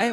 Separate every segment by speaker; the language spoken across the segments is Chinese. Speaker 1: 哎，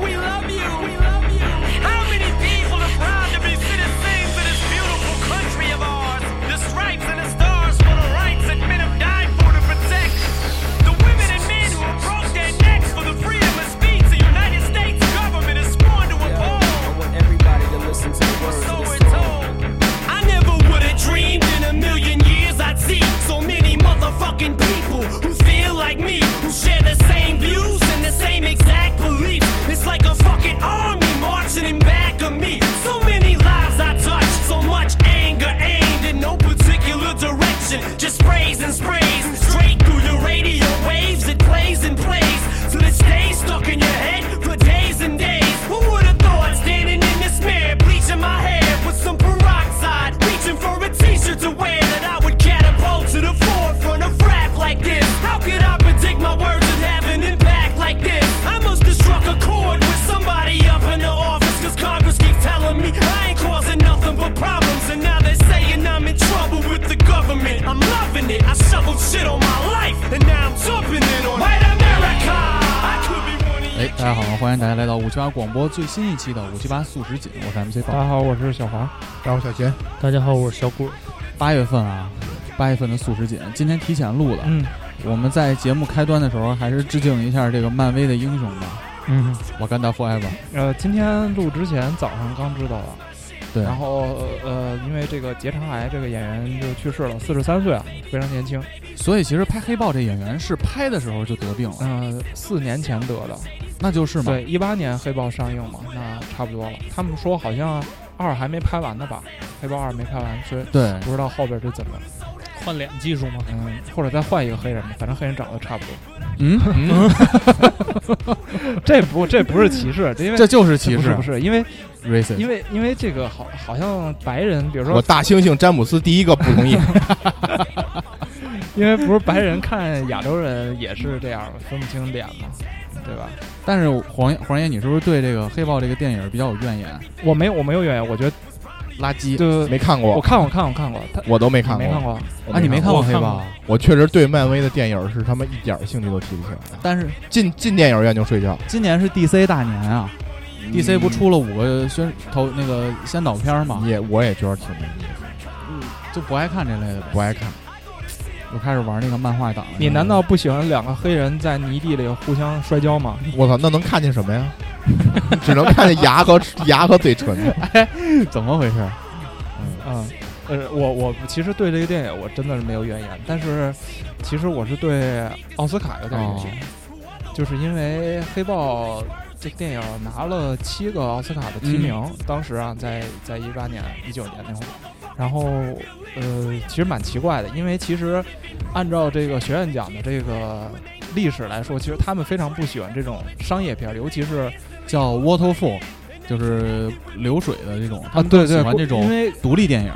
Speaker 2: We love you. We love you. How many people are proud to be citizens of this beautiful country of ours? The stripes and the stars for the rights that men have died for to protect. The women and men who have broke their necks for the freedom of speech. The United States government is sworn to uphold.
Speaker 3: I want everybody to listen to the words
Speaker 2: So
Speaker 3: of
Speaker 2: we're
Speaker 3: this song.
Speaker 2: told. I never would have dreamed in a million years I'd see so many motherfucking people who feel like me, who share the same views and the same exact beliefs. It's like a fucking army marching in back of me. So many lives I touched, so much anger aimed in no particular direction. Just sprays and sprays straight through your radio waves. It plays and plays till it stays stuck in your head for days and days. Who would have thought standing in this mirror, bleaching my hair with some peroxide, reaching for a t-shirt to wear that I would catapult to the forefront of rap like this. How could I predict my words would have an impact like this? I must have struck a chord with somebody up in the office, cause Congress keeps telling me I ain't causing nothing but problems. And now they're saying I'm in trouble with the government. I'm loving it. I shoveled shit on my life, and now I'm jumping in on white America. I could be one of
Speaker 4: 哎
Speaker 2: your，
Speaker 4: 大家好，欢迎大家来到五七八广播最新一期的五七八素食锦，我是 MC
Speaker 5: 大
Speaker 4: 宝。
Speaker 5: 家好，我是小华。
Speaker 6: 然后小杰，
Speaker 7: 大家好，我是小谷。
Speaker 4: 八月份啊，八月份的素食锦，今天提前录了。
Speaker 5: 嗯
Speaker 4: 我们在节目开端的时候，还是致敬一下这个漫威的英雄吧，
Speaker 5: 嗯，
Speaker 4: 瓦干达 forever。
Speaker 5: 呃，今天录之前早上刚知道的，
Speaker 4: 对，
Speaker 5: 然后呃，因为这个结肠癌，这个演员就去世了，四十三岁啊，非常年轻。
Speaker 4: 所以其实拍黑豹这演员是拍的时候就得病了，
Speaker 5: 呃，四年前得的，
Speaker 4: 那就是嘛。
Speaker 5: 对，一八年黑豹上映嘛，那差不多了。他们说好像二还没拍完呢吧，黑豹二没拍完，所以
Speaker 4: 对
Speaker 5: 不知道后边是怎么，
Speaker 7: 换脸技术吗？
Speaker 5: 嗯，或者再换一个黑人吧，反正黑人长得差不多。
Speaker 4: 嗯，嗯
Speaker 5: 这不，这不是歧 视，这因为
Speaker 4: 这就是歧
Speaker 5: 不
Speaker 4: 视
Speaker 5: 是不是，因为
Speaker 4: racist。
Speaker 5: 因为因为这个好，好像白人，比如说
Speaker 6: 我大猩猩詹姆斯第一个不同意。
Speaker 5: 因为不是白人看亚洲人也是这样，分不清脸嘛，对吧？
Speaker 4: 但是黄黄爷，你是不是对这个黑豹这个电影比较有怨言？
Speaker 5: 我没有，我没有怨言，我觉得
Speaker 4: 垃圾
Speaker 5: 就
Speaker 6: 没看
Speaker 5: 我
Speaker 6: 过，
Speaker 5: 看我看我看过，他
Speaker 6: 我都没
Speaker 5: 你
Speaker 6: 看
Speaker 5: 没看
Speaker 6: 过。
Speaker 5: 过，
Speaker 6: 我
Speaker 4: 啊？你没看
Speaker 6: 过？
Speaker 4: 过
Speaker 7: 我
Speaker 4: 黑
Speaker 7: 看
Speaker 4: 豹
Speaker 7: 过
Speaker 4: 啊？
Speaker 6: 我确实对漫威的电影是他妈一点儿兴趣都提不起来。
Speaker 4: 但是
Speaker 6: 进进电影院就睡觉。
Speaker 4: 今年是 DC 大年啊，DC
Speaker 5: 嗯
Speaker 4: 不出了五个宣头那个先导片嘛，
Speaker 6: 也我也觉得挺没意思，
Speaker 4: 就不爱看这类的呗，
Speaker 6: 不爱看。
Speaker 4: 就开始玩那个漫画党了。
Speaker 5: 你难道不喜欢两个黑人在泥地里互相摔跤吗？
Speaker 6: 我操，那能看见什么呀？只能看见牙和牙和嘴唇。
Speaker 4: 怎么回事？
Speaker 5: 嗯，呃，我我其实对这个电影我真的是没有怨言，但是其实我是对奥斯卡有点怨言，就是因为《黑豹》这个电影拿了七个奥斯卡的提名，当时啊，在在一八年、一九年那会儿。然后，呃，其实蛮奇怪的，因为其实按照这个学院奖的这个历史来说，其实他们非常不喜欢这种商业片儿，尤其是
Speaker 4: 叫 waterfall，就是流水的这种，他们
Speaker 5: 啊对
Speaker 4: 喜欢这
Speaker 5: 因
Speaker 4: 种
Speaker 5: 为
Speaker 4: 独立电影。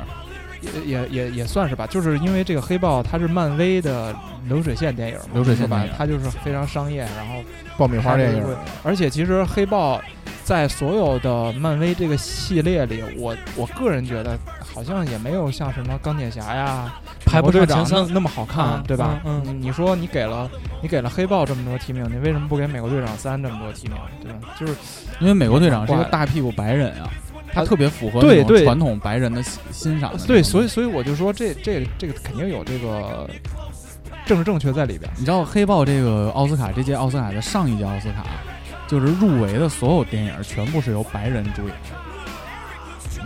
Speaker 5: 也也也也算是吧，就是因为这个黑豹它是漫威的流水线电影嘛，
Speaker 4: 流水线
Speaker 5: 是吧
Speaker 4: 电影
Speaker 5: 它就是非常商业，然后
Speaker 6: 爆米花电
Speaker 5: 拍的
Speaker 6: 影
Speaker 5: 会，而且其实黑豹在所有的漫威这个系列里，我我个人觉得好像也没有像什么钢铁侠呀、
Speaker 7: 排不
Speaker 5: 队
Speaker 7: 上
Speaker 5: 长
Speaker 7: 前三
Speaker 5: 那，那么好看
Speaker 7: 嗯，
Speaker 5: 对吧？
Speaker 7: 嗯
Speaker 5: 你
Speaker 7: 嗯
Speaker 5: 你说你给了你给了黑豹这么多提名，你为什么不给美国队长三这么多提名，对吧？就是
Speaker 4: 因为美国队长是一个大屁股白人啊，他特别符合
Speaker 5: 对
Speaker 4: 那种
Speaker 5: 对
Speaker 4: 传统白人的欣欣赏的那种。
Speaker 5: 对，所以所以我就说这这这个肯定有这个政治正确在里边。
Speaker 4: 你知道黑豹这个奥斯卡这届奥斯卡的上一届奥斯卡，就是入围的所有电影全部是由白人主演，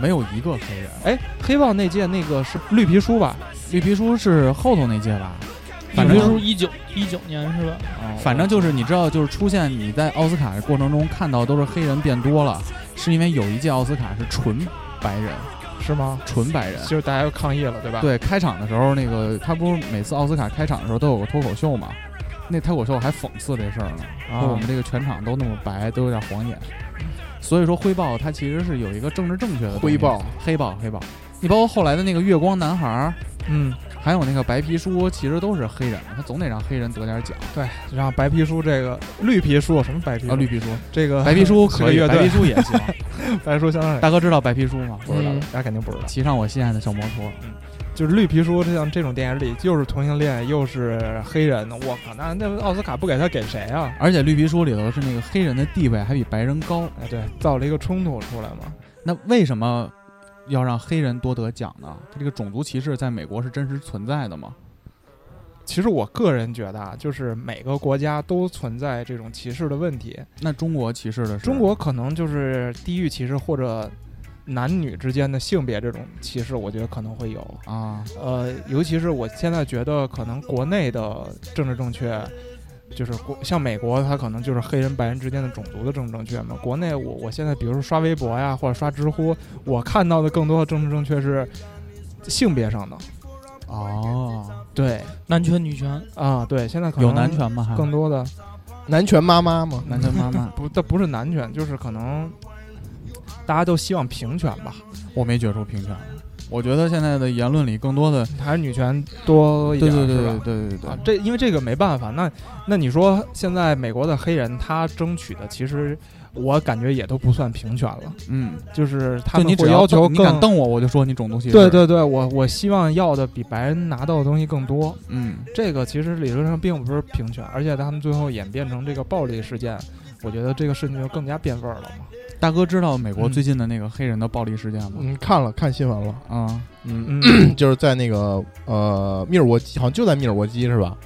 Speaker 4: 没有一个黑人。
Speaker 5: 哎，黑豹那届那个是绿皮书吧？
Speaker 4: 绿皮书是后头那届吧？
Speaker 2: 嗯
Speaker 4: 反
Speaker 7: 比如
Speaker 4: 正
Speaker 7: 说一九一九年是吧？
Speaker 4: 反正就是你知道，就是出现你在奥斯卡的过程中看到都是黑人变多了，是因为有一届奥斯卡是纯白人，
Speaker 5: 是吗？
Speaker 4: 纯白人。
Speaker 5: 就是大家又抗议了，对吧？，
Speaker 4: 对，开场的时候那个他不是每次奥斯卡开场的时候都有个脱口秀嘛？那脱口秀还讽刺这事儿呢，
Speaker 5: 啊
Speaker 4: 说我们这个全场都那么白，都有点晃眼。所以说灰豹它其实是有一个政治正确的东西
Speaker 6: 灰豹、
Speaker 4: 黑豹、黑豹。你包括后来的那个月光男孩儿，
Speaker 5: 嗯，
Speaker 4: 还有那个白皮书，其实都是黑人，他总得让黑人得点奖
Speaker 5: 对，然后白皮书这个绿皮书什么白皮书
Speaker 4: 啊。绿 皮书，
Speaker 5: 这个
Speaker 4: 白皮书
Speaker 5: 嗯这
Speaker 4: 可
Speaker 5: 个
Speaker 4: 以，
Speaker 5: 乐
Speaker 4: 白
Speaker 5: 队
Speaker 4: 皮书也 行。
Speaker 5: 白皮书相当于
Speaker 4: 大哥知道白皮书吗？
Speaker 5: 不知道，那肯定不知道。
Speaker 4: 骑上我心爱的小摩托，
Speaker 5: 就是绿皮书，像这种电影里又是同性恋又是黑人，我靠，那那奥斯卡不给他给谁啊？
Speaker 4: 而且绿皮书里头是那个黑人的地位还比白人高。
Speaker 5: 哎，对，造了一个冲突出来嘛。
Speaker 4: 那为什么要让黑人多得奖呢？他这个种族歧视在美国是真实存在的吗？
Speaker 5: 其实我个人觉得啊，就是每个国家都存在这种歧视的问题。
Speaker 4: 那中国歧视的是
Speaker 5: 中国可能就是地域歧视或者男女之间的性别这种歧视，我觉得可能会有。
Speaker 4: 啊，
Speaker 5: 呃，尤其是我现在觉得，可能国内的政治正确，就是国像美国，它可能就是黑人白人之间的种族的政治正确嘛。国内我我现在比如说刷微博呀，或者刷知乎，我看到的更多的政治正确是性别上的。
Speaker 4: 哦，
Speaker 5: 对
Speaker 7: 男权女权，
Speaker 5: 啊，对，现在可能
Speaker 4: 有男权吗？还
Speaker 5: 更多的
Speaker 6: 男权妈妈吗？
Speaker 4: 男权妈妈，
Speaker 5: 不，这不是男权，就是可能大家都希望平权吧，
Speaker 4: 我没觉出平权。我觉得现在的言论里更多的，
Speaker 5: 还是女权多一
Speaker 4: 对对
Speaker 5: 点，
Speaker 4: 对
Speaker 5: 是吧
Speaker 4: 对对对对
Speaker 5: 啊，这因为这个没办法。那那你说现在美国的黑人他争取的，其实我感觉也都不算平权了，
Speaker 4: 嗯，
Speaker 5: 就是他
Speaker 4: 就
Speaker 5: 们
Speaker 4: 你只
Speaker 5: 会要求
Speaker 4: 你敢
Speaker 5: 更。
Speaker 4: 瞪我，我就说你种族歧视。
Speaker 5: 对，对对，我我希望要的比白人拿到的东西更多，
Speaker 4: 嗯，
Speaker 5: 这个其实理论上并不是平权，而且他们最后演变成这个暴力事件，我觉得这个事情就更加变味儿了嘛。
Speaker 4: 大哥知道美国
Speaker 5: 嗯
Speaker 4: 最近的那个黑人的暴力事件吗？
Speaker 6: 嗯，看了看新闻了，
Speaker 4: 啊，
Speaker 6: 嗯，
Speaker 5: 嗯，
Speaker 6: 就是在那个呃密尔沃基，好像就在密尔沃基是吧？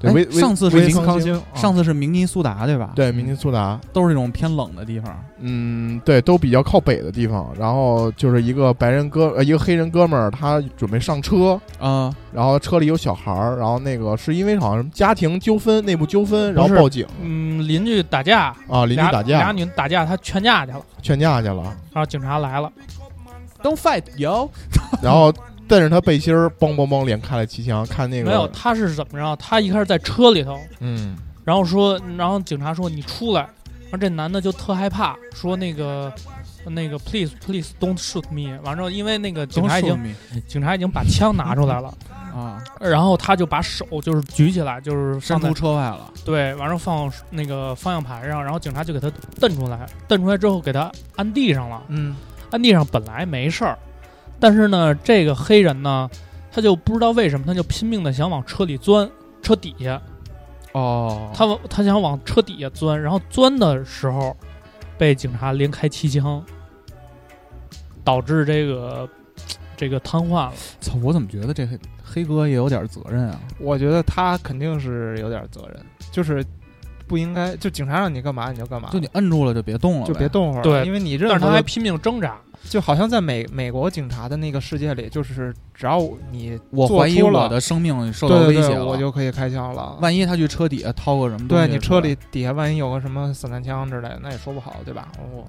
Speaker 6: 对，
Speaker 4: 哎
Speaker 6: 威威
Speaker 4: 上次是
Speaker 6: 威
Speaker 4: 林
Speaker 6: 康
Speaker 5: 康星，啊
Speaker 4: 上次是明尼苏达对吧？
Speaker 6: 对明尼苏达，
Speaker 4: 都是这种偏冷的地方。
Speaker 6: 嗯，对，都比较靠北的地方。然后就是一个白人哥，呃，一个黑人哥们儿，他准备上车，
Speaker 5: 嗯
Speaker 4: 啊，
Speaker 6: 然后车里有小孩儿，然后那个是因为好像什么家庭纠纷、内部纠纷，然
Speaker 7: 不
Speaker 6: 后
Speaker 7: 是
Speaker 6: 报警
Speaker 7: 嗯，邻居打架，
Speaker 6: 啊，邻居
Speaker 7: 俩
Speaker 6: 打
Speaker 7: 俩
Speaker 6: 架
Speaker 7: 女打架，他劝架去了，
Speaker 6: 劝架去了，
Speaker 7: 然后警察来了，
Speaker 4: Don't fight yo！
Speaker 6: 然后带着他背心儿，梆梆梆连开了七枪，看那个
Speaker 7: 没有，他是怎么着？他一开始在车里头，
Speaker 6: 嗯，
Speaker 7: 然后说，然后警察说你出来，然后这男的就特害怕，说那个那个 please please don't shoot me。完之后，因为那个警察已经警察已经把枪拿出来了，
Speaker 4: 啊，
Speaker 7: 然后他就把手就是举起来，就是
Speaker 4: 伸
Speaker 7: 放在
Speaker 4: 出车外了。
Speaker 7: 对，完之后放那个方向盘上，然后警察就给他蹬出来，蹬出来之后给他按地上了，
Speaker 5: 嗯，
Speaker 7: 按地上本来没事儿，但是呢，这个黑人呢，他就不知道为什么，他就拼命的想往车里钻，车底下，
Speaker 4: 哦，
Speaker 7: 他往他想往车底下钻，然后钻的时候被警察连开七枪，导致这个这个瘫痪了。
Speaker 4: 操！我怎么觉得这黑黑哥也有点责任啊？
Speaker 5: 我觉得他肯定是有点责任，就是不应该，就警察让你干嘛你就干
Speaker 7: 啊
Speaker 5: 嘛，
Speaker 4: 就你摁住了就别动了，
Speaker 5: 就别。动会儿，
Speaker 7: 对
Speaker 5: 因为你任
Speaker 7: 但
Speaker 5: 何
Speaker 7: 是他还拼命挣扎，
Speaker 5: 就好像在美美国警察的那个世界里，就是只要你
Speaker 4: 我
Speaker 5: 做
Speaker 4: 怀疑
Speaker 5: 出了
Speaker 4: 我的生命受到
Speaker 5: 对
Speaker 4: 威
Speaker 5: 对
Speaker 4: 胁
Speaker 5: 对，
Speaker 4: 了，
Speaker 5: 我就可以开枪了。
Speaker 4: 万一他去车底下掏个什么东西出来？
Speaker 5: 对你车里底下万一有个什么散弹枪之类的，那也说不好，对吧？我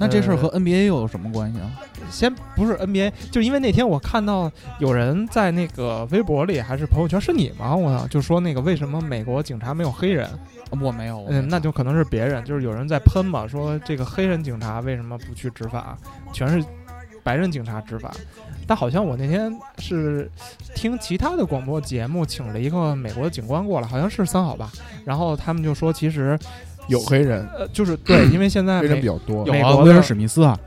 Speaker 4: 那这事儿和
Speaker 5: 呃
Speaker 4: NBA 又有什么关系啊？
Speaker 5: 先不是 NBA，就因为那天我看到有人在那个微博里还是朋友圈，是你吗？我操，就说那个为什么美国警察没有黑人？
Speaker 4: 我没有，我没有
Speaker 5: 嗯，那就可能是别人，就是有人在喷嘛，说这个黑人警察为什么不去执法，全是白人警察执法。但好像我那天是听其他的广播节目，请了一个美国的警官过来，好像是三好吧，然后他们就说，其实
Speaker 6: 有黑人，
Speaker 7: 哎
Speaker 5: 呃，就是
Speaker 4: 嗯
Speaker 5: 对，因为现在
Speaker 6: 黑人
Speaker 5: 美
Speaker 6: 比较多
Speaker 4: 有，
Speaker 5: 美
Speaker 4: 啊，
Speaker 5: 国的
Speaker 4: 威尔史密斯
Speaker 7: 嗯
Speaker 4: 啊，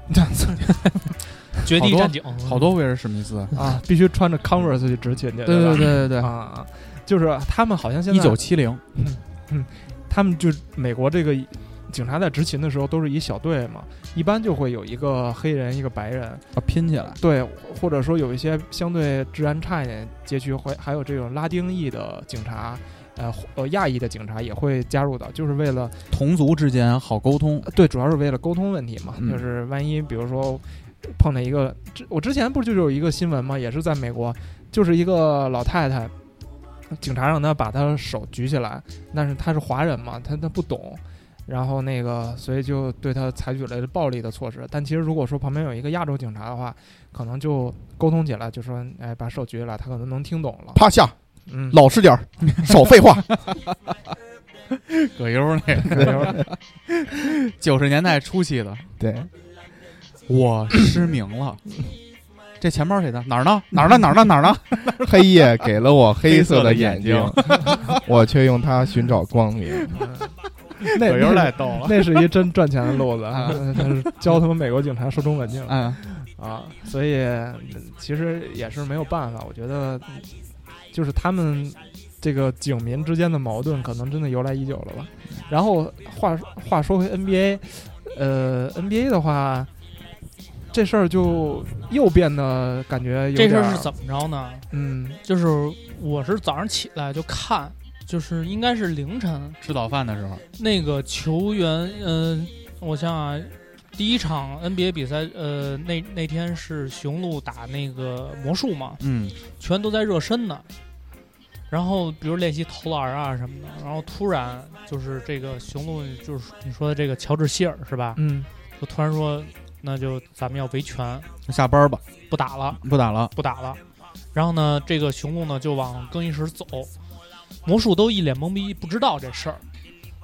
Speaker 7: 绝地
Speaker 4: 好多
Speaker 7: 战警，
Speaker 4: 好多威尔史密斯。
Speaker 5: 啊，必须穿着 Converse 去执勤去，
Speaker 4: 对对
Speaker 5: 吧
Speaker 4: 对对对，
Speaker 5: 啊，就是他们好像现
Speaker 4: 一
Speaker 5: 在
Speaker 4: 九七零啊
Speaker 5: 他们就美国这个警察在执勤的时候都是一小队嘛，一般就会有一个黑人一个白人，
Speaker 4: 啊，拼起来。
Speaker 5: 对，或者说有一些相对治安差一点街区会还有这种拉丁裔的警察，呃或呃亚裔的警察也会加入到，就是为了
Speaker 4: 同族之间好沟通，
Speaker 5: 对，主要是为了沟通问题嘛，
Speaker 4: 嗯
Speaker 5: 就是万一比如说碰见一个，之我之前不就有一个新闻嘛，也是在美国，就是一个老太太，警察让她把她手举起来，但是她是华人嘛，她她不懂。然后那个，所以就对她采取了暴力的措施。但其实如果说旁边有一个亚洲警察的话，可能就沟通起来，就说：“哎，把手举起来。”她可能能听懂了。
Speaker 6: 趴下，
Speaker 5: 嗯，
Speaker 6: 老实点儿，少废 话。
Speaker 4: 葛优那个 九十年代初期的，
Speaker 6: 对，
Speaker 4: 我失明了，这钱包谁的？哪儿呢？哪儿呢？哪儿呢？哪儿呢？
Speaker 6: 黑夜给了我黑色的眼睛
Speaker 4: 黑色，
Speaker 6: 我却用它寻找光明。
Speaker 5: 那
Speaker 4: 有人
Speaker 7: 啊
Speaker 4: 来逗了。
Speaker 5: 那是一真赚钱的路子啊！但是教他们美国警察说中文去了
Speaker 4: 嗯，
Speaker 5: 啊，所以呃其实也是没有办法。我觉得，就是他们这个警民之间的矛盾，可能真的由来已久了吧。然后话话说回 NBA，呃，NBA 的话，这事儿就又变得感觉有点
Speaker 7: 这事
Speaker 5: 儿
Speaker 7: 儿是怎么着呢？
Speaker 5: 嗯
Speaker 7: 就是我是早上起来就看，就是应该是凌晨
Speaker 4: 吃早饭的时候，
Speaker 7: 那个球员，嗯、我想想、啊，第一场 NBA 比赛，呃，那那天是雄鹿打那个魔术嘛，
Speaker 4: 嗯，
Speaker 7: 全都在热身呢。然后比如练习投篮啊什么的，然后突然就是这个雄鹿，就是你说的这个乔治希尔是吧？
Speaker 5: 嗯，
Speaker 7: 就突然说，那就咱们要维权，
Speaker 4: 下班吧，
Speaker 7: 不打了。
Speaker 4: 不打了。
Speaker 7: 不打了。然后呢，这个雄鹿呢就往更衣室走，魔术都一脸懵逼，不知道这事儿。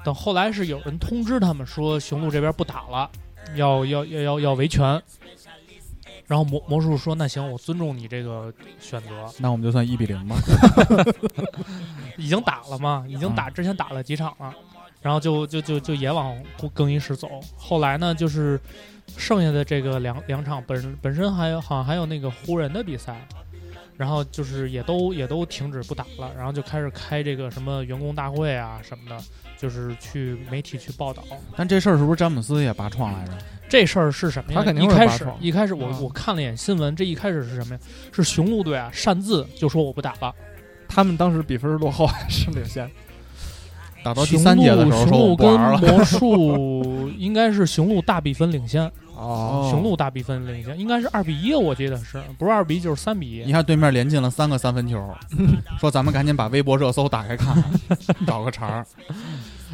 Speaker 7: 等后来是有人通知他们说，雄鹿这边不打了，要要要要要维权。然后魔魔术说：“那行，我尊重你这个选择，
Speaker 4: 那我们就算一比零吧。
Speaker 7: 已经打了
Speaker 5: 嗯
Speaker 7: 嘛，已经打之前打了几场了，然后就就就就也往更衣室走。后来呢，就是剩下的这个两两场本本身还有好像还有那个湖人的比赛，然后就是也都也都停止不打了，然后就开始开这个什么员工大会啊什么的，就是去媒体去报道
Speaker 4: 但这事儿是不是詹姆斯也拔创来着？
Speaker 7: 这事儿是什么呀？
Speaker 5: 他肯定
Speaker 7: 一
Speaker 5: 会
Speaker 7: 开
Speaker 5: 拔
Speaker 7: 始
Speaker 5: 创
Speaker 7: 一开始我
Speaker 5: 啊
Speaker 7: 我看了一眼新闻，这一开始是什么呀？是雄鹿队啊擅自就说我不打了。
Speaker 5: 他们当时比分是落后还是领先？
Speaker 4: 打到第三节的时候
Speaker 7: 雄
Speaker 4: 说我
Speaker 7: 鹿
Speaker 4: 不玩了。
Speaker 7: 跟魔术应该是雄鹿大比分领先，
Speaker 5: 哦，
Speaker 4: 哦
Speaker 7: 雄鹿大比分领先，应该是二比一，我记得是不是二比一就是三比
Speaker 4: 你
Speaker 7: 一。
Speaker 4: 看对面连进了三个三分球，说咱们赶紧把微博热搜打开看看，找个茬儿。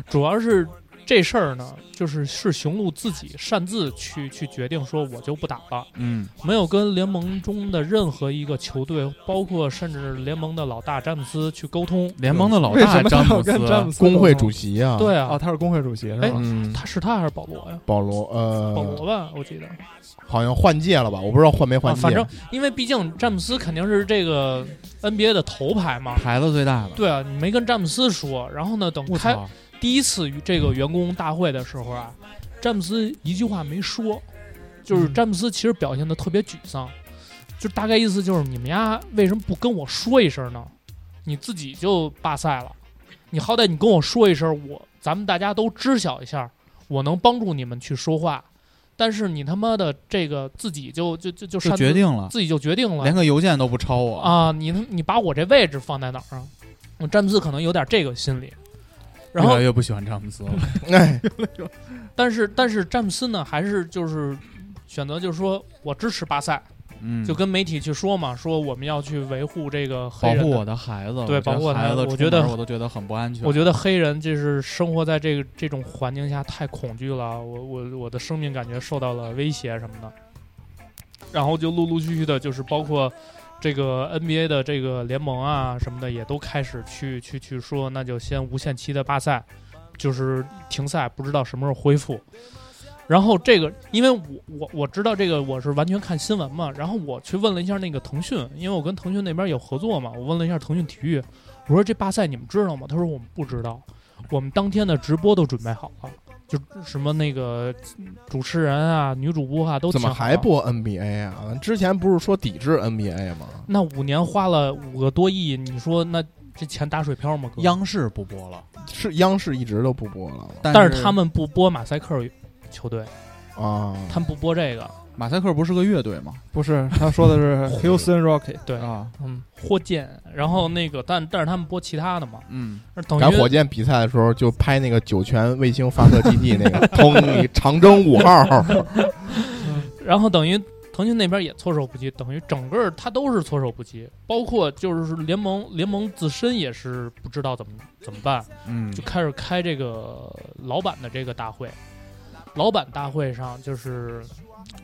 Speaker 7: 主要是这事儿呢，就是是雄鹿自己擅自去去决定说我就不打了，
Speaker 4: 嗯
Speaker 7: 没有跟联盟中的任何一个球队，包括甚至联盟的老大詹姆斯去沟通。
Speaker 4: 联盟的老
Speaker 5: 为什
Speaker 4: 大
Speaker 5: 么
Speaker 4: 詹姆
Speaker 5: 要
Speaker 4: 斯
Speaker 5: 跟，詹姆斯
Speaker 6: 工会
Speaker 5: 沟通
Speaker 6: 主席啊，，
Speaker 7: 对啊
Speaker 5: 哦，，他是工会主席是
Speaker 7: 哎
Speaker 5: 吧？
Speaker 6: 嗯，
Speaker 7: 他是他还是保罗呀？
Speaker 6: 保罗，
Speaker 7: 保
Speaker 4: 嗯
Speaker 6: 呃，
Speaker 7: 罗吧，我记得。
Speaker 6: 好像换届了吧？我不知道换没
Speaker 7: 啊，
Speaker 6: 换届。
Speaker 7: 反正因为毕竟詹姆斯肯定是这个 NBA 的头牌嘛，
Speaker 4: 牌子最大的。
Speaker 7: 对啊，你没跟詹姆斯说，然后呢，等
Speaker 4: 我
Speaker 7: 开
Speaker 4: 操！
Speaker 7: 第一次与这个员工大会的时候啊，詹姆斯一句话没说，就是
Speaker 5: 嗯
Speaker 7: 詹姆斯其实表现的特别沮丧，就大概意思就是你们家为什么不跟我说一声呢？你自己就罢赛了，你好歹你跟我说一声，我咱们大家都知晓一下，我能帮助你们去说话。但是你他妈的这个自己就就就
Speaker 4: 就
Speaker 7: 就擅
Speaker 4: 决
Speaker 7: 自
Speaker 4: 定了，
Speaker 7: 自己就决定了，
Speaker 4: 连个邮件都不抄我！
Speaker 7: 啊，你你把我这位置放在哪儿啊？我詹姆斯可能有点这个心理，然
Speaker 4: 越
Speaker 7: 后
Speaker 4: 来越不喜欢詹姆斯了。
Speaker 6: 哎，
Speaker 7: 但是但是詹姆斯呢，还是就是选择就是说我支持巴塞，
Speaker 4: 嗯，
Speaker 7: 就跟媒体去说嘛，说我们要去维护这个黑
Speaker 4: 保
Speaker 7: 人
Speaker 4: 护
Speaker 7: 的
Speaker 4: 我的孩子，
Speaker 7: 对
Speaker 4: 我觉得
Speaker 7: 保护我的
Speaker 4: 孩子
Speaker 7: 孩子
Speaker 4: 出
Speaker 7: 我觉得
Speaker 4: 门我都觉得很不安全。
Speaker 7: 我觉得黑人就是生活在这个这种环境下太恐惧了，我我我的生命感觉受到了威胁什么的，然后就陆陆续续的，就是包括这个 NBA 的这个联盟啊什么的，也都开始去去去说，那就先无限期的罢赛，就是停赛，不知道什么时候恢复。然后这个，因为我我我知道这个，我是完全看新闻嘛。然后我去问了一下那个腾讯，因为我跟腾讯那边有合作嘛，我问了一下腾讯体育，我说这罢赛你们知道吗？他说我们不知道，我们当天的直播都准备好了，就什么那个主持人啊、女主播啊都
Speaker 6: 怎么
Speaker 7: 请好
Speaker 6: 还
Speaker 7: 了？
Speaker 6: 播 NBA 啊？咱之前不是说抵制 NBA 吗？
Speaker 7: 那五年花了五个多亿，你说那这钱打水漂吗？哥，
Speaker 4: 央视不播了，
Speaker 6: 是央视一直都不播了
Speaker 4: 但
Speaker 7: 但是他们不播马赛克球队，
Speaker 6: 啊。
Speaker 7: 他们不播这个，
Speaker 4: 马赛克不是个乐队吗？
Speaker 5: 不是，他说的是 Houston Rocket。
Speaker 7: 对，
Speaker 4: 啊，
Speaker 5: 嗯，
Speaker 7: 霍建，然后那个，但但是他们播其他的嘛，
Speaker 4: 嗯，
Speaker 7: 那等于
Speaker 6: 赶火箭比赛的时候，就拍那个酒泉卫星发射基地那 个，通长征五号，
Speaker 7: 然后等于腾讯那边也措手不及，等于整个他都是措手不及，包括就是联盟联盟自身也是不知道怎么怎么办，
Speaker 4: 嗯
Speaker 7: 就开始开这个老板的这个大会。老板大会上就是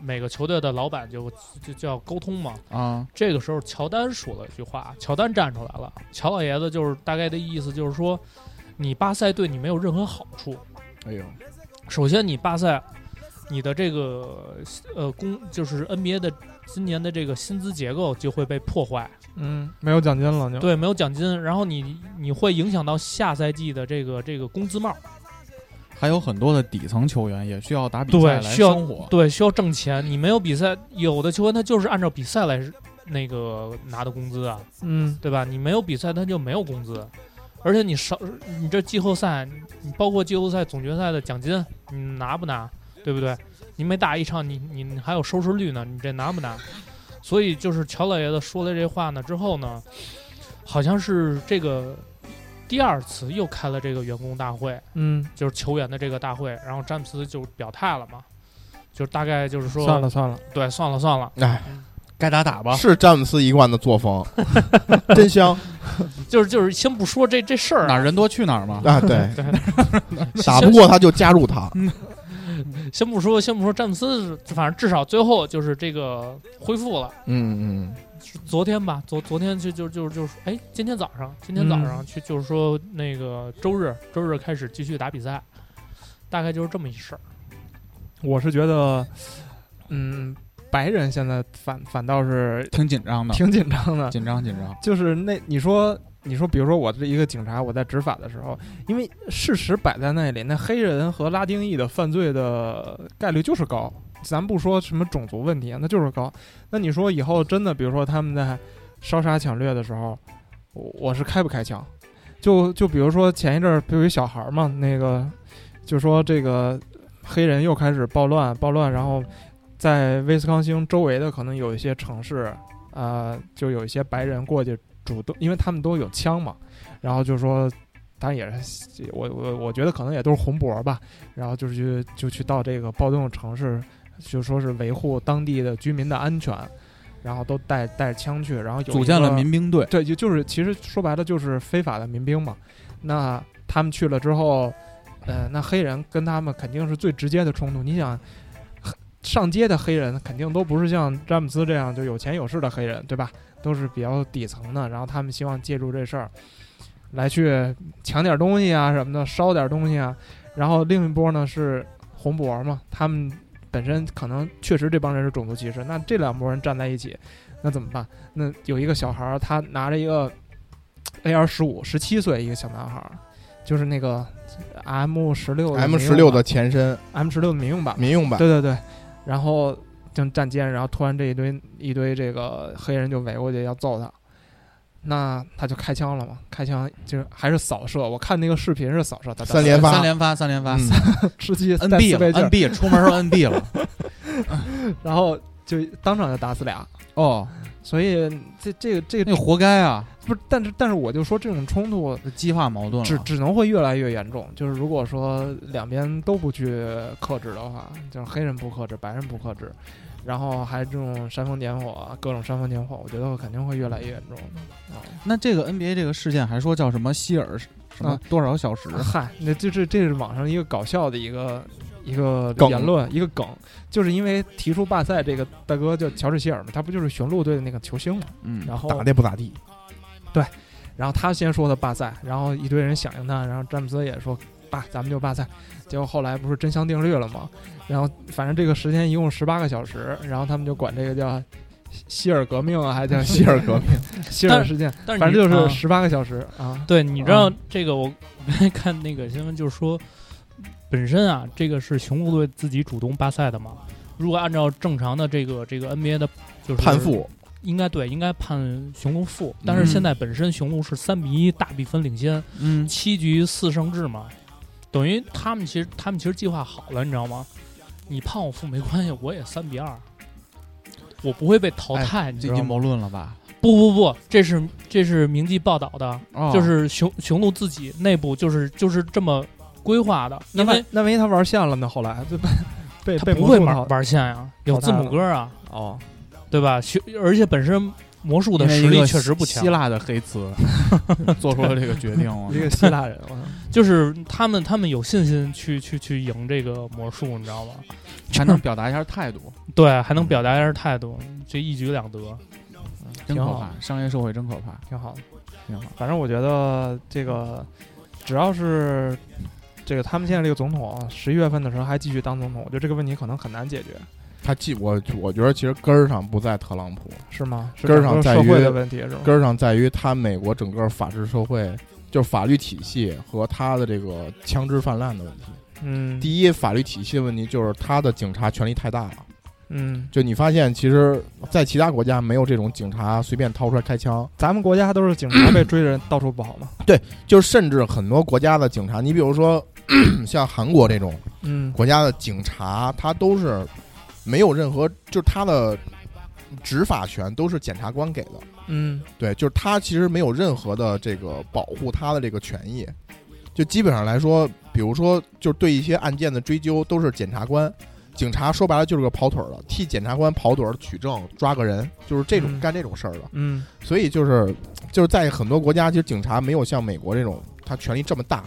Speaker 7: 每个球队的老板就就就要沟通嘛。
Speaker 4: 啊，
Speaker 7: 这个时候乔丹说了一句话，乔丹站出来了，乔老爷子就是大概的意思就是说，你罢赛对你没有任何好处，
Speaker 6: 哎呦，
Speaker 7: 首先，你罢赛，你的这个呃工就是 NBA 的今年的这个薪资结构就会被破坏，
Speaker 5: 嗯，没有奖金了就，
Speaker 7: 对，没有奖金，然后你你会影响到下赛季的这个这个工资帽，
Speaker 4: 还有很多的底层球员也需要打比
Speaker 7: 对
Speaker 4: 赛来
Speaker 7: 需要
Speaker 4: 生活。
Speaker 7: 对，需要挣钱，你没有比赛，有的球员他就是按照比赛来那个拿的工资啊，
Speaker 5: 嗯
Speaker 7: 对吧？你没有比赛，他就没有工资，而且你少，你这季后赛，你包括季后赛、总决赛的奖金，你拿不拿？对不对？你每打一场，你你你还有收视率呢，你这拿不拿？所以就是乔老爷子说了这话呢之后呢，好像是这个第二次又开了这个员工大会，
Speaker 5: 嗯，
Speaker 7: 就是球员的这个大会，然后詹姆斯就表态了嘛，就是大概就是说，
Speaker 5: 算了，算了，
Speaker 7: 对，算了算了，
Speaker 6: 哎，
Speaker 4: 该打打吧。
Speaker 6: 是詹姆斯一贯的作风， 真香
Speaker 7: 就是就是先不说这这事儿
Speaker 4: 哪
Speaker 7: 啊，
Speaker 4: 儿人多去哪儿嘛。
Speaker 6: 啊！ 对， 打
Speaker 7: 先
Speaker 6: 不过他就加入他，
Speaker 7: 嗯先不说，先不说詹姆斯，反正至少最后就是这个恢复了。
Speaker 6: 嗯嗯
Speaker 7: 昨天吧，昨昨天就就就就是，哎，今天早上，今天早
Speaker 5: 嗯
Speaker 7: 上去、就是说那个周日，周日开始继续打比赛，大概就是这么一事儿。
Speaker 5: 我是觉得，嗯，白人现在反反倒是
Speaker 4: 挺紧张的，
Speaker 5: 挺紧张的，
Speaker 4: 紧张紧张。
Speaker 5: 就是那你说你说，比如说我这一个警察，我在执法的时候，因为事实摆在那里，那黑人和拉丁裔的犯罪的概率就是高。咱不说什么种族问题啊，那就是高。那你说以后真的，比如说他们在烧杀抢掠的时候，我我是开不开枪？就就比如说前一阵儿不有一小孩儿嘛，那个就说这个黑人又开始暴乱，暴乱，然后在威斯康星周围的可能有一些城市，呃，就有一些白人过去主动，因为他们都有枪嘛，然后就说，当然也是我我我觉得可能也都是红脖吧，然后就是去就去到这个暴动城市，就说是维护当地的居民的安全，然后都带带着枪去，然后有一
Speaker 4: 组建了
Speaker 5: 个
Speaker 4: 民兵队，
Speaker 5: 对，就就是其实说白了就是非法的民兵嘛。那他们去了之后，呃，那黑人跟他们肯定是最直接的冲突。你想，黑上街的黑人肯定都不是像詹姆斯这样就有钱有势的黑人，对吧？都是比较底层的，然后他们希望借助这事儿来去抢点东西啊什么的，烧点东西啊。然后另一波呢是红脖嘛，他们本身可能确实这帮人是种族歧视，那这两拨人站在一起，那怎么办？那有一个小孩儿，他拿着一个 AR 十五，十七岁一个小男孩儿，就是那个 M 十六
Speaker 6: ，M 十六的前身
Speaker 5: M 十六的民用版，
Speaker 6: 民用版，
Speaker 5: 对对对，然后正站街，然后突然这一堆一堆这个黑人就围过去要揍他，那他就开枪了嘛，开枪就是还是扫射，我看那个视频是扫射，他
Speaker 6: 三连发
Speaker 4: 三连发，三连发
Speaker 6: 嗯
Speaker 5: 吃鸡
Speaker 6: 啊
Speaker 4: ，NB 了，NB 出门时候 NB 了。
Speaker 5: 然后就当场就打死俩，
Speaker 4: 哦，
Speaker 5: 所以这这个这
Speaker 4: 那
Speaker 6: 哎
Speaker 5: 个
Speaker 4: 活该啊，
Speaker 5: 不是，但是但是我就说这种冲突
Speaker 4: 激化矛盾
Speaker 5: 只
Speaker 6: 嗯
Speaker 4: 了。
Speaker 5: 只能会越来越严重。就是如果说两边都不去克制的话，就是黑人不克制，白人不克制，然后还这种煽风点火，啊各种煽风点火，我觉得肯定会越来越严重的。啊，
Speaker 4: 那这个 NBA 这个事件还说叫什么希尔什么
Speaker 5: 啊
Speaker 4: 多少小时？
Speaker 5: 嗨，那就是这是网上一个搞笑的一个一个
Speaker 6: 梗
Speaker 5: 言论，一个梗，就是因为提出罢赛这个大哥叫乔治希尔嘛，他不就是雄鹿队的那个球星嘛，
Speaker 4: 嗯，
Speaker 5: 然后
Speaker 6: 打的不咋地，
Speaker 5: 然后他先说的罢赛，然后一堆人响应他，然后詹姆斯也说罢，咱们就罢赛。结果后来不是真相定律了吗？然后反正这个时间一共十八个小时，然后他们就管这个叫希希尔革命啊，还叫
Speaker 6: 希 尔 革命，
Speaker 5: 希尔事件，
Speaker 7: 但是
Speaker 5: 反正就
Speaker 7: 你
Speaker 5: 是
Speaker 7: 啊
Speaker 5: 十八个小时啊。
Speaker 7: 对，你知道这个我 看那个新闻就是说，本身啊，这个是雄鹿队自己主动罢赛的嘛。如果按照正常的这个这个 NBA 的，就是
Speaker 6: 叛，父，
Speaker 7: 应该对，应该判雄鹿负。但是
Speaker 4: 嗯
Speaker 7: 现在本身雄鹿是三比一大比分领先，
Speaker 4: 嗯，
Speaker 7: 七局四胜制嘛，等于他们其实他们其实计划好了，你知道吗？你判我负没关系，我也三比二，我不会被淘汰，你知
Speaker 4: 这
Speaker 7: 道
Speaker 4: 阴
Speaker 7: 吗？
Speaker 4: 谋论了吧？
Speaker 7: 不不不，这是这是明记报道的，
Speaker 4: 哦
Speaker 7: 就是雄雄鹿自己内部就是就是这么规划的，
Speaker 5: 那
Speaker 7: 因
Speaker 5: 万
Speaker 7: 为
Speaker 5: 那万一他玩线了呢？后来 就被被
Speaker 7: 他
Speaker 5: 被
Speaker 7: 不
Speaker 5: 魔
Speaker 7: 会
Speaker 5: 术
Speaker 7: 玩
Speaker 5: 淘
Speaker 7: 玩线呀，有字母哥啊，
Speaker 5: 哦，
Speaker 7: 对吧？雄而且本身魔术的
Speaker 4: 因为
Speaker 7: 实
Speaker 4: 一
Speaker 7: 力
Speaker 4: 个
Speaker 7: 确实不强
Speaker 4: 希，腊的黑词 做出了这个决 定啊
Speaker 5: 一个希腊人，我操
Speaker 7: 就是他们他们有信心去去去赢这个魔术，你知道吗？
Speaker 4: 还能表达一下态 度，
Speaker 7: 对，还能表达一下态度，这一举两得。
Speaker 4: 真
Speaker 5: 挺
Speaker 4: 可
Speaker 5: 好
Speaker 4: 怕，商业社会真可怕，
Speaker 5: 挺好的。
Speaker 4: 挺好。
Speaker 5: 反正我觉得这个，只要是这个他们现在这个总统十一月份的时候还继续当总统，我觉得这个问题可能很难解决。
Speaker 6: 他既我我觉得其实根儿上不在特朗普，
Speaker 5: 是吗？是
Speaker 6: 根儿
Speaker 5: 整
Speaker 6: 上
Speaker 5: 个
Speaker 6: 在
Speaker 5: 社会
Speaker 6: 于
Speaker 5: 的问题是吗？
Speaker 6: 根儿上在于他美国整个法治社会，就是法律体系和他的这个枪支泛滥的问题。
Speaker 5: 嗯，
Speaker 6: 第一，法律体系的问题就是他的警察权力太大了。
Speaker 5: 嗯，
Speaker 6: 就你发现，其实，在其他国家没有这种警察随便掏出来开枪，
Speaker 5: 咱们国家都是警察被追着到处跑嘛。
Speaker 6: 就甚至很多国家的警察，你比如说 像韩国这种
Speaker 5: 嗯
Speaker 6: 国家的警察，他都是没有任何，就是他的执法权都是检察官给的。
Speaker 5: 嗯
Speaker 6: 对，就是他其实没有任何的这个保护他的这个权益，就基本上来说，比如说，就是对一些案件的追究都是检察官，警察说白了就是个跑腿儿的，替检察官跑腿儿取证抓个人，就是这种、
Speaker 5: 嗯
Speaker 6: 干这种事儿的。
Speaker 5: 嗯
Speaker 6: 所以就是就是在很多国家，其实警察没有像美国这种他权力这么大，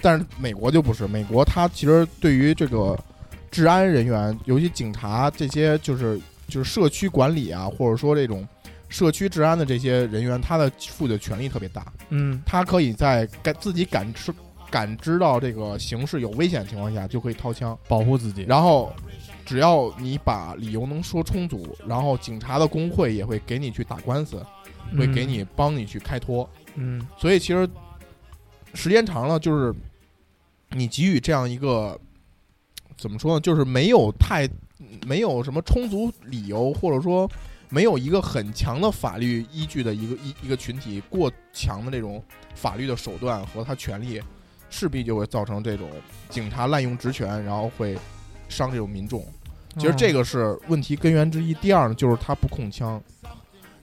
Speaker 6: 但是美国就不是，美国他其实对于这个治安人员，尤其警察这些，就是就是社区管理啊，或者说这种社区治安的这些人员，他的负的权力特别大，
Speaker 5: 嗯
Speaker 6: 他可以在感自己感知感知到这个形势有危险的情况下，就可以掏枪，
Speaker 4: 保护自己。
Speaker 6: 然后。只要你把理由能说充足，然后警察的工会也会给你去打官司，会给你帮你去开脱。
Speaker 5: 嗯
Speaker 6: 所以其实时间长了，就是你给予这样一个怎么说呢，就是没有太没有什么充足理由，或者说没有一个很强的法律依据的一个一一个群体，过强的这种法律的手段和他权利，势必就会造成这种警察滥用职权，然后会伤这种民众。其实
Speaker 5: 哦
Speaker 6: 这
Speaker 5: 嗯
Speaker 6: 个是问题根源之一。第二呢，就是他不控枪，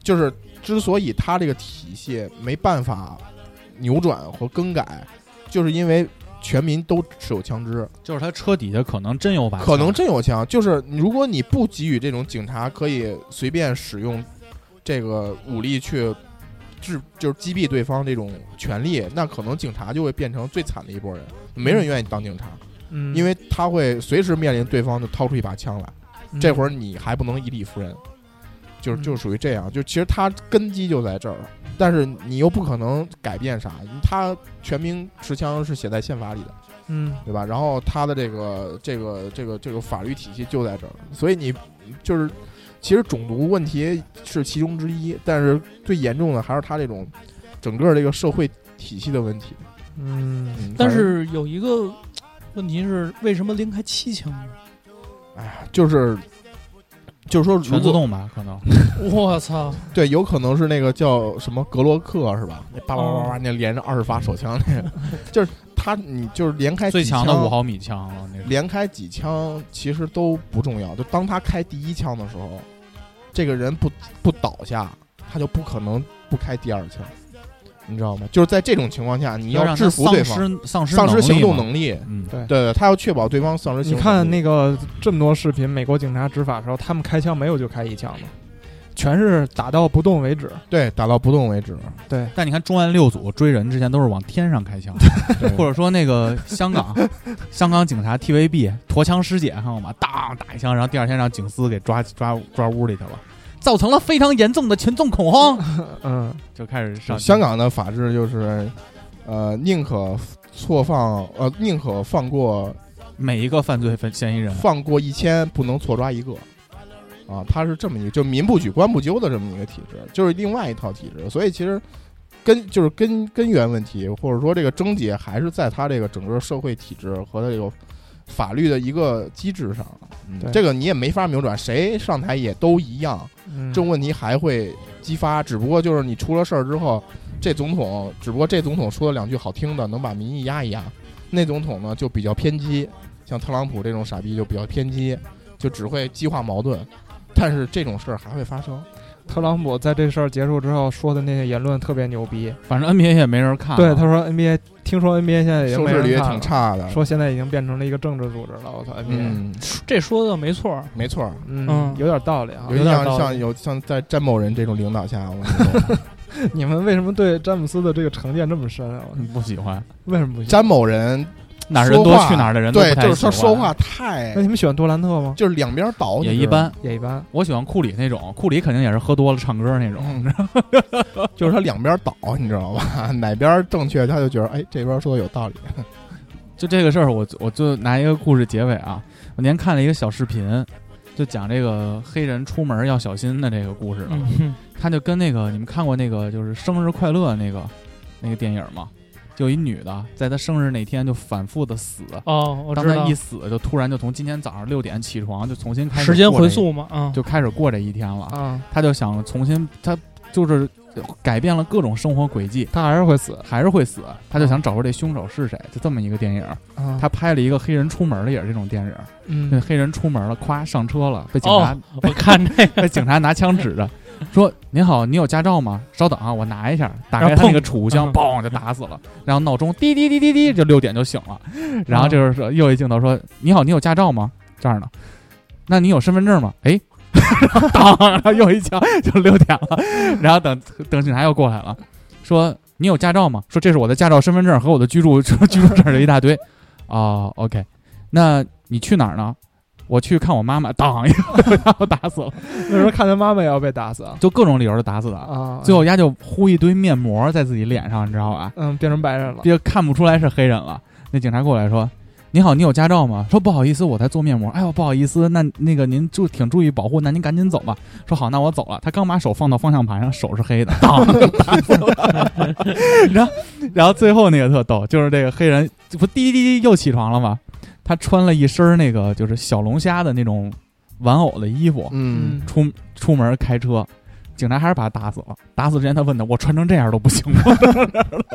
Speaker 6: 就是之所以他这个体系没办法扭转和更改，就是因为全民都持有枪支，
Speaker 4: 就是他车底下可能真有把枪，
Speaker 6: 可能真有枪。就是如果你不给予这种警察可以随便使用这个武力去制，就是击毙对方这种权利，那可能警察就会变成最惨的一波人，没人愿意当警察，
Speaker 5: 嗯，
Speaker 6: 因为他会随时面临对方就掏出一把枪来。这会
Speaker 5: 儿
Speaker 6: 儿你还不能以理服人，就是
Speaker 5: 嗯
Speaker 6: 就属于这样，就其实他根基就在这儿，但是你又不可能改变啥，他全民持枪是写在宪法里的，
Speaker 5: 嗯
Speaker 6: 对吧？然后他的这个这个这个这个法律体系就在这儿，所以你就是其实种族问题是其中之一，但是最严重的还是他这种整个这个社会体系的问题。
Speaker 5: 嗯
Speaker 6: 嗯
Speaker 7: 但
Speaker 6: 反正
Speaker 7: 是有一个问题是，为什么拎开七 枪呢？
Speaker 6: 就是就是说，如
Speaker 4: 全自
Speaker 6: 果
Speaker 4: 动吧，可能
Speaker 7: 我操！
Speaker 6: 对，有可能是那个叫什么格洛克是吧？那叭叭
Speaker 4: 哦
Speaker 6: 叭叭，那连着二十发手枪那个， 就是他，你就是连开
Speaker 4: 最
Speaker 6: 几
Speaker 4: 强的
Speaker 6: 枪
Speaker 4: 五，毫米枪了，那是
Speaker 6: 连开几枪其实都不重要。就当他开第一枪的时候，这个人不不倒下，他就不可能不开第二枪，你知道吗？就是在这种情况下，你
Speaker 4: 让
Speaker 6: 制
Speaker 4: 他
Speaker 6: 服
Speaker 4: 丧
Speaker 6: 对方，
Speaker 4: 失丧失
Speaker 6: 丧失行动
Speaker 4: 力
Speaker 6: 能力。
Speaker 4: 嘛。嗯，
Speaker 6: 对对，他要确保对方丧失行
Speaker 5: 你
Speaker 6: 动能力。
Speaker 5: 看那个这么多视频，美国警察执法的时候，他们开枪没有就开一枪的，全是打到不动为止。
Speaker 6: 对打到不动 为止，
Speaker 5: 对，
Speaker 4: 但你看重案六组追人之前都是往天上开枪，或者说那个香港香港警察 TVB 驼枪师姐看过吗？当打一枪，然后第二天让警司给抓抓抓屋里去了，造成了非常严重的群众恐慌，
Speaker 5: 嗯
Speaker 4: 就开始上
Speaker 6: 啊香港的法治就是，呃，宁可错放，呃，宁可放过
Speaker 4: 每一个犯罪分嫌疑人。
Speaker 6: 放过一千，不能错抓一个。啊，它是这么一个，就民不举，官不究的这么一个体制，就是另外一套体制。所以其实根就是根根源问题，或者说这个症结还是在它这个整个社会体制和它这个法律的一个机制上。嗯
Speaker 5: 对
Speaker 6: 这个你也没法扭转，谁上台也都一样。
Speaker 5: 嗯，
Speaker 6: 这种问题还会激发，只不过就是你出了事儿之后，这总统只不过这总统说了两句好听的，能把民意压一压，那总统呢就比较偏激，像特朗普这种傻逼就比较偏激，就只会激化矛盾。但是这种事儿还会发生，
Speaker 5: 特朗普在这事儿结束之后说的那些言论特别牛逼。
Speaker 4: 反正 NBA 也没人看啊。
Speaker 5: 对，他说 NBA，听说 NBA 现
Speaker 4: 哎
Speaker 5: 在已经
Speaker 6: 收
Speaker 5: 没
Speaker 6: 视
Speaker 5: 人
Speaker 6: 率也
Speaker 5: 看
Speaker 6: 挺
Speaker 5: 了，
Speaker 6: 差的。
Speaker 5: 说现在已经变成了一个政治组织了。我操，NBA，
Speaker 6: 嗯，
Speaker 7: 这说的没错儿，
Speaker 6: 没错儿，
Speaker 5: 嗯
Speaker 7: 嗯，
Speaker 5: 有点道理啊，
Speaker 6: 尤其
Speaker 5: 有点
Speaker 6: 像
Speaker 5: 道
Speaker 6: 像
Speaker 5: 理。
Speaker 6: 有像在詹某人这种领导下，我 跟你说
Speaker 5: 你们为什么对詹姆斯的这个成见这么深啊？我
Speaker 4: 嗯不喜欢，
Speaker 5: 为什么不喜欢？
Speaker 6: 詹某人
Speaker 4: 哪儿人多
Speaker 6: 说话
Speaker 4: 去哪儿的人都
Speaker 6: 对
Speaker 4: 不，太
Speaker 6: 就是他
Speaker 4: 喜欢
Speaker 6: 说话太
Speaker 5: 那你们喜欢杜兰特吗？
Speaker 6: 就是两边倒，你
Speaker 4: 也
Speaker 6: 知
Speaker 4: 一
Speaker 6: 道吗
Speaker 4: 般。
Speaker 5: 也一般。
Speaker 4: 我喜欢库里那种，库里肯定也是喝多了唱歌那种。
Speaker 6: 嗯，就是他两边倒，你知道吧？ 哪边正确，他就觉得哎，这边说的有道理。
Speaker 4: 就这个事儿，我我就拿一个故事结尾啊。我那天看了一个小视频，就讲这个黑人出门要小心的这个故事了。
Speaker 7: 嗯
Speaker 4: 他就跟那个你们看过那个就是生日快乐那个那个电影吗？就一女的在她生日那天就反复的死，
Speaker 7: 哦，我
Speaker 4: 当
Speaker 7: 知
Speaker 4: 她
Speaker 7: 道
Speaker 4: 一，死就突然就从今天早上六点起床就重新开始
Speaker 7: 时间
Speaker 4: 过这
Speaker 7: 回溯嘛，嗯啊，
Speaker 4: 就开始过这一天了。
Speaker 5: 啊，
Speaker 4: 他就想重新，他就是改变了各种生活轨迹，
Speaker 5: 他还是会死
Speaker 4: 还是会死。他就想找出这凶手是谁，就这么一个电影。
Speaker 5: 啊。
Speaker 4: 他拍了一个黑人出门的，也是这种电影。那
Speaker 5: 嗯哦
Speaker 4: 黑人出门了，咵上车了，被警察、
Speaker 7: 我看这个，
Speaker 4: 被警察拿枪指着，说：“您好，你有驾照吗？稍等啊，我拿一下。”打开
Speaker 7: 然后
Speaker 4: 他
Speaker 7: 砰
Speaker 4: 那个储物箱，
Speaker 7: 嗯
Speaker 4: 嘣就打死了。然后闹钟滴滴滴滴滴，就六点就醒了。
Speaker 7: 嗯
Speaker 4: 然后就是说又一镜头说：“你好，你有驾照吗？”这样的，那你有身份证吗？哎。 当，然后又一枪就六点了，然后等等警察又过来了，说你有驾照吗？说这是我的驾照、身份证和我的居住 居住证儿一大堆。哦，OK，那你去哪儿呢？我去看我妈妈，当 一下然后打死了。
Speaker 5: 那时候看他妈妈也要被打死啊
Speaker 4: 就各种理由就打死的。
Speaker 5: 啊，
Speaker 4: 最后丫就糊一堆面膜在自己脸上，你知道吧？
Speaker 5: 嗯变成白人了
Speaker 4: 别看不出来是黑人了。那警察过来说：“你好，你有驾照吗？”说：“不好意思，我在做面膜。”哎呦，不好意思，那那个您注挺注意保护，那您赶紧走吧。说好，那我走了。他刚把手放到方向盘上，手是黑的， 当打死了然后，然后最后那个特逗，就是这个黑人这不滴滴滴又起床了吗？他穿了一身那个就是小龙虾的那种玩偶的衣服，
Speaker 6: 嗯，
Speaker 4: 出出门开车，警察还是把他打死了。打死之前，他问他：“我穿成这样都不行吗？”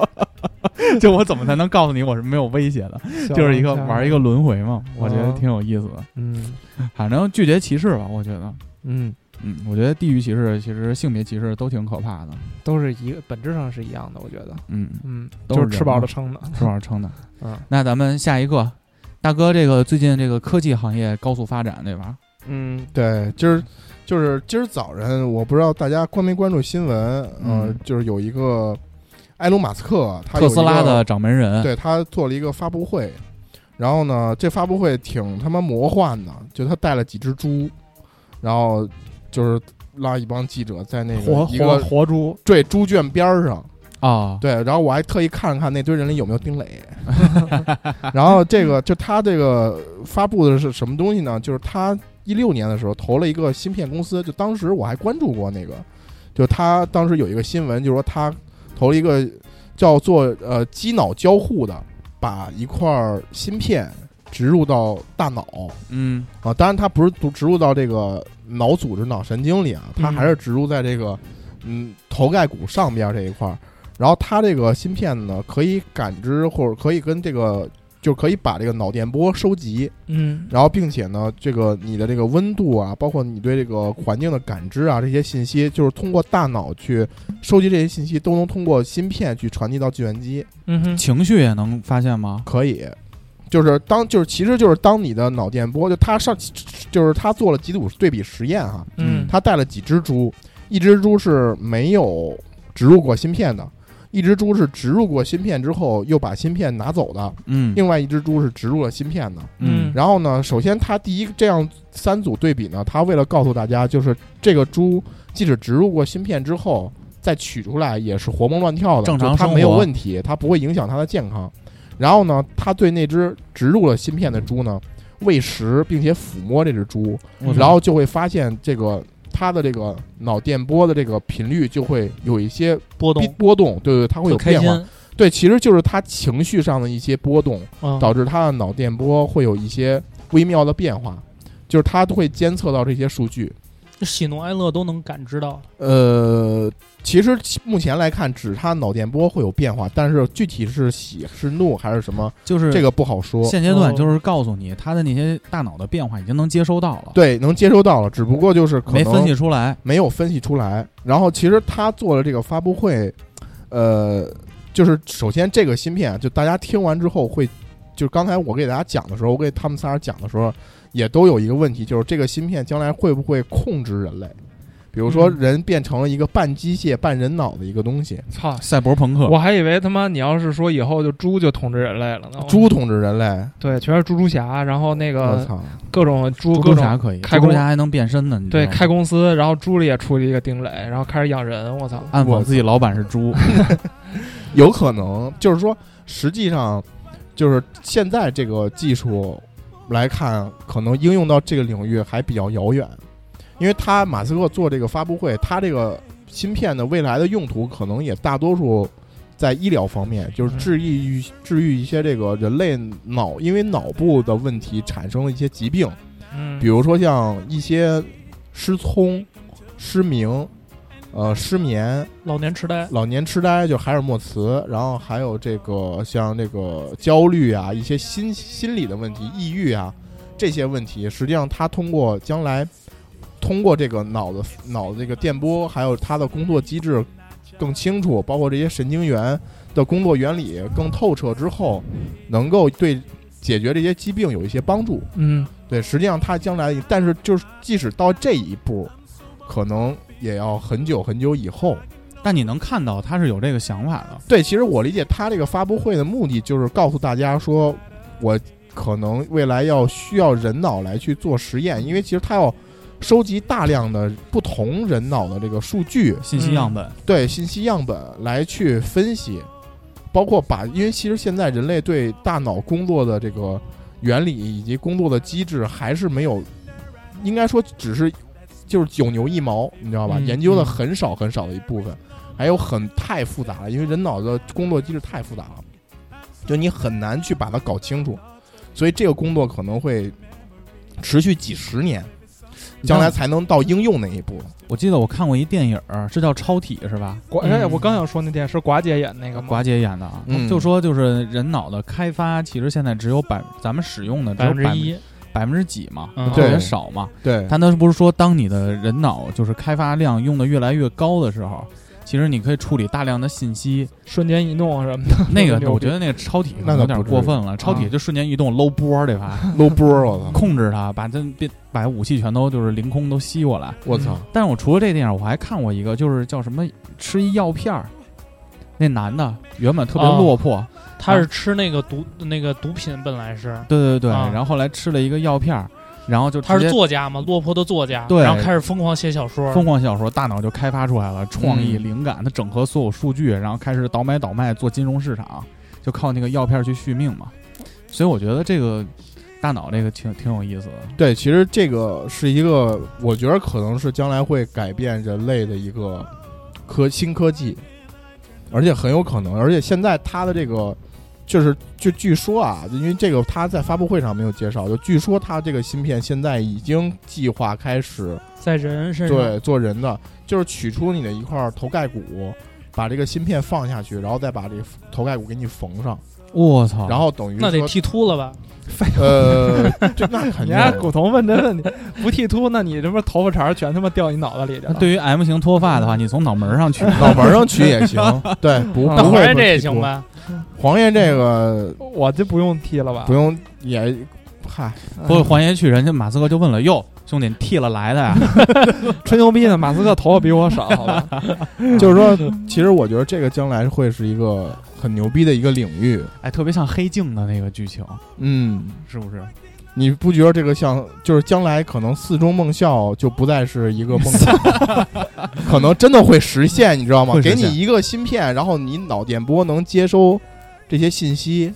Speaker 4: 就我怎么才能告诉你我是没有威胁的？
Speaker 6: 啊
Speaker 4: 就是一个玩一
Speaker 5: 个
Speaker 4: 个轮回嘛，我觉得
Speaker 5: 哦
Speaker 4: 挺有意思的。
Speaker 5: 嗯
Speaker 4: 反正拒绝歧视吧，我觉得，
Speaker 5: 嗯
Speaker 4: 嗯，我觉得地域歧视、其实性别歧视都挺可怕的，
Speaker 5: 都是一个本质上是一样的，我觉得
Speaker 4: 嗯，
Speaker 5: 嗯
Speaker 4: 都是
Speaker 5: 就是吃饱
Speaker 4: 人嘛
Speaker 5: 了撑的
Speaker 4: 这玩意儿撑 的。
Speaker 5: 嗯
Speaker 4: 那咱们下一个，大哥，这个最近这个科技行业高速发展，对吧？
Speaker 5: 嗯
Speaker 6: 对，今儿就是今儿早晨，我不知道大家关没关注新闻，呃
Speaker 4: 嗯，
Speaker 6: 就是有一个埃隆·马斯克，他有
Speaker 4: 特
Speaker 6: 一
Speaker 4: 斯拉
Speaker 6: 个
Speaker 4: 的掌门人，
Speaker 6: 对他做了一个发布会，然后呢，这发布会挺他妈魔幻的，就他带了几只猪，然后就是拉一帮记者在那
Speaker 5: 活
Speaker 6: 个一
Speaker 5: 活
Speaker 6: 个
Speaker 5: 活猪
Speaker 6: 对猪圈边儿上，
Speaker 4: 啊，
Speaker 6: 对，然后我还特意看了看那堆人里有没有丁磊， 然后这个就他这个发布的是什么东西呢？就是他一六年的时候投了一个芯片公司，就当时我还关注过那个，就他当时有一个新闻，就是说他投了一个叫做呃机脑交互的，把一块儿芯片植入到大脑
Speaker 4: 嗯，
Speaker 6: 啊，当然它不是植植入到这个脑组织、脑神经里啊，它
Speaker 7: 嗯
Speaker 6: 还是植入在这个嗯头盖骨上边这一块儿。然后它这个芯片呢，可以感知或者可以跟这个，就可以把这个脑电波收集，
Speaker 5: 嗯
Speaker 6: 然后并且呢，这个你的这个温度啊，包括你对这个环境的感知啊，这些信息，就是通过大脑去收集这些信息，都能通过芯片去传递到计算机。
Speaker 5: 嗯哼
Speaker 4: 情绪也能发现吗？
Speaker 6: 可以，就是当就是其实就是当你的脑电波，就他上就是他做了几组对比实验哈，
Speaker 5: 嗯
Speaker 6: 他带了几只猪，一只猪是没有植入过芯片的，一只猪是植入过芯片之后又把芯片拿走的，
Speaker 4: 嗯
Speaker 6: 另外一只猪是植入了芯片的。
Speaker 4: 嗯
Speaker 6: 然后呢，首先他第一这样三组对比呢，他为了告诉大家，就是这个猪即使植入过芯片之后。再取出来也是活蹦乱跳的，
Speaker 4: 正常
Speaker 6: 就它
Speaker 4: 生
Speaker 6: 没有
Speaker 4: 活
Speaker 6: 问题，它不会影响它的健康。然后呢，他对那只植入了芯片的猪呢，喂食并且抚摸这只猪，
Speaker 4: 我操
Speaker 6: 嗯然后就会发现这个它的这个脑电波的这个频率就会有一些
Speaker 7: 波动
Speaker 6: 变波动，对对，它会
Speaker 7: 特
Speaker 6: 有
Speaker 7: 开
Speaker 6: 变
Speaker 7: 心
Speaker 6: 化。对，其实就是它情绪上的一些波动，
Speaker 7: 啊，
Speaker 6: 导致它的脑电波会有一些微妙的变化，就是它会监测到这些数据。
Speaker 7: 喜怒哀乐都能感知到，
Speaker 6: 呃，其实目前来看，只是它脑电波会有变化，但是具体是喜是怒还是什么，
Speaker 4: 就是
Speaker 6: 这个不好说。
Speaker 4: 现阶段
Speaker 7: 哦
Speaker 4: 就是告诉你，他的那些大脑的变化已经能接收到了，，
Speaker 6: 对，能接收到了，只不过就是可能
Speaker 4: 没分析出来。
Speaker 6: 没有分析出来。然后其实他做了这个发布会，呃，就是首先这个芯片啊，就大家听完之后会，就是刚才我给大家讲的时候，我给他们仨讲的时候，也都有一个问题，就是这个芯片将来会不会控制人类？比如说，
Speaker 5: 嗯
Speaker 6: 人变成了一个半机械、半人脑的一个东西，
Speaker 5: 操
Speaker 4: 赛博朋 克，
Speaker 5: 我还以为他妈你要是说以后就猪就统治人类了呢，
Speaker 6: 猪统治人类。
Speaker 5: 对，全是猪猪侠，然后那
Speaker 6: 我
Speaker 5: 个
Speaker 6: 操！
Speaker 5: 各种猪
Speaker 4: 猪
Speaker 5: 各
Speaker 4: 猪侠
Speaker 5: 种
Speaker 4: 可以，
Speaker 5: 开
Speaker 4: 猪
Speaker 5: 工
Speaker 4: 猪侠还能变身呢，你知道
Speaker 5: 对
Speaker 4: 吗
Speaker 5: 开公司，然后猪里也出了一个丁磊，然后开始养人，我操，
Speaker 4: 暗讽自己老板是猪，
Speaker 6: 有可能就是说，实际上就是现在这个技术，来看，可能应用到这个领域还比较遥远，因为他马斯克做这个发布会，他这个芯片的未来的用途可能也大多数在医疗方面，就是治愈治愈一些这个人类脑因为脑部的问题产生了一些疾病，
Speaker 7: 嗯
Speaker 6: 比如说像一些失聪、失明、呃失眠、
Speaker 7: 老年痴呆，
Speaker 6: 老年痴呆，就海尔默茨，然后还有这个像这个焦虑啊，一些心心理的问题，抑郁啊这些问题，实际上他通过将来通过这个脑子脑子这个电波，还有它的工作机制更清楚，包括这些神经元的工作原理更透彻之后，能够对解决这些疾病有一些帮助。
Speaker 7: 嗯，
Speaker 6: 对，实际上它将来，但是就是即使到这一步，可能也要很久很久以后。
Speaker 4: 但你能看到他是有这个想法的，
Speaker 6: 对，其实我理解他这个发布会的目的就是告诉大家说，我可能未来要需要人脑来去做实验，因为其实他要收集大量的不同人脑的这个数据，
Speaker 4: 信息样本，
Speaker 6: 对信息样本来去分析，包括把，因为其实现在人类对大脑工作的这个原理以及工作的机制还是没有，应该说只是就是九牛一毛，你知道吧？
Speaker 7: 嗯
Speaker 6: 研究的
Speaker 7: 嗯
Speaker 6: 很少很少的一部分，还有很太复杂了，因为人脑的工作机制太复杂了，就你很难去把它搞清楚，所以这个工作可能会持续几十年，将来才能到应用那一步。
Speaker 4: 我记得我看过一电影儿，是叫《超体》是吧？
Speaker 5: 寡哎，我刚想说那电视，寡姐演那个吗
Speaker 4: 寡姐演的啊，
Speaker 6: 嗯
Speaker 4: 就说就是人脑的开发，其实现在只有百咱们使用的只
Speaker 7: 百
Speaker 4: 有
Speaker 7: 分之一，
Speaker 4: 百分之几嘛，
Speaker 7: 嗯
Speaker 4: 特别
Speaker 6: 对
Speaker 4: 少嘛。
Speaker 6: 对，
Speaker 4: 他那不是说，当你的人脑就是开发量用的越来越高的时候，其实你可以处理大量的信息。
Speaker 5: 瞬间移动什么的，
Speaker 4: 那个
Speaker 5: 牛逼
Speaker 4: 我觉得那个超体可
Speaker 6: 那
Speaker 4: 能
Speaker 6: 倒
Speaker 4: 有点
Speaker 6: 不至于
Speaker 4: 过分了，超体就瞬间移动搂波儿这把，
Speaker 6: 搂波儿，我操，
Speaker 4: 控制它，把这变把武器全都就是凌空都吸过来。
Speaker 6: 我操！
Speaker 4: 但是我除了这电影，我还看过一个，就是叫什么吃一药片儿，那男的原本特别
Speaker 7: 哦
Speaker 4: 落魄，
Speaker 7: 他是吃那个毒那个毒品，本来是
Speaker 4: 对对对，
Speaker 7: 啊
Speaker 4: 然后后来吃了一个药片儿，然后就
Speaker 7: 他
Speaker 4: 直
Speaker 7: 是
Speaker 4: 接
Speaker 7: 作家嘛，落魄的作家，
Speaker 4: 对
Speaker 7: 然后开始疯狂写小说，
Speaker 4: 疯狂小说，大脑就开发出来了，创意、
Speaker 6: 嗯
Speaker 4: 灵感，他整合所有数据，然后开始倒买倒卖做金融市场，就靠那个药片儿去续命嘛。所以我觉得这个大脑这个挺挺有意思的，
Speaker 6: 对，其实这个是一个，我觉得可能是将来会改变人类的一个科新科技，而且很有可能，而且现在它的这个就是就据说啊，因为这个它在发布会上没有介绍，就据说它这个芯片现在已经计划开始
Speaker 7: 在人身上，
Speaker 6: 对做人的，就是取出你的一块头盖骨。把这个芯片放下去，然后再把这个头盖骨给你缝上，
Speaker 4: 我操！
Speaker 6: 然后等于
Speaker 7: 哦那得
Speaker 6: 说
Speaker 7: 剃秃了吧？
Speaker 6: 呃，就那肯定
Speaker 5: 你家古潼问这问题，不剃秃，那你这不是头发茬儿全他妈掉你脑子里去
Speaker 4: 那
Speaker 5: 了？
Speaker 4: 对于 M 型脱发的话，你从脑门儿上取
Speaker 6: 脑门上取也行，对，不
Speaker 7: 那
Speaker 6: 不
Speaker 7: 黄
Speaker 6: 会
Speaker 7: 爷这也
Speaker 6: 剃秃
Speaker 7: 行呗？
Speaker 6: 黄爷这个
Speaker 5: 我就不用剃了吧？
Speaker 6: 不用也，嗨，
Speaker 4: 不过还原去，人家马斯克就问了：“哟，兄弟，你剃了来的 呀
Speaker 5: 吹牛逼呢，马斯克头发比我少，好吧？
Speaker 6: 就是说，其实我觉得这个将来会是一个很牛逼的一个领域。？”
Speaker 4: 哎，特别像黑镜的那个剧情，
Speaker 6: 嗯，
Speaker 4: 是不是？
Speaker 6: 你不觉得这个像就是将来可能四中梦校就不再是一个梦想，可能真的会实现，你知道吗
Speaker 4: 会？实
Speaker 6: 给
Speaker 4: 现
Speaker 6: 你一个芯片，然后你脑电波能接收这些信息，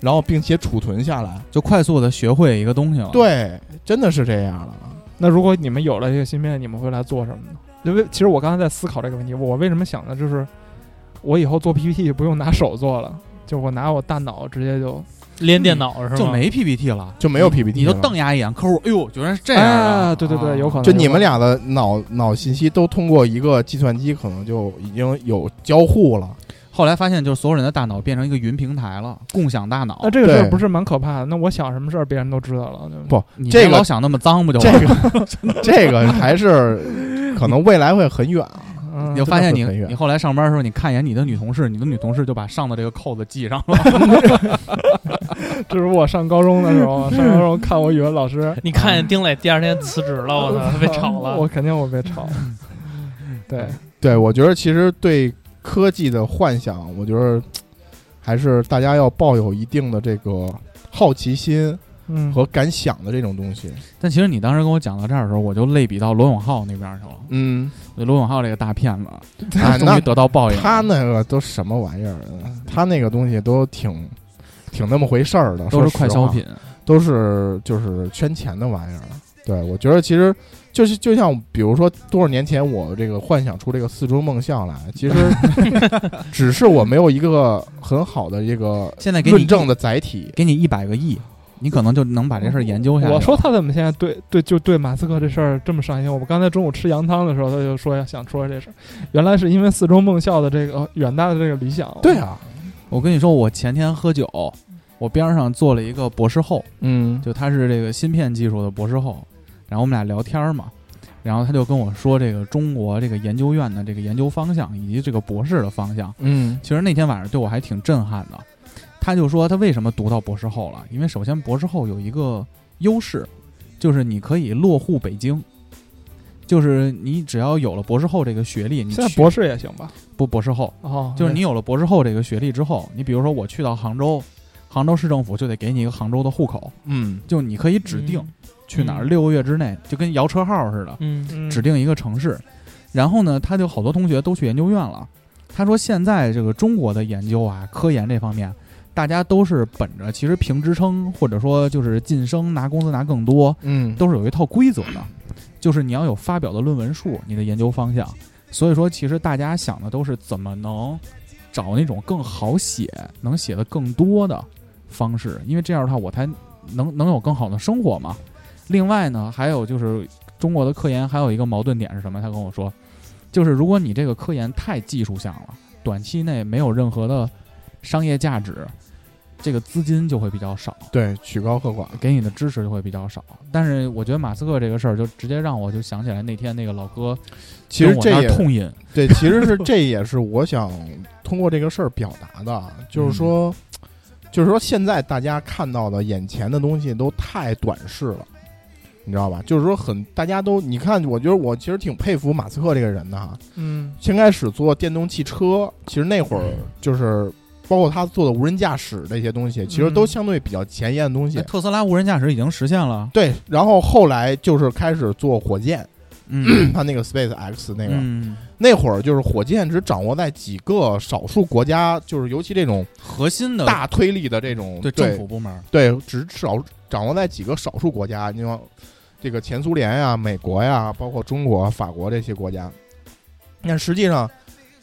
Speaker 6: 然后并且储存下来。
Speaker 4: 就快速的学会一个东西了。，
Speaker 6: 对，真的是这样了。
Speaker 5: 那如果你们有了这个芯片，你们会来做什么呢？因为其实我刚才在思考这个问题，我为什么想的就是，我以后做 PPT 不用拿手做了，就我拿我大脑直接就
Speaker 7: 连电脑是吗？
Speaker 4: 就没 PPT 了，
Speaker 6: 就没有 PPT
Speaker 4: 你就
Speaker 6: 了
Speaker 4: 瞪他一眼，客户，哎呦，居然是这样
Speaker 5: 啊，
Speaker 4: 啊！
Speaker 5: 对对
Speaker 4: 啊
Speaker 5: 对，有可能
Speaker 6: 就你们俩的脑脑信息都通过一个计算机，可能就已经有交 互了。
Speaker 4: 后来发现，就是所有人的大脑变成一个云平台了，共享大脑
Speaker 5: 那。这个事儿
Speaker 6: 对
Speaker 5: 不是蛮可怕的？那我想什么事儿，别人都知道了。对吧
Speaker 6: 不
Speaker 4: 你
Speaker 6: 这
Speaker 4: 别
Speaker 6: 个
Speaker 4: 老想那么脏不就
Speaker 6: 这
Speaker 4: 完了？
Speaker 6: 个这个还是可能未来会很远啊。
Speaker 5: 嗯
Speaker 4: 你就发现你
Speaker 6: 真的会很远
Speaker 4: 你后来上班的时候，你看一眼你的女同事，你的女同事就把上的这个扣子系上了。
Speaker 5: 这是我上高中的 时候，上高中看我语文老师，
Speaker 7: 你看见丁磊第二天辞职了，我 操，他被炒
Speaker 5: 我
Speaker 7: 了。
Speaker 5: 肯定我被 炒。对，
Speaker 6: 对，我觉得其实对科技的幻想，我觉得还是大家要抱有一定的这个好奇心
Speaker 5: 嗯，
Speaker 6: 和敢想的这种东西。
Speaker 4: 但其实你当时跟我讲到这儿的时候，我就类比到罗永浩那边去了。
Speaker 6: 嗯，
Speaker 4: 对罗永浩这个大骗 子，
Speaker 6: 啊，
Speaker 4: 终
Speaker 6: 那
Speaker 4: 于得到报应了。
Speaker 6: 他那个都什啊么玩意儿？他那个东西都挺挺那么回事儿的，
Speaker 4: 都
Speaker 6: 说
Speaker 4: 是快
Speaker 6: 实
Speaker 4: 消
Speaker 6: 话
Speaker 4: 品，
Speaker 6: 都是就是圈钱的玩意儿了。对，我觉得其实就是就像比如说多少年前我这个幻想出这个四中梦想来， 其实只是我没有一个很好的这个
Speaker 4: 现在给你
Speaker 6: 论证的载体。
Speaker 4: 给你一百个亿，你可能就能把这事儿研究下来。
Speaker 5: 我说他怎么现在对对就对马斯克这事儿这么上心？我们刚才中午吃羊汤的时候，他就说想说这事儿，原来是因为四中梦校的这个呃远大的这个理想。
Speaker 6: 对，啊，
Speaker 4: 我跟你说，我前天喝酒，我边上坐了一个博士后，
Speaker 5: 嗯，
Speaker 4: 就他是这个芯片技术的博士后，然后我们俩聊天儿嘛，然后他就跟我说这个中国这个研究院的这个研究方向以及这个博士的方向。
Speaker 5: 嗯
Speaker 4: 其实那天晚上对我还挺震撼的。他就说他为什么读到博士后了，因为首先博士后有一个优势，就是你可以落户北京，就是你只要有了博士后这个学历，你
Speaker 5: 现在
Speaker 4: 去
Speaker 5: 博士也行吧？
Speaker 4: 不博士后，
Speaker 5: 哦，
Speaker 4: 就是你有了博士后这个学历之后，你比如说我去到杭州，杭州市政府就得给你一个杭州的户口，
Speaker 6: 嗯，
Speaker 4: 就你可以指定去哪儿，六个月之内就跟摇车号似的，
Speaker 7: 嗯，嗯，
Speaker 4: 指定一个城市。然后呢，他就好多同学都去研究院了。他说现在这个中国的研究啊，科研这方面，大家都是本着其实评职称或者说就是晋升拿工资拿更多，
Speaker 6: 嗯，
Speaker 4: 都是有一套规则的，就是你要有发表的论文数，你的研究方向。所以说，其实大家想的都是怎么能找那种更好写、能写的更多的方式，因为这样的话我才能能有更好的生活嘛。另外呢，还有就是中国的科研还有一个矛盾点是什么？他跟我说，就是如果你这个科研太技术项了，短期内没有任何的商业价值，这个资金就会比较少。
Speaker 6: 对，曲高和寡。
Speaker 4: 给你的支持就会比较少。但是我觉得马斯克这个事儿，就直接让我就想起来那天那个老哥
Speaker 6: 其实
Speaker 4: 跟我
Speaker 6: 这
Speaker 4: 那
Speaker 6: 也
Speaker 4: 儿痛饮，
Speaker 6: 对，其实是这也是我想通过这个事儿表达的，啊就是说，就是说现在大家看到的眼前的东西都太短视了，你知道吧？就是说很大家都，你看，我觉得我其实挺佩服马斯克这个人的哈。
Speaker 5: 嗯
Speaker 6: 先开始做电动汽车，其实那会儿就是包括他做的无人驾驶这些东西，其实都
Speaker 5: 嗯
Speaker 6: 相对比较前沿的东西。
Speaker 4: 特斯拉无人驾驶已经实现了。
Speaker 6: 对，然后后来就是开始做火箭，
Speaker 4: 嗯，
Speaker 6: 他那个 Space X 那个，
Speaker 4: 嗯，
Speaker 6: 那会儿就是火箭只掌握在几个少数国家，就是尤其这种
Speaker 4: 核心的
Speaker 6: 大推力的这种
Speaker 4: 对政府部门儿，
Speaker 6: 对只少掌握在几个少数国家，你像这个前苏联呀、美国呀，包括中国、啊法国这些国家。但实际上，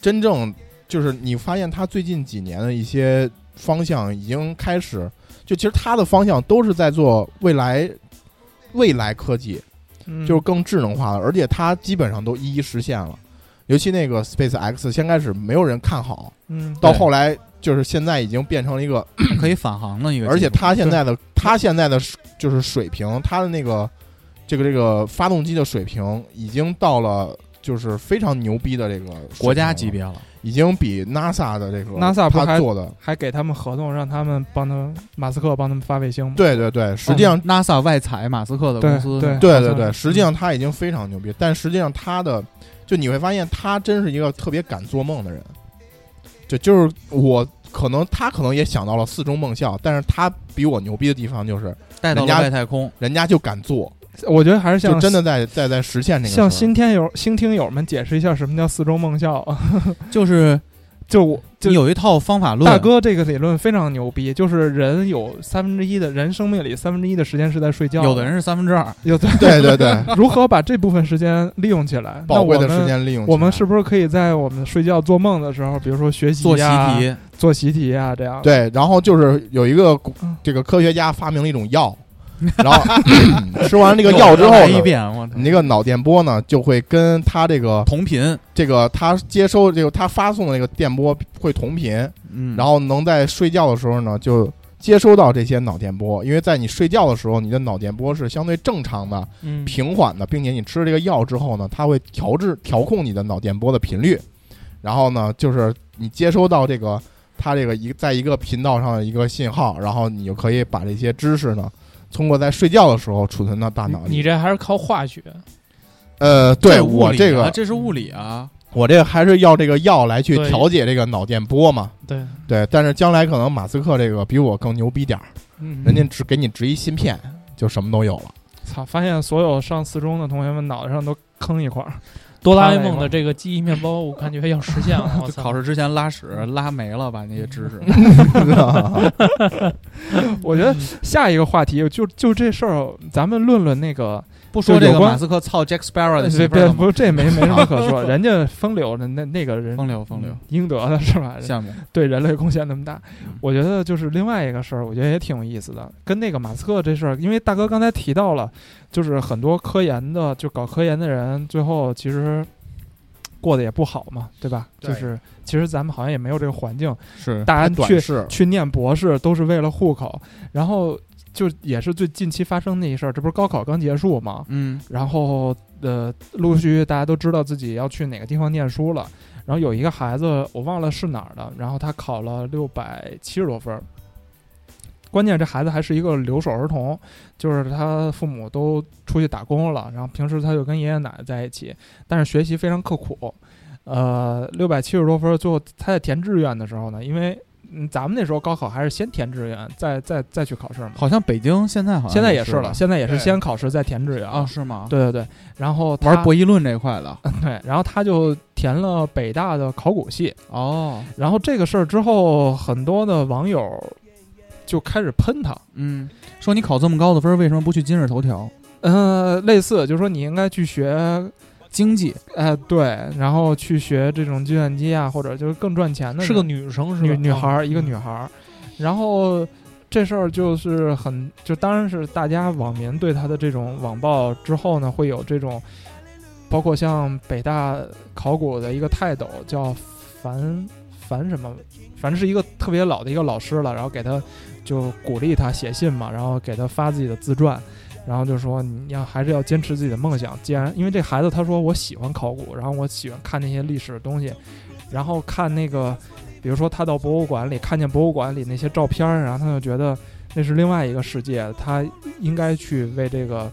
Speaker 6: 真正就是你发现他最近几年的一些方向已经开始，就其实他的方向都是在做未来未来科技，
Speaker 5: 嗯，
Speaker 6: 就是更智能化了，而且它基本上都一一实现了。尤其那个 Space X，先开始没有人看好，
Speaker 5: 嗯
Speaker 6: 到后来就是现在已经变成了一个，
Speaker 4: 可以返航的一个技术。
Speaker 6: 而且它现在的它现在的就是水平，它的那个这个这个发动机的水平已经到了就是非常牛逼的这个水平
Speaker 4: 国家级
Speaker 6: 了，
Speaker 4: 别了，
Speaker 6: 已经比 NASA 的这个
Speaker 5: NASA 不
Speaker 6: 它
Speaker 5: 还
Speaker 6: 做的，
Speaker 5: 还给他们合同，让他们帮他们马斯克帮他们发卫星嘛。
Speaker 6: 对对对，实际
Speaker 4: 嗯
Speaker 6: 上
Speaker 4: NASA 外采马斯克的公司，
Speaker 5: 对
Speaker 6: 对
Speaker 5: 好
Speaker 6: 对
Speaker 5: 像
Speaker 6: 对，
Speaker 5: 是
Speaker 6: 实际上他已经非常牛逼，但实际上他的，就你会发现他真是一个特别敢做梦的人。就就是我可能他可能也想到了四中梦校，但是他比我牛逼的地方就是
Speaker 4: 带到
Speaker 6: 人家
Speaker 4: 了外太空。
Speaker 6: 人家就敢做，
Speaker 5: 我觉得还是
Speaker 6: 就
Speaker 5: 像
Speaker 6: 真的在在在实现这个事儿。
Speaker 5: 向新天友新听友们解释一下什么叫四中梦校啊？
Speaker 4: 就是
Speaker 5: 就我就
Speaker 4: 你有一套方法论，
Speaker 5: 大哥这个理论非常牛逼，就是人有三分之一的人生命里三分之一的时间是在睡觉，
Speaker 4: 有的人是三分之二，
Speaker 5: 有的
Speaker 6: 对对对，
Speaker 5: 如何把这部分时间利用起来？
Speaker 6: 宝贵的
Speaker 5: 那
Speaker 6: 时
Speaker 5: 我们。
Speaker 6: 间利用起来。
Speaker 5: 我们是不是可以在我们睡觉做梦的时候，比如说学习、啊
Speaker 4: 做习、题，
Speaker 5: 做习题啊，这样？，
Speaker 6: 对，然后就是有一个
Speaker 5: 嗯
Speaker 6: 这个科学家发明了一种 药，然后嗯吃完这个药之后
Speaker 4: 来一
Speaker 6: 呢，
Speaker 4: 遍，我操
Speaker 6: 你那个脑电波呢就会跟他这个
Speaker 4: 同频，
Speaker 6: 这个它接收这个它发送的那个电波会同频，
Speaker 4: 嗯，
Speaker 6: 然后能在睡觉的时候呢就接收到这些脑电波，因为在你睡觉的时候，你的脑电波是相对正常的、
Speaker 7: 嗯，
Speaker 6: 平缓的，并且你吃了这个药之后呢，它会调制调控你的脑电波的频率，然后呢就是你接收到这个它这个一在一个频道上的一个信号，然后你就可以把这些知识呢。通过在睡觉的时候储存到大脑
Speaker 7: 你
Speaker 6: 里，
Speaker 7: 这还是靠化学，
Speaker 6: 呃，对
Speaker 4: 这物
Speaker 6: 我
Speaker 4: 理
Speaker 6: 这
Speaker 4: 啊
Speaker 6: 个，
Speaker 4: 这是物理啊，
Speaker 6: 我这个还是要这个药来去
Speaker 7: 对
Speaker 6: 调节这个脑电波嘛，
Speaker 7: 对，
Speaker 6: 对，但是将来可能马斯克这个比我更牛逼点儿，
Speaker 7: 嗯
Speaker 6: 人家只给你植一芯片，就什么都有了。
Speaker 5: 操！发现所有上四中的同学们脑袋上都坑一块儿，
Speaker 7: 哆啦 A 梦的这个记忆面包，我感觉要实现了。我
Speaker 4: 就
Speaker 7: 操
Speaker 4: 考试之前拉屎拉没了，把那些知识。
Speaker 5: 我觉
Speaker 7: 嗯
Speaker 5: 得下一个话题就就这事儿，咱们论论那个，
Speaker 4: 不说这
Speaker 5: 就
Speaker 4: 个
Speaker 5: 有关
Speaker 4: 马斯克操 Jack Sparrow 的媳妇儿
Speaker 5: 别别
Speaker 4: 了吗？
Speaker 5: 不，这没没什么可说，人家风流的那那个人
Speaker 4: 风流风流，
Speaker 5: 应得的是吧？
Speaker 4: 羡慕。
Speaker 5: 对人类贡献那么大，我觉得就是另外一个事儿，我觉得也挺有意思的，跟那个马斯克这事儿，因为大哥刚才提到了，就是很多科研的，就搞科研的人，最后其实过得也不好嘛，对吧？
Speaker 6: 对
Speaker 5: 就是其实咱们好像也没有这个环境，
Speaker 4: 是
Speaker 5: 大家去
Speaker 6: 短视，
Speaker 5: 去念博士都是为了户口，然后就也是最近期发生的一事儿，这不是高考刚结束吗？
Speaker 4: 嗯，
Speaker 5: 然后呃，陆陆续续大家都知道自己要去哪个地方念书了。然后有一个孩子，我忘了是哪儿的，然后他考了六百七十多分儿。关键这孩子还是一个留守儿童，就是他父母都出去打工了，然后平时他就跟爷爷奶奶在一起，但是学习非常刻苦。呃，六百七十多分儿，最后他在填志愿的时候呢，因为嗯，咱们那时候高考还是先填志愿，再再再去考试嘛。
Speaker 4: 好像北京现在好像
Speaker 5: 现在
Speaker 4: 也
Speaker 5: 也是了，现在也是
Speaker 6: 对
Speaker 5: 先考试再填志愿
Speaker 4: 啊，。是吗？
Speaker 5: 对对对，然后他
Speaker 4: 玩博弈论这一块 的
Speaker 5: 对，然后他就填了北大的考古系，
Speaker 4: 哦，
Speaker 5: 然后这个事儿之后，很多的网友就开始喷他，
Speaker 4: 嗯，说你考这么高的分儿，为什么不去今日头条
Speaker 5: 呃，类似就说你应该去学，
Speaker 4: 经济？
Speaker 5: 呃，对，然后去学这种计算机啊，或者就是更赚钱的，
Speaker 7: 是个女生是吧？
Speaker 5: 女女孩
Speaker 7: 啊
Speaker 5: 儿，一个女孩儿，然后。这事儿就是很，就当然是大家网民对他的这种网暴之后呢，会有这种，包括像北大考古的一个泰斗叫樊樊什么，反正是一个特别老的一个老师了，然后给他就鼓励他写信嘛，然后给他发自己的自传，然后就说你要还是要坚持自己的梦想，既然因为这孩子他说我喜欢考古，然后我喜欢看那些历史的东西，然后看那个，比如说他到博物馆里看见博物馆里那些照片儿，然后他就觉得那是另外一个世界，他应该去为这个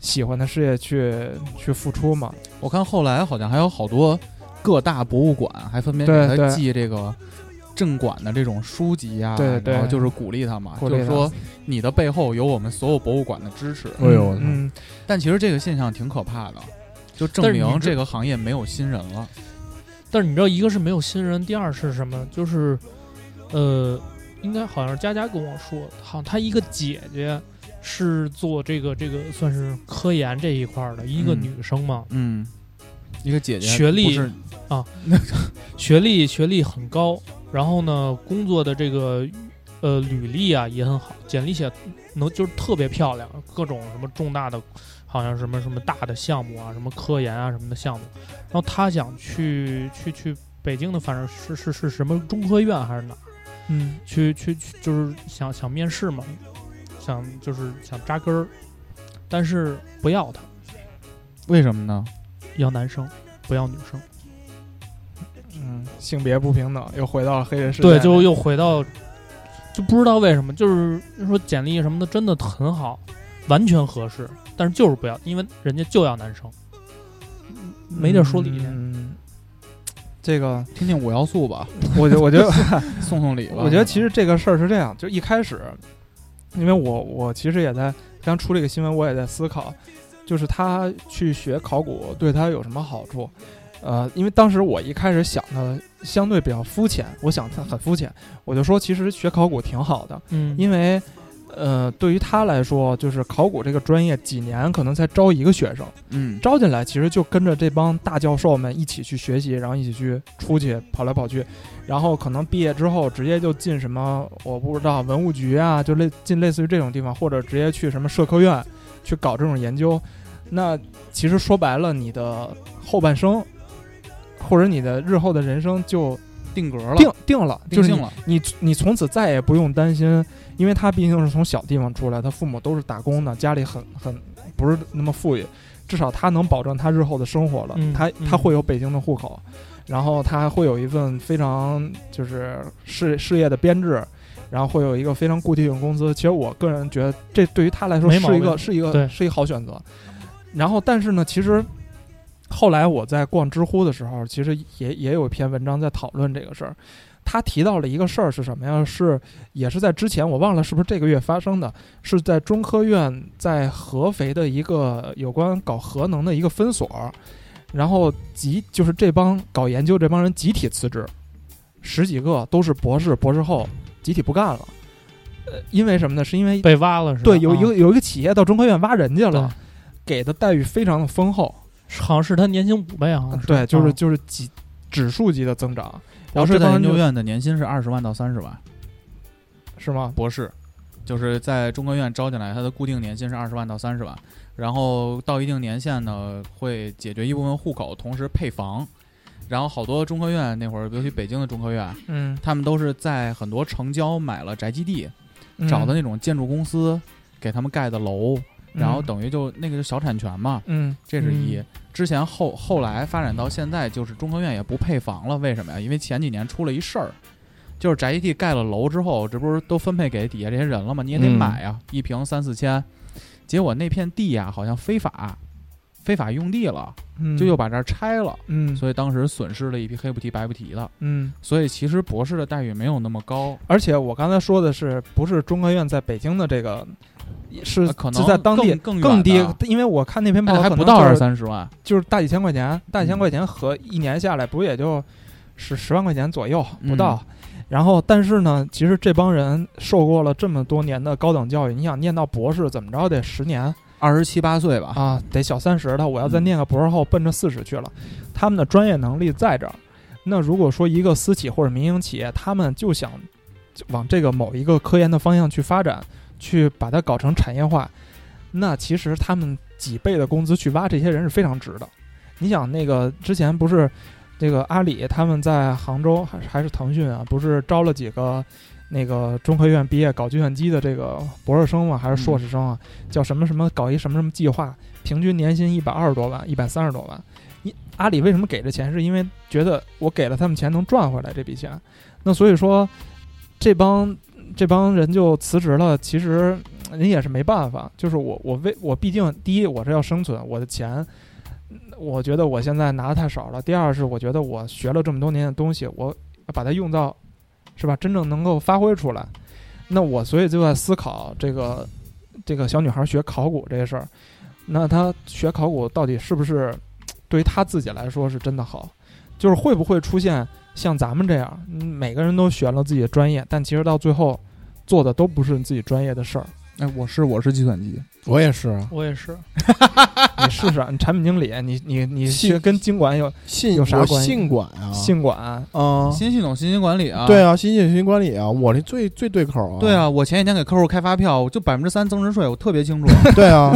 Speaker 5: 喜欢的事业去去付出嘛。
Speaker 4: 我看后来好像还有好多各大博物馆还分别
Speaker 5: 对
Speaker 4: 给他
Speaker 5: 对
Speaker 4: 寄这个镇馆的这种书籍啊，
Speaker 5: 对对
Speaker 4: 然后就是鼓励他嘛，
Speaker 5: 鼓励
Speaker 4: 就
Speaker 5: 他
Speaker 4: 是说你的背后有我们所有博物馆的支持。
Speaker 6: 哎呦我操
Speaker 5: 嗯，
Speaker 4: 但其实这个现象挺可怕的，就证
Speaker 7: 但是你
Speaker 4: 明
Speaker 7: 这
Speaker 4: 这个行业没有新人了。
Speaker 7: 但是你知道，一个是没有新人，第二是什么？就是，呃，应该好像是佳佳跟我说，好像她一个姐姐是做这个这个算是科研这一块儿的一个
Speaker 4: 嗯
Speaker 7: 女生嘛，
Speaker 4: 嗯，一个姐姐
Speaker 7: 学历
Speaker 4: 不是
Speaker 7: 学历学历很高，然后呢，工作的这个呃履历啊也很好，简历写能就是特别漂亮，各种什么重大的，好像什么什么大的项目啊，什么科研啊什么的项目，然后她想去去去北京的，反正是是是什么中科院还是哪儿。
Speaker 5: 嗯
Speaker 7: 去去去，就是想想面试嘛，想就是想扎根儿，但是不要他，
Speaker 4: 为什么呢？
Speaker 7: 要男生，不要女生。
Speaker 5: 嗯，性别不平等又回到了黑人时代。
Speaker 7: 对，就又回到，就不知道为什么，就是说简历什么的真的很好，完全合适，但是就是不要，因为人家就要男生，没地儿说理。
Speaker 5: 嗯，这个，
Speaker 4: 听听五要素吧，
Speaker 5: 我觉我觉得
Speaker 4: 送送礼吧。
Speaker 5: 我觉得其实这个事儿是这样，就一开始，因为我我其实也在刚出这个新闻，我也在思考，就是他去学考古对他有什么好处？呃，因为当时我一开始想的相对比较肤浅，我想他很肤浅，我就说其实学考古挺好的，
Speaker 7: 嗯，
Speaker 5: 因为呃，对于他来说，就是考古这个专业几年可能才招一个学生。
Speaker 4: 嗯，
Speaker 5: 招进来，其实就跟着这帮大教授们一起去学习，然后一起去出去跑来跑去，然后可能毕业之后直接就进什么我不知道文物局啊，就类进类似于这种地方，或者直接去什么社科院去搞这种研究。那其实说白了，你的后半生或者你的日后的人生就
Speaker 4: 定格了，
Speaker 5: 定定了，
Speaker 4: 定
Speaker 5: 就是
Speaker 4: 性
Speaker 5: 你
Speaker 4: 了。
Speaker 5: 你你从此再也不用担心，因为他毕竟是从小地方出来，他父母都是打工的，家里很很不是那么富裕，至少他能保证他日后的生活了。
Speaker 7: 嗯
Speaker 5: 他
Speaker 7: 嗯
Speaker 5: 他会有北京的户口，然后他会有一份非常就是事事业的编制，然后会有一个非常固定的工资。其实我个人觉得，这对于他来说
Speaker 7: 没毛
Speaker 5: 是一
Speaker 7: 病
Speaker 5: 个是一个
Speaker 7: 对
Speaker 5: 是一个好选择。然后，但是呢，其实后来我在逛知乎的时候，其实也也有一篇文章在讨论这个事儿。他提到了一个事儿是什么呀？是也是在之前我忘了是不是这个月发生的，是在中科院在合肥的一个有关搞核能的一个分所，然后集就是这帮搞研究这帮人集体辞职，十几个都是博士、博士后，集体不干了。呃，因为什么呢？是因为
Speaker 7: 被挖了是吧？
Speaker 5: 对有
Speaker 7: 啊
Speaker 5: 一个有一个企业到中科院挖人去了
Speaker 7: 对，
Speaker 5: 给的待遇非常的丰厚，
Speaker 7: 好像是他年薪五倍，好像是
Speaker 5: 对，就是
Speaker 7: 啊
Speaker 5: 就是几指数级的增长。
Speaker 4: 博
Speaker 5: 然后
Speaker 4: 士
Speaker 5: 这
Speaker 4: 在
Speaker 5: 帮
Speaker 4: 研
Speaker 5: 人
Speaker 4: 究
Speaker 5: 就
Speaker 4: 院的年薪是二十万到三十万，
Speaker 5: 是吗？
Speaker 4: 博士就是在中科院招进来，他的固定年薪是二十万到三十万，然后到一定年限呢，会解决一部分户口，同时配房。然后好多中科院那会儿，尤其北京的中科院，
Speaker 5: 嗯，
Speaker 4: 他们都是在很多城郊买了宅基地，找的
Speaker 5: 嗯
Speaker 4: 那种建筑公司给他们盖的楼，然后等于就那个就小产权嘛，
Speaker 5: 嗯
Speaker 4: 这是一
Speaker 7: 嗯。
Speaker 4: 之前后后来发展到现在，就是中科院也不配房了，为什么呀？因为前几年出了一事儿，就是宅基地盖了楼之后，这不是都分配给底下这些人了吗？你也得
Speaker 5: 嗯
Speaker 4: 买呀，一平三四千。结果那片地呀，好像非法非法用地了，
Speaker 5: 嗯
Speaker 4: 就又把这儿拆了，
Speaker 5: 嗯
Speaker 4: 所以当时损失了一批黑不提白不提的。
Speaker 5: 嗯，
Speaker 4: 所以其实博士的待遇没有那么高，
Speaker 5: 而且我刚才说的是不是中科院在北京的这个，是
Speaker 4: 呃可能
Speaker 5: 是在当地
Speaker 4: 更更
Speaker 5: 更低
Speaker 4: 远的，
Speaker 5: 因为我看那篇报
Speaker 4: 那
Speaker 5: 道
Speaker 4: 还
Speaker 5: 可
Speaker 4: 不
Speaker 5: 能
Speaker 4: 到
Speaker 5: 就是
Speaker 4: 二，三十嗯万。
Speaker 5: 就是大几千块钱，大几千块钱和一年下来不也就是十万块钱左右不到。
Speaker 4: 嗯
Speaker 5: 然后，但是呢，其实这帮人受过了这么多年的高等教育，你想念到博士，怎么着得十年
Speaker 4: 二十七八岁吧，
Speaker 5: 啊，得小三十的。我要再念个博士后，奔着四十去了。他们的专业能力在这儿。那如果说一个私企或者民营企业，他们就想就往这个某一个科研的方向去发展，去把它搞成产业化，那其实他们几倍的工资去挖这些人是非常值的。你想，那个之前不是这个阿里他们在杭州还是还是腾讯啊，不是招了几个那个中科院毕业搞计算机的这个博士生嘛，还是硕士生啊，叫什么什么搞一什么什么计划，平均年薪一百二十多万，一百三十多万。你阿里为什么给这钱？是因为觉得我给了他们钱能赚回来这笔钱，那所以说这帮这帮人就辞职了。其实嗯人也是没办法，就是我我为我毕竟第一我是要生存，我的钱，嗯我觉得我现在拿的太少了。第二是我觉得我学了这么多年的东西，我把它用到是吧，真正能够发挥出来。那我所以就在思考这个这个小女孩学考古这个事儿，那她学考古到底是不是对于她自己来说是真的好？就是会不会出现像咱们这样，嗯每个人都选了自己的专业，但其实到最后做的都不是自己专业的事儿。
Speaker 4: 哎，我是我是计算机，
Speaker 6: 我也是
Speaker 7: 我也是，
Speaker 5: 你试试啊，你产品经理，你你你
Speaker 6: 信
Speaker 5: 是跟经管有
Speaker 4: 啊
Speaker 6: 信
Speaker 5: 有啥
Speaker 6: 我
Speaker 5: 关系
Speaker 6: 信管啊，
Speaker 5: 信管，
Speaker 6: 啊，
Speaker 4: 新系统信息管理哦啊，
Speaker 6: 对。啊，新信息管理啊，我这最最对口啊，
Speaker 4: 对，啊，我前几天给客户开发票，我就百分之三增值税，我特别清楚
Speaker 6: 对啊，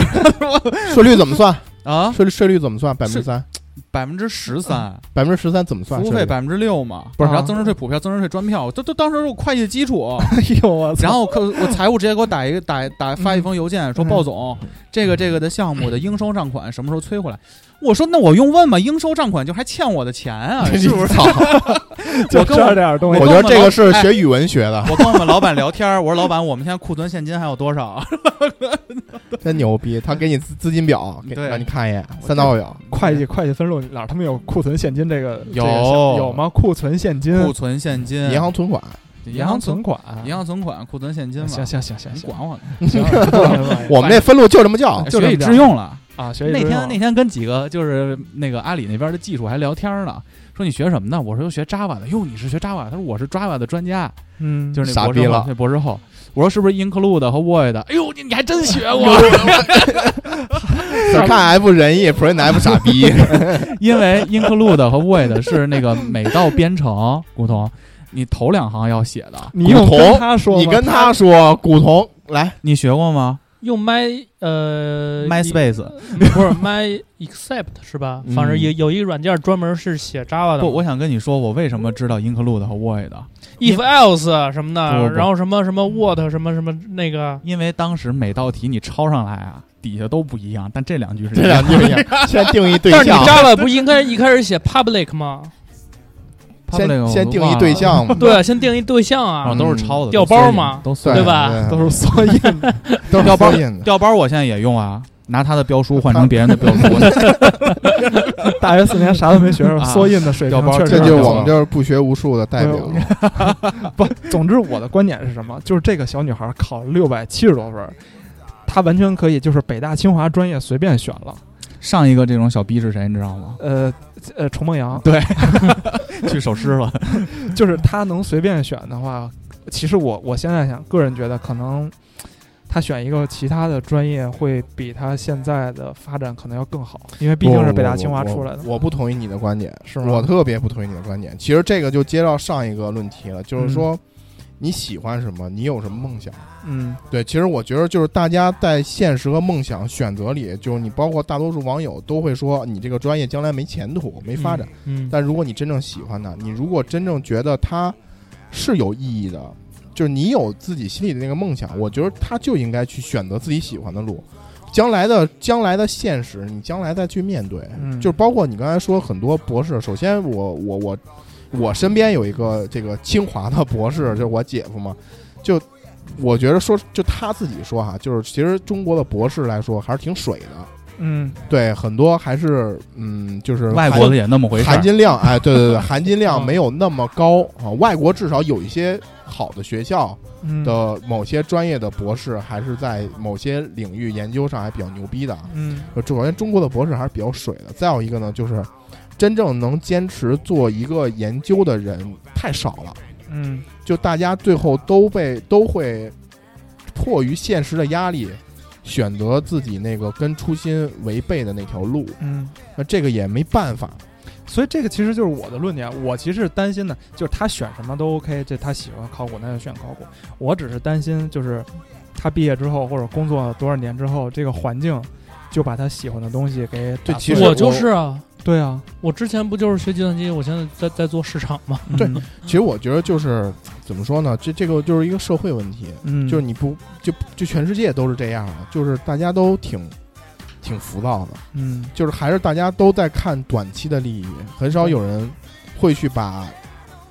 Speaker 6: 税率怎么算？
Speaker 4: 啊，嗯
Speaker 6: 税率税率怎么算？百分之三，
Speaker 4: 百分之十三，
Speaker 6: 百分之十三怎么
Speaker 4: 服
Speaker 6: 算？
Speaker 4: 务
Speaker 6: 税
Speaker 4: 费
Speaker 6: 率
Speaker 4: 百分之六嘛，
Speaker 5: 不是
Speaker 4: 然后增值税普票、增值税专票，这都当时是我会计的基 础。
Speaker 5: 哎呦我
Speaker 4: 然后客我财务直接给我打一个打打发一封邮件说，
Speaker 5: 嗯
Speaker 4: 鲍总，这个这个的项目的应收账款什么时候催回来？我说那我用问吗？应收账款就还欠我的钱 啊，是不是？
Speaker 5: 就
Speaker 4: 我跟
Speaker 5: 这
Speaker 4: 我
Speaker 5: 儿点儿东西
Speaker 6: 我觉得这个是
Speaker 4: 哎
Speaker 6: 学语文学的，
Speaker 4: 我跟我们老板聊天儿，我说老板，我们现在库存现金还有多 少？
Speaker 6: 真牛逼！他给你资资金表，给
Speaker 4: 对
Speaker 6: 让你看一眼，三道表。
Speaker 5: 会计会计分录哪儿他们有库存现金这个这
Speaker 4: 嗯有
Speaker 5: 个项有吗？库存现金、
Speaker 4: 库存现金，
Speaker 7: 嗯
Speaker 6: 银行存款，
Speaker 7: 哎
Speaker 4: 银
Speaker 5: 银
Speaker 4: 行
Speaker 5: 行
Speaker 4: 存
Speaker 5: 存款、
Speaker 4: 银行存款、库存现金吧。
Speaker 5: 行行行行
Speaker 4: 你
Speaker 5: 行，
Speaker 4: 管我呢？
Speaker 6: 我们那分录就这么叫。
Speaker 5: 就
Speaker 4: 学哎以
Speaker 5: 这么
Speaker 4: 致用了。
Speaker 5: 啊，学习
Speaker 4: 那
Speaker 5: 之用
Speaker 4: 天那天跟几个就是那个阿里那边的技术还聊天呢，说你学什么呢？我说学 Java 的。哟，你是学 Java？他说我是 Java 的专家，
Speaker 5: 嗯，
Speaker 4: 就是那
Speaker 6: 傻
Speaker 4: 博
Speaker 6: 逼
Speaker 4: 士后
Speaker 6: 了，
Speaker 4: 那博士后。我说是不是 include 和 void？哎呦，你你还真学 过，
Speaker 7: 哎
Speaker 6: 只看 F 仁义，print F 傻 逼。
Speaker 4: 因为 include 和 void 是那个每道编程，古潼，你头两行要写 的，
Speaker 5: 你用
Speaker 6: 古潼
Speaker 5: 跟他说吗，
Speaker 6: 你跟他说，古潼来，
Speaker 4: 你学过吗
Speaker 7: 用 my 呃
Speaker 4: ？MySpace
Speaker 7: 不是 my except 是吧？
Speaker 4: 嗯
Speaker 7: 反正有有一个软件专门是写 Java 的
Speaker 4: 不，
Speaker 7: 嘛
Speaker 4: 我想跟你说，我为什么知道 include 和 void？
Speaker 7: ，if else 什么
Speaker 4: 不
Speaker 7: 的，
Speaker 4: 不不
Speaker 7: 然后什么什么 what 什么什么那个，
Speaker 4: 因为当时每道题你抄上来啊，底下都不一样，但这两句是
Speaker 6: 这
Speaker 4: 一样
Speaker 6: 两句 一样先定义对
Speaker 7: 啊但是
Speaker 6: 象，
Speaker 7: 你 Java 不应该一开始写 public 吗？
Speaker 4: Public
Speaker 6: 先先
Speaker 4: 我
Speaker 6: 定
Speaker 4: 忘
Speaker 6: 义
Speaker 4: 了
Speaker 6: 对象 嘛，
Speaker 7: 对，先定义对象
Speaker 4: 啊，
Speaker 7: 啊
Speaker 6: 嗯，
Speaker 4: 都是抄的，
Speaker 7: 调包嘛
Speaker 4: 都碎了
Speaker 7: 对吧
Speaker 5: 都是缩印，
Speaker 6: 都是
Speaker 4: 调包
Speaker 6: 缩印 的。
Speaker 4: 调包我现在也用啊，拿他的标书换成别人的标书，
Speaker 5: 大学四年啥都没学，
Speaker 4: 啊
Speaker 5: 缩印的水
Speaker 4: 调
Speaker 5: 平
Speaker 4: 包
Speaker 5: 确
Speaker 6: 这
Speaker 5: 实
Speaker 6: 就是
Speaker 5: 很
Speaker 6: 我
Speaker 5: 高
Speaker 6: 们这儿不学无术的代表。
Speaker 5: 啊不，总之我的观点是什么？就是这个小女孩考六百七十多分儿，她完全可以就是北大清华专业随便选了，
Speaker 4: 上一个这种小逼是谁，你知道吗？
Speaker 5: 呃呃，崇梦阳
Speaker 4: 对，去手师了。
Speaker 5: 就是他能随便选的话，其实我我现在想，个人觉得可能他选一个其他的专业会比他现在的发展可能要更好，因为毕竟是北大清华出来的。
Speaker 6: 我我不同意你的观点，
Speaker 5: 是吗
Speaker 6: 我特别不同意你的观点。其实这个就接到上一个论题了，就是说你喜欢什么，你有什么梦想。
Speaker 5: 嗯
Speaker 6: 对，其实我觉得就是大家在现实和梦想选择里，就是你包括大多数网友都会说你这个专业将来没前途、没发展。
Speaker 7: 嗯，
Speaker 6: 但如果你真正喜欢它，你如果真正觉得它是有意义的，就是你有自己心里的那个梦想，我觉得他就应该去选择自己喜欢的路。将来的将来的现实，你将来再去面对，
Speaker 5: 嗯
Speaker 6: 就是包括你刚才说很多博士。首先我，我我我身边有一个这个清华的博士，就是我姐夫嘛，就我觉得说就他自己说哈，就是其实中国的博士来说还是挺水的，
Speaker 5: 嗯，
Speaker 6: 对，很多还是嗯， 就是
Speaker 4: 外
Speaker 6: 还
Speaker 4: 国的也那么回事
Speaker 6: 含
Speaker 4: 儿。
Speaker 6: 金量，哎，对对对，含金量
Speaker 7: 嗯
Speaker 6: 没有那么高啊。外国至少有一些好的学校
Speaker 5: 嗯
Speaker 6: 的某些专业的博士，还是在某些领域研究上还比较牛逼的。
Speaker 5: 嗯
Speaker 6: 呃首先，中国的博士还是比较水的。再有一个呢，就是真正能坚持做一个研究的人太少了，
Speaker 5: 嗯
Speaker 6: 就大家最后都被都会迫于现实的压力，选择自己那个跟初心违背的那条路。
Speaker 5: 嗯，
Speaker 6: 那这个也没办法，
Speaker 5: 所以这个其实就是我的论点。我其实是担心的，就是他选什么都 OK，这他喜欢考古那就选考古。我只是担心就是他毕业之后或者工作多少年之后，这个环境就把他喜欢的东西给
Speaker 6: 对
Speaker 5: 打
Speaker 6: 其
Speaker 5: 碎
Speaker 6: 实
Speaker 5: 了
Speaker 7: 我就是啊，
Speaker 5: 对啊，
Speaker 7: 我之前不就是学计算机，我现在在在做市场嘛。
Speaker 5: 嗯
Speaker 6: 对其实我觉得就是怎么说呢，这这个就是一个社会问题，
Speaker 5: 嗯，
Speaker 6: 就是你不就就全世界都是这样的，就是大家都挺挺浮躁的，
Speaker 5: 嗯
Speaker 6: 就是还是大家都在看短期的利益，很少嗯有人会去把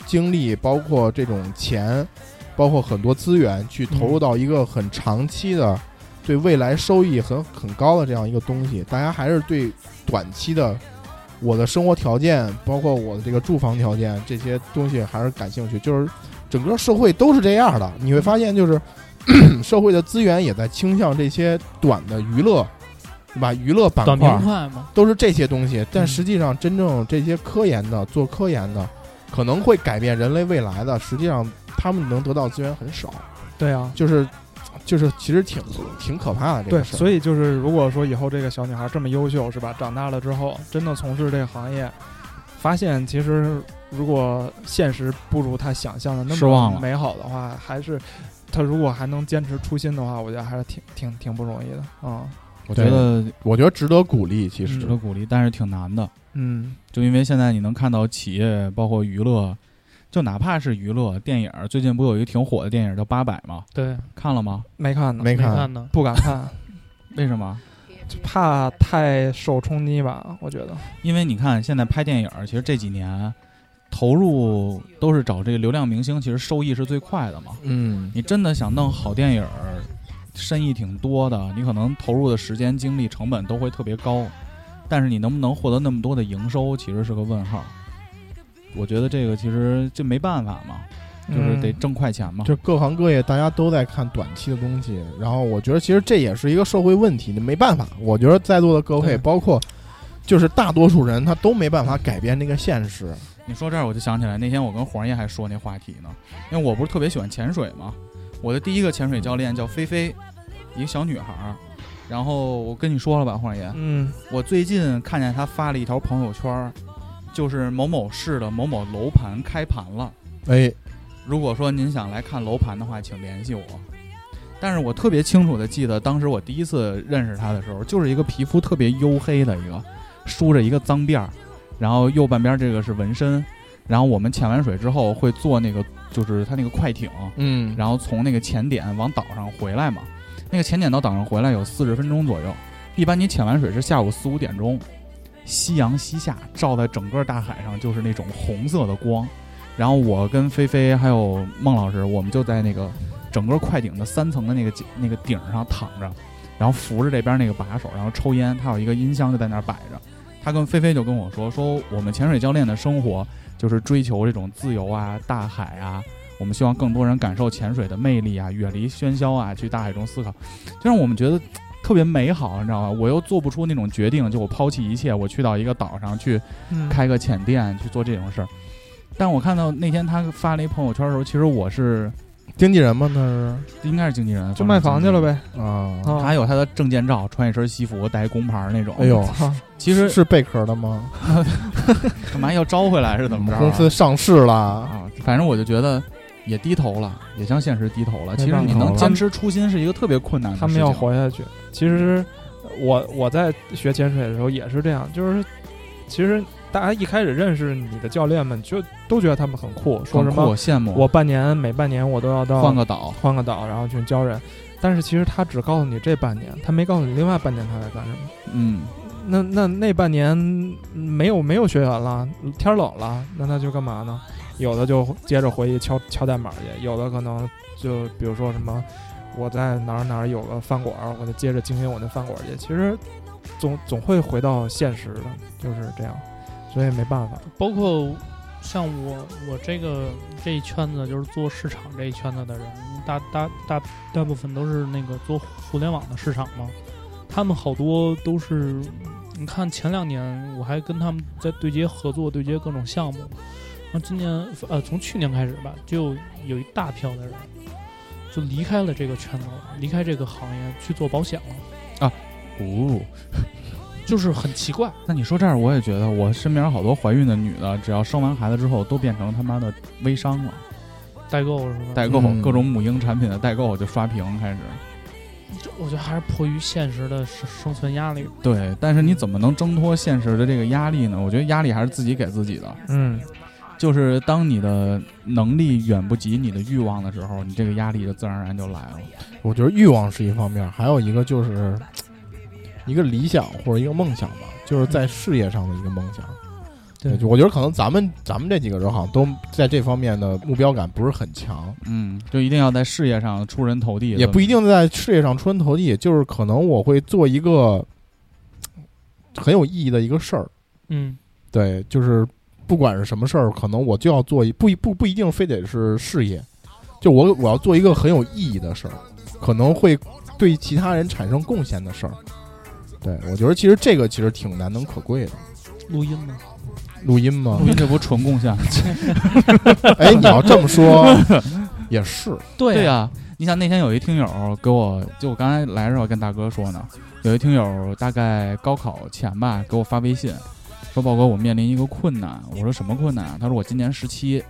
Speaker 6: 精力，包括这种钱，包括很多资源去投入到一个很长期的。对未来收益很很高的这样一个东西，大家还是对短期的我的生活条件，包括我的这个住房条件这些东西还是感兴趣。就是整个社会都是这样的，你会发现就是社会的资源也在倾向这些短的娱乐，对吧？娱乐板
Speaker 7: 短平
Speaker 6: 块
Speaker 7: 快嘛，
Speaker 6: 都是这些东西，但
Speaker 7: 嗯
Speaker 6: 实际上真正这些科研的做科研的，可能会改变人类未来的，实际上他们能得到资源很少，
Speaker 5: 对啊，
Speaker 6: 就是就是其实挺挺可怕的这
Speaker 5: 对，
Speaker 6: 个事儿。
Speaker 5: 所以就是如果说以后这个小女孩这么优秀，是吧？长大了之后真的从事这个行业，发现其实如果现实不如她想象的那
Speaker 4: 失望
Speaker 5: 么
Speaker 4: 了
Speaker 5: 美好的话，还是她如果还能坚持初心的话，我觉得还是挺挺挺不容易的啊。
Speaker 6: 我
Speaker 4: 我觉得
Speaker 6: 我觉得值得鼓励，其实
Speaker 4: 值得鼓励，但是挺难的。
Speaker 5: 嗯
Speaker 4: 就因为现在你能看到企业，包括娱乐，就哪怕是娱乐电影，最近不有一个挺火的电影叫《八佰》吗？
Speaker 7: 对，
Speaker 4: 看了吗？
Speaker 5: 嗯没看呢，
Speaker 6: 没
Speaker 7: 没
Speaker 6: 看
Speaker 7: 看呢。
Speaker 5: 不敢看，
Speaker 4: 为什么？
Speaker 5: 就怕太受冲击吧，我觉得。
Speaker 4: 因为你看现在拍电影，其实这几年投入都是找这个流量明星，其实收益是最快的嘛。
Speaker 6: 嗯，
Speaker 4: 你真的想弄好电影，深意挺多的，你可能投入的时间、精力、成本都会特别高，但是你能不能获得那么多的营收，其实是个问号。我觉得这个其实就没办法嘛，就是得
Speaker 5: 嗯
Speaker 4: 挣快钱嘛。
Speaker 6: 就各行各业大家都在看短期的东西，然后我觉得其实这也是一个社会问题，你没办法。我觉得在座的各位，
Speaker 5: 对
Speaker 6: 包括就是大多数人，他都没办法改变这个现实。
Speaker 4: 你说这儿我就想起来，那天我跟黄爷还说那话题呢，因为我不是特别喜欢潜水嘛。我的第一个潜水教练叫菲菲，一个小女孩儿。然后我跟你说了吧，黄爷，
Speaker 5: 嗯
Speaker 4: 我最近看见她发了一条朋友圈儿，就是某某市的某某楼盘开盘了。
Speaker 6: 哎，
Speaker 4: 如果说您想来看楼盘的话，请联系我。但是我特别清楚的记得，当时我第一次认识他的时候，就是一个皮肤特别黝黑的一个，梳着一个脏辫儿，然后右半边这个是纹身。然后我们潜完水之后会坐那个，就是他那个快艇，
Speaker 6: 嗯，
Speaker 4: 然后从那个潜点往岛上回来嘛。那个潜点到岛上回来有四十分钟左右。一般你潜完水是下午四五点钟，夕阳西下，照在整个大海上就是那种红色的光。然后我跟菲菲还有孟老师，我们就在那个整个快艇的三层的那个景那个顶上躺着，然后扶着这边那个把手，然后抽烟。他有一个音箱就在那儿摆着。他跟菲菲就跟我说，说我们潜水教练的生活就是追求这种自由啊、大海啊。我们希望更多人感受潜水的魅力啊，远离喧嚣啊，去大海中思考，就让我们觉得特别美好，你知道吧？我又做不出那种决定，就我抛弃一切，我去到一个岛上去
Speaker 1: 嗯
Speaker 4: 开个浅店去做这种事儿。但我看到那天他发了一朋友圈的时候，其实我是
Speaker 6: 经纪人吗？那
Speaker 4: 应该是经纪人，
Speaker 5: 就卖房去了。呗。
Speaker 6: 是啊，
Speaker 5: 啊
Speaker 4: 他有他的证件照，穿一身西服，带一工牌儿那种。
Speaker 6: 哎呦，
Speaker 4: 其实
Speaker 6: 是贝壳的吗？
Speaker 4: 干嘛要招回来是怎么着啊？
Speaker 6: 公司上市了，
Speaker 4: 啊，反正我就觉得也低头了，也向现实低头了。其实
Speaker 5: 办
Speaker 4: 你
Speaker 5: 法
Speaker 4: 能
Speaker 5: 了
Speaker 4: 坚持初心是一个特别困难的事
Speaker 5: 他
Speaker 4: 情。
Speaker 5: 们要活下去。其实我我在学潜水的时候也是这样，就是其实大家一开始认识你的教练们，就都觉得他们很酷，说
Speaker 4: 很
Speaker 5: 什
Speaker 4: 酷，我啊
Speaker 5: 么
Speaker 4: 羡慕。
Speaker 5: 我半年每半年我都要到
Speaker 4: 换个岛，
Speaker 5: 换个岛，然后去教人。但是其实他只告诉你这半年，他没告诉你另外半年他在干什么。
Speaker 4: 嗯，
Speaker 5: 那那那半年没有没有学员了，天冷了，那他就干嘛呢？有的就接着回去敲敲代码去，有的可能就比如说什么，我在哪儿哪儿有个饭馆儿，我就接着经营我那饭馆儿去。其实总总会回到现实的，就是这样，所以没办法。
Speaker 7: 包括像我我这个这一圈子，就是做市场这一圈子的人，大大大大部分都是那个做互联网的市场嘛，他们好多都是，你看前两年我还跟他们在对接合作，对接各种项目，然后今年呃从去年开始吧，就有一大票的人。就离开了这个圈子了，离开这个行业去做保险了，
Speaker 4: 哦，
Speaker 7: 就是很奇怪。
Speaker 4: 那你说这儿我也觉得，我身边好多怀孕的女的，只要生完孩子之后，都变成他妈的微商了，
Speaker 7: 代购是吧？
Speaker 4: 代购、
Speaker 6: 嗯
Speaker 4: 各种母婴产品的代购就刷屏开始。
Speaker 7: 这我觉得还是迫于现实的生生存压力
Speaker 4: 对，但是你怎么能挣脱现实的这个压力呢？我觉得压力还是自己给自己的。
Speaker 5: 嗯，
Speaker 4: 就是当你的能力远不及你的欲望的时候，你这个压力就自然而然就来了。
Speaker 6: 我觉得欲望是一方面，还有一个就是一个理想或者一个梦想吧，就是在事业上的一个梦想。
Speaker 4: 嗯
Speaker 7: 对
Speaker 6: 就我觉得可能咱们咱们这几个人好像都在这方面的目标感不是很强，
Speaker 4: 嗯，就一定要在事业上出人头地，
Speaker 6: 也不一定在事业上出人头地，就是可能我会做一个很有意义的一个事儿。
Speaker 7: 嗯，
Speaker 6: 对，就是不管是什么事儿，可能我就要做一不一不不一定非得是事业，就我我要做一个很有意义的事儿，可能会对其他人产生贡献的事儿。对，我觉得其实这个其实挺难能可贵的。
Speaker 7: 录音嘛，
Speaker 6: 录音吗
Speaker 4: 录？音这不纯贡献？
Speaker 6: 哎，你要这么 说，也是，
Speaker 7: 对
Speaker 4: 对
Speaker 7: 呀、
Speaker 4: 呀、你想那天有一听友给我，就我刚才来的时候跟大哥说呢，有一听友大概高考前吧，给我发微信说：“豹哥，我面临一个困难。”我说：“什么困难啊？”他说：“我今年十七，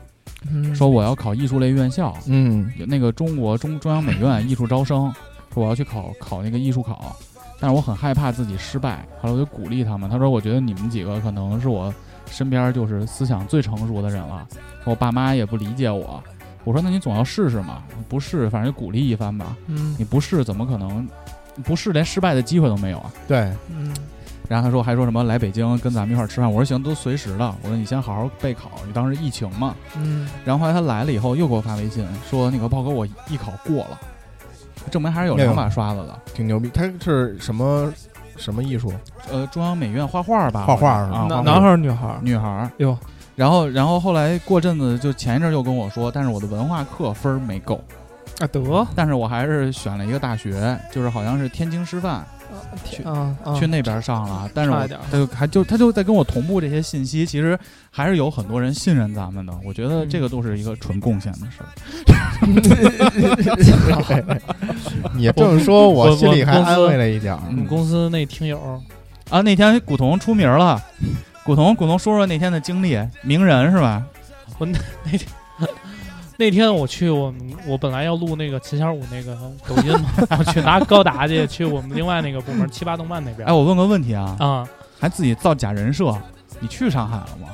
Speaker 5: 嗯
Speaker 4: 说我要考艺术类院校，
Speaker 6: 嗯，
Speaker 4: 有那个中国中中央美院艺术招生，说我要去考考那个艺术考，但是我很害怕自己失败。后来我就鼓励他们，他说我觉得你们几个可能是我身边就是思想最成熟的人了，我爸妈也不理解我。我说那你总要试试嘛，不试反正鼓励一番吧，
Speaker 5: 嗯
Speaker 4: 你不试怎么可能？不试连失败的机会都没有啊！
Speaker 6: 对，
Speaker 5: 嗯，
Speaker 4: 然后他说还说什么来北京跟咱们一块儿吃饭，我说行，都随时的。我说你先好好备考，你当时疫情嘛，
Speaker 5: 嗯，
Speaker 4: 然后后来他来了以后，又给我发微信说：“那个豹哥，我艺考过了，证明还是有两把刷子的。
Speaker 6: 挺牛逼。他是什么什么艺术？
Speaker 4: 呃，中央美院画画吧，
Speaker 6: 画
Speaker 4: 好像
Speaker 6: 画是吧
Speaker 4: 啊，
Speaker 6: 那
Speaker 4: 画
Speaker 5: 男
Speaker 4: 画
Speaker 5: 男孩儿女孩儿？
Speaker 4: 女孩儿。
Speaker 5: 哟，
Speaker 4: 然后然后后来过阵子，就前一阵又跟我说，但是我的文化课分儿没够，
Speaker 5: 啊得
Speaker 4: 但是我还是选了一个大学，就是好像是天津师范，去
Speaker 5: 啊啊
Speaker 4: 去那边上了。但是
Speaker 5: 差
Speaker 4: 我
Speaker 5: 一点儿
Speaker 4: 他就还就他就在跟我同步这些信息，其实还是有很多人信任咱们的。我觉得这个都是一个纯贡献的事儿。
Speaker 6: 你这么说，
Speaker 7: 我
Speaker 6: 我心里还
Speaker 7: 我公司
Speaker 6: 安慰了一点儿。
Speaker 7: 我们公司那听友，
Speaker 4: 啊，那天古潼出名了，古潼，古潼说说那天的经历，名人是吧？
Speaker 7: 那天我去我们我本来要录那个秦小五那个抖音 嘛，然后去拿高达去去我们另外那个 部门七八动漫那边
Speaker 4: 哎，我问个问题啊，
Speaker 7: 啊、
Speaker 4: 还自己造假人设，你去上海了吗？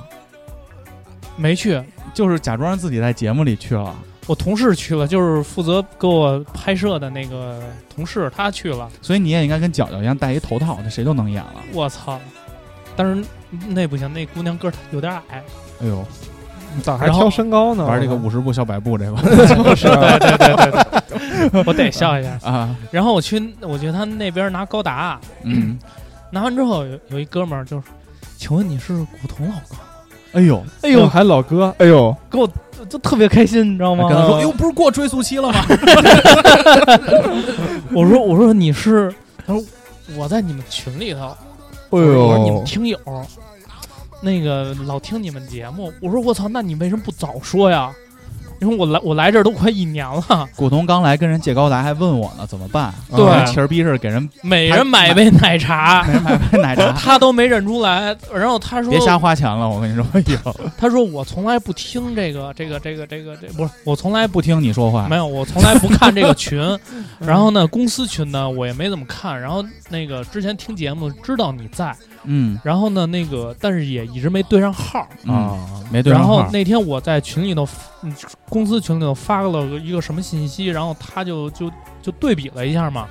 Speaker 7: 没去，
Speaker 4: 就是假装自己在节目里去了，
Speaker 7: 我同事去了，就是负责给我拍摄的那个同事他去了，
Speaker 4: 所以你也应该跟角角一样戴一头套，这谁都能演了。
Speaker 7: 我操！但是那不行，那姑娘个儿有点 矮，
Speaker 4: 哎呦，
Speaker 5: 咋还
Speaker 7: 然后
Speaker 5: 挑身高呢？
Speaker 4: 玩这个
Speaker 5: 我
Speaker 4: 五十步笑百步这个
Speaker 7: 是，对对对对，我得笑一下。
Speaker 4: 啊，
Speaker 7: 然后我去，我去他那边拿高达，
Speaker 4: 嗯，
Speaker 7: 拿完之后有有一哥们儿就是，请问你是古潼老哥？
Speaker 4: 哎呦，
Speaker 7: 哎
Speaker 5: 哎呦，，还老哥，哎呦，
Speaker 7: 给我就特别开心，你知道吗？
Speaker 4: 跟他说，哎哎呦，不是过追溯期了吗？
Speaker 7: 我说我说你是他说我在你们群里头，
Speaker 6: 哎
Speaker 7: 我说你们
Speaker 6: 呦，
Speaker 7: 听友，那个老听你们节目。我说我操，那你为什么不早说呀？因为我来我来这儿都快一年了，
Speaker 4: 古潼刚来跟人借高达还问我呢，怎么办？
Speaker 7: 对
Speaker 4: 我说气儿逼似的给人
Speaker 7: 每人买杯奶茶，
Speaker 4: 买买杯奶茶，
Speaker 7: 他都没认出来。然后他说
Speaker 4: 别瞎花钱了，我跟你说，哎以后
Speaker 7: 他说我从来不听这个这个这个这个这哎不是我从来
Speaker 4: 不听你说话
Speaker 7: 没。有我从来不看这个群，然后呢公司群呢我也没怎么看，然后那个之前听节目知道你在，
Speaker 4: 嗯
Speaker 7: 然后呢那个但是也一直没对上号。
Speaker 4: 啊，没对
Speaker 7: 然
Speaker 4: 上号
Speaker 7: 后那天我在群里头，嗯公司群里头发了个一个什么信息，然后他就就就对比了一下嘛，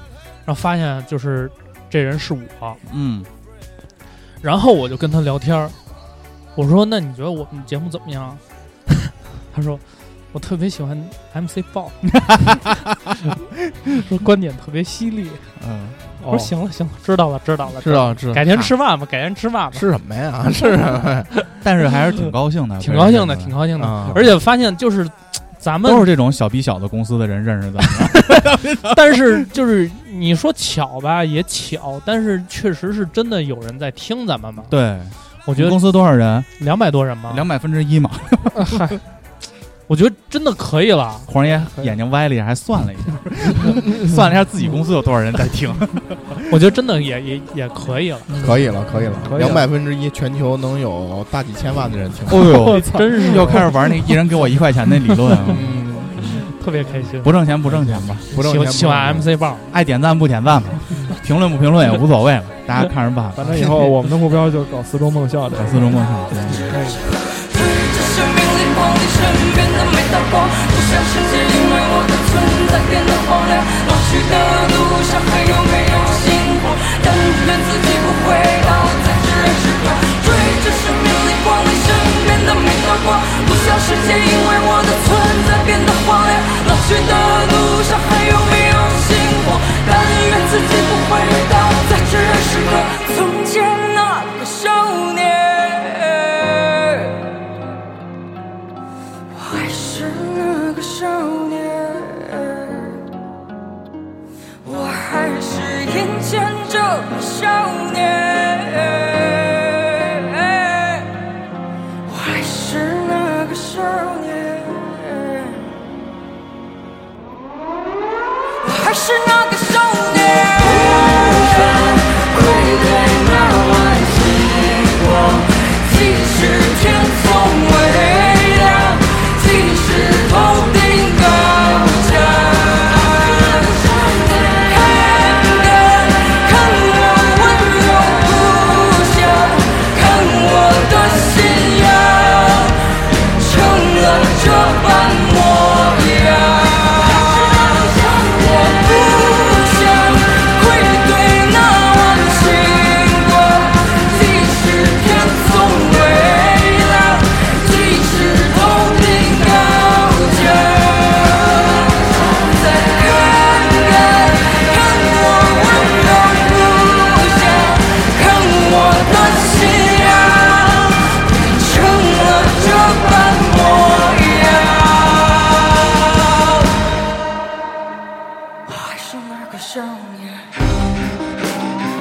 Speaker 7: 然后发现就是这人是我，
Speaker 4: 嗯
Speaker 7: 然后我就跟他聊天儿，我说：“那你觉得我们节目怎么样？” 他说：“我特别喜欢 MC 豹， 说观点特别犀利。
Speaker 4: 嗯，”
Speaker 7: 我说：“行了行了，知道了知道了，
Speaker 6: 知道知道，
Speaker 7: 改
Speaker 4: 啊
Speaker 7: 天吃饭吧，改天吃饭吧。
Speaker 6: 啊吃什么呀？吃什么呀？
Speaker 4: 但是还是挺高兴的，
Speaker 7: 挺高兴
Speaker 4: 被
Speaker 7: 的，
Speaker 4: 人
Speaker 7: 挺
Speaker 4: 认出来
Speaker 7: 高兴的。
Speaker 6: 啊
Speaker 7: 而且发现就是咱们
Speaker 4: 都是这种小逼小的公司的人认 识的。
Speaker 7: 但是就是你说巧吧，也巧，但是确实是真的有人在听咱们嘛。
Speaker 4: 对，
Speaker 7: 我
Speaker 4: 我
Speaker 7: 觉得
Speaker 4: 公司多少人？
Speaker 7: 嗯两百多人嘛，
Speaker 4: 两百分之 一嘛。
Speaker 7: 我觉得真的可以了。
Speaker 4: 黄爷眼睛歪了一下，还算了一下， 算了一下自己公司有多少人在 听。
Speaker 7: 我觉得真的也也也可以了。
Speaker 6: 可以了，可以
Speaker 5: 可
Speaker 6: 了，
Speaker 5: 以了
Speaker 6: 两百分之一，全球能有大几千万的人听。
Speaker 4: 哦呦，
Speaker 7: 操， 真是
Speaker 4: 又开始玩那一人给我一块钱那理论啊，
Speaker 7: 嗯特别开心。
Speaker 4: 不挣钱不挣钱吧，
Speaker 6: 不挣
Speaker 7: 喜
Speaker 6: 钱
Speaker 7: 欢嗯
Speaker 6: 不
Speaker 7: 喜
Speaker 5: 啊
Speaker 7: 欢 MC 棒，
Speaker 4: 爱点赞不点赞吧，评论不评论也无所谓了，大家看着办吧。
Speaker 5: 反正以后我们的目标就搞四中梦校这
Speaker 4: 粉
Speaker 5: 个
Speaker 4: 丝中梦想对
Speaker 8: 推着身边灵光，你身边的每道光，不想世界因为我的存在变得荒凉。老去的路上还有没有星光？但愿自己不会倒在炽热之中。追着生命灵光，你身边的每道光，不想世界因为我的存在变得荒凉。老去的路上还有没有星光？但愿自己不会倒在炽热之中。从前那个少年。还是那个少年，我还是眼前这个少年，我还是那个少年，我还是那个少年。无法愧对那晚星光，即使天空微凉，即使头顶高墙。看看，看我温柔不朽，看我的信仰成了这般模样。我不想愧对那晚星光，即使天空微凉，即使头顶高墙。再看看，看我温柔不朽，看我的信仰成了这般模样。还是那个少年。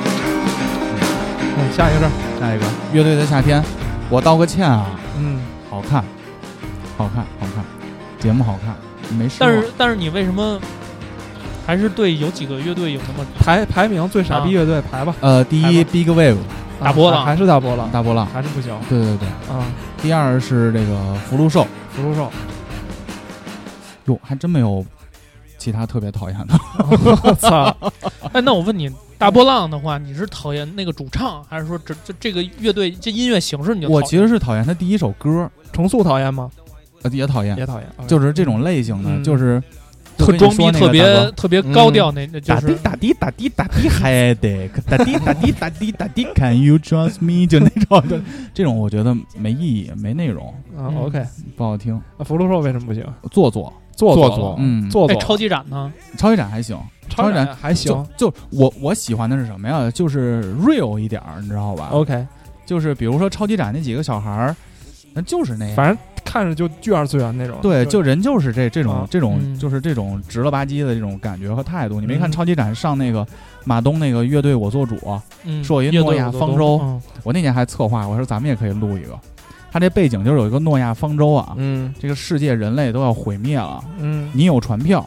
Speaker 5: 嗯，下一个这儿，
Speaker 4: 下一个乐队的夏天，我道个歉啊，
Speaker 5: 嗯，
Speaker 4: 好看，好看，好看，节目好看，没事。
Speaker 7: 但是但是你为什么还是对有几个乐队有那么
Speaker 5: 排排名最傻逼乐队排吧，
Speaker 4: 呃，第一 Big Wave
Speaker 7: 大波浪
Speaker 5: 啊还是大波浪，
Speaker 4: 大波浪，
Speaker 5: 还是不行啊
Speaker 4: 对对对，！
Speaker 7: 嗯
Speaker 4: 第二是这个福禄寿，
Speaker 5: 福禄寿，
Speaker 4: 哟，还真没有其他特别讨厌的。
Speaker 5: 我操，
Speaker 7: 哎，那我问你，大波浪的话，你是讨厌那个主唱，还是说这这这个乐队这音乐形式你就
Speaker 4: 我
Speaker 7: 讨厌
Speaker 4: 其实是讨厌他第一首歌，
Speaker 5: 重塑讨厌吗？
Speaker 4: 呃也讨厌，
Speaker 5: 也讨厌，
Speaker 4: 就是这种类型的，
Speaker 5: 嗯
Speaker 4: 就是
Speaker 7: 特装逼、特别特别高
Speaker 6: 嗯
Speaker 7: 调那那就是
Speaker 4: 打的打的打的还得打的打的打的打的，Can you trust me？就那种的，这种我觉得没意义，没内容，
Speaker 5: 嗯
Speaker 7: 嗯
Speaker 5: OK，
Speaker 4: 不好听，
Speaker 5: 那福禄寿为什么不行？
Speaker 4: 做作。
Speaker 5: 做
Speaker 6: 做
Speaker 5: 作
Speaker 6: 作
Speaker 5: 了，
Speaker 4: 嗯
Speaker 5: 做
Speaker 7: 哎，
Speaker 5: 作，
Speaker 7: 超级展呢？
Speaker 4: 超级展还行，
Speaker 5: 超
Speaker 4: 超然
Speaker 5: 然还行
Speaker 4: 就就我我喜欢的是什么呀？就是 real 一点
Speaker 5: 哦
Speaker 4: 儿，你知道吧？
Speaker 5: ，OK，
Speaker 4: 就是比如说超级展那几个小孩儿，那就是那样。
Speaker 5: 反正看着就巨二次元那种。
Speaker 4: 对，就人就是这这种
Speaker 5: 啊
Speaker 4: 这种
Speaker 5: 嗯
Speaker 4: 就是这种直了吧唧的这种感觉和态度。你没看
Speaker 5: 嗯
Speaker 4: 超级展上那个马东那个乐队我做主，
Speaker 5: 嗯
Speaker 4: 说一
Speaker 5: 乐队
Speaker 4: 诺亚
Speaker 5: 我都
Speaker 4: 方
Speaker 5: 懂
Speaker 4: 舟
Speaker 5: 嗯
Speaker 4: 我那年还策划，我说咱们也可以录一个。他这背景就是有一个诺亚方舟啊，
Speaker 5: 嗯
Speaker 4: 这个世界人类都要毁灭了，
Speaker 5: 嗯，
Speaker 4: 你有船票，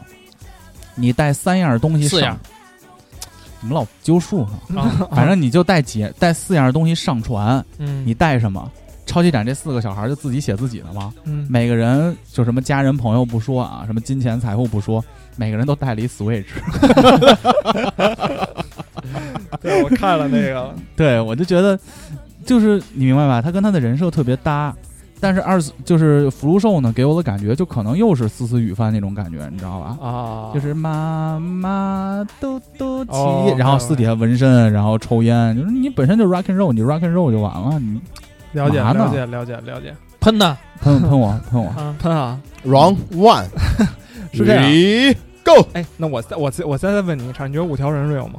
Speaker 4: 你带三样东西上，
Speaker 7: 四样
Speaker 4: 怎么老揪数呢？
Speaker 7: 啊，
Speaker 4: 反正你就带几带四样东西上船，
Speaker 5: 嗯
Speaker 4: 你带什么？超级展这四个小孩就自己写自己的吗？
Speaker 5: 嗯
Speaker 4: 每个人就什么家人朋友不说啊，什么金钱财富不说，每个人都带了一 Switch。
Speaker 5: 对，我看了那个，
Speaker 4: 对我就觉得，就是你明白吧？他跟他的人设特别搭，但是二次就是福禄寿呢，给我的感觉就可能又是丝丝雨帆那种感觉，你知道吧？
Speaker 5: 啊，
Speaker 4: 就是妈妈嘟嘟起，
Speaker 5: 哦
Speaker 4: 然后私底下纹身，然后抽烟，就是你本身就是 rock and roll，你 rock and roll 就完了，你
Speaker 5: 了解
Speaker 4: 嘛呢
Speaker 5: 了解了解了 解，
Speaker 7: 喷的
Speaker 4: 喷喷我喷我，
Speaker 7: 啊，
Speaker 5: 喷啊！
Speaker 6: Round one，
Speaker 5: 是这样
Speaker 6: 样，Go，
Speaker 5: 哎，那我再我再我再再问你一茬，你觉得五条人 real 吗？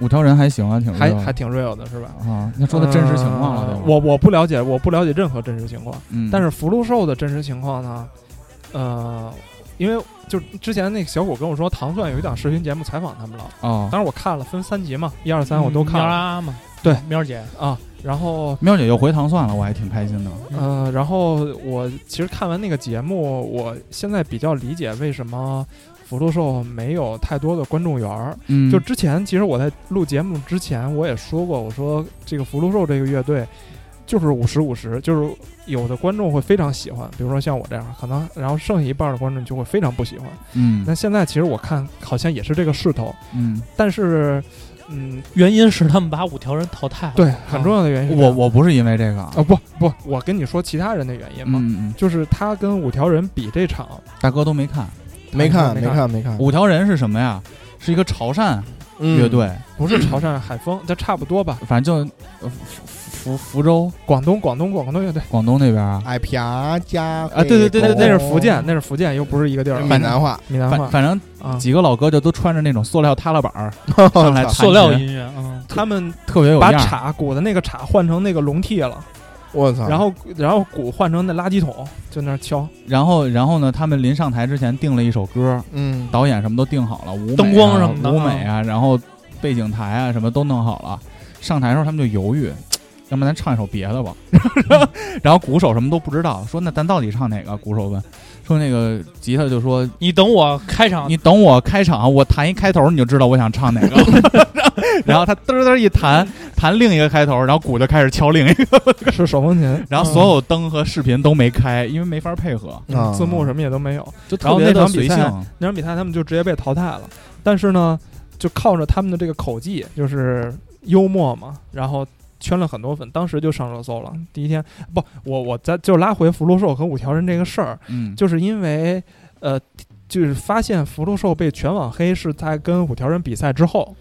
Speaker 4: 五条人还行啊，挺
Speaker 5: 还
Speaker 4: 热
Speaker 5: 还挺 real 的是吧？
Speaker 4: 啊，那说的真实情况了，
Speaker 5: 呃
Speaker 4: 对吧？
Speaker 5: 我我不了解，我不了解任何真实情况。
Speaker 4: 嗯，
Speaker 5: 但是福禄寿的真实情况呢，呃，因为就之前那个小果跟我说，糖蒜有一档视频节目采访他们了，
Speaker 4: 哦，
Speaker 5: 当时我看了，分三集嘛，一二三我都看
Speaker 7: 喵
Speaker 5: 了、
Speaker 7: 啊嘛，
Speaker 5: 对，
Speaker 7: 喵姐，
Speaker 5: 啊。然后
Speaker 4: 喵姐又回糖蒜了，我还挺开心的。
Speaker 5: 呃，然后我其实看完那个节目，我现在比较理解为什么福禄寿没有太多的观众缘儿。
Speaker 4: 嗯，
Speaker 5: 就之前，其实我在录节目之前，我也说过，我说这个福禄寿这个乐队就是五十五十，就是有的观众会非常喜欢，比如说像我这样，可能然后剩下一半的观众就会非常不喜欢。
Speaker 4: 嗯
Speaker 5: 那现在其实我看好像也是这个势头，
Speaker 4: 嗯，
Speaker 5: 但是，嗯，
Speaker 7: 原因是他们把五条人淘汰了，
Speaker 5: 对，很重要的原因是这
Speaker 4: 我
Speaker 5: 样，
Speaker 4: 我不是因为这个啊
Speaker 5: 啊，不不，我跟你说其他人的原因嘛，
Speaker 4: 嗯嗯，
Speaker 5: 就是他跟五条人比这场，
Speaker 4: 大哥都没看。
Speaker 6: 没看
Speaker 5: 没
Speaker 6: 没
Speaker 5: 看
Speaker 6: 看没看，
Speaker 4: 五条人是什么呀？是一个潮汕
Speaker 6: 嗯
Speaker 4: 乐队，
Speaker 5: 不是潮汕海风，这差不多吧，
Speaker 4: 反正就呃福福福州、
Speaker 5: 广东广东广东乐队
Speaker 4: 广东那边啊。
Speaker 6: 矮平加
Speaker 5: 啊，对对对对，
Speaker 6: 黑狗
Speaker 5: 那是福建，那是福建，又不是一个地儿了，
Speaker 6: 闽南话，
Speaker 5: 闽南
Speaker 4: 反
Speaker 5: 话
Speaker 4: 反正
Speaker 5: 啊，
Speaker 4: 几个老哥就都穿着那种塑料踏拉板 儿上来弹琴，
Speaker 7: 塑料音乐，嗯，
Speaker 5: 他们
Speaker 4: 特别有
Speaker 5: 把
Speaker 4: 样儿。啊
Speaker 5: 镲鼓的那个镲换成那个笼屉了，
Speaker 6: 我操，
Speaker 5: 嗯然后然后鼓换成那垃圾桶，就那 儿敲，
Speaker 4: 然后然后呢，他们临上台之前定了一首歌，
Speaker 6: 嗯，
Speaker 4: 导演什么都定好了，舞美啊
Speaker 7: 灯光什么的嗯
Speaker 4: 舞美啊，然后背景台啊什么都弄好了。上台的时候他们就犹豫，要不然咱唱一首别的吧。 然后鼓手什么都不知道，说那咱到底唱哪个？鼓手问，说那个吉他就说
Speaker 7: 你等我开场，
Speaker 4: 你等我开场，我弹一开头，你就知道我想唱哪个 了。然后他嘚儿嘚儿一弹，弹另一个开头，然后鼓就开始敲另一个，
Speaker 5: 是手风琴，嗯
Speaker 4: 然后所有灯和视频都没开，因为没法配合，
Speaker 6: 啊
Speaker 5: 字幕什么也都没有。
Speaker 4: 就
Speaker 5: 然
Speaker 4: 特
Speaker 5: 后
Speaker 4: 别
Speaker 5: 那
Speaker 4: 的
Speaker 5: 场比
Speaker 4: 随
Speaker 5: 赛
Speaker 4: 性。
Speaker 5: 那场比赛他们就直接被淘汰了。但是呢，就靠着他们的这个口技，就是幽默嘛，然后圈了很多粉，当时就上热搜了。第一天不，我我再就拉回福禄寿和五条人这个事儿，
Speaker 4: 嗯，
Speaker 5: 就是因为呃，就是发现福禄寿被全网黑是在跟五条人比赛之后。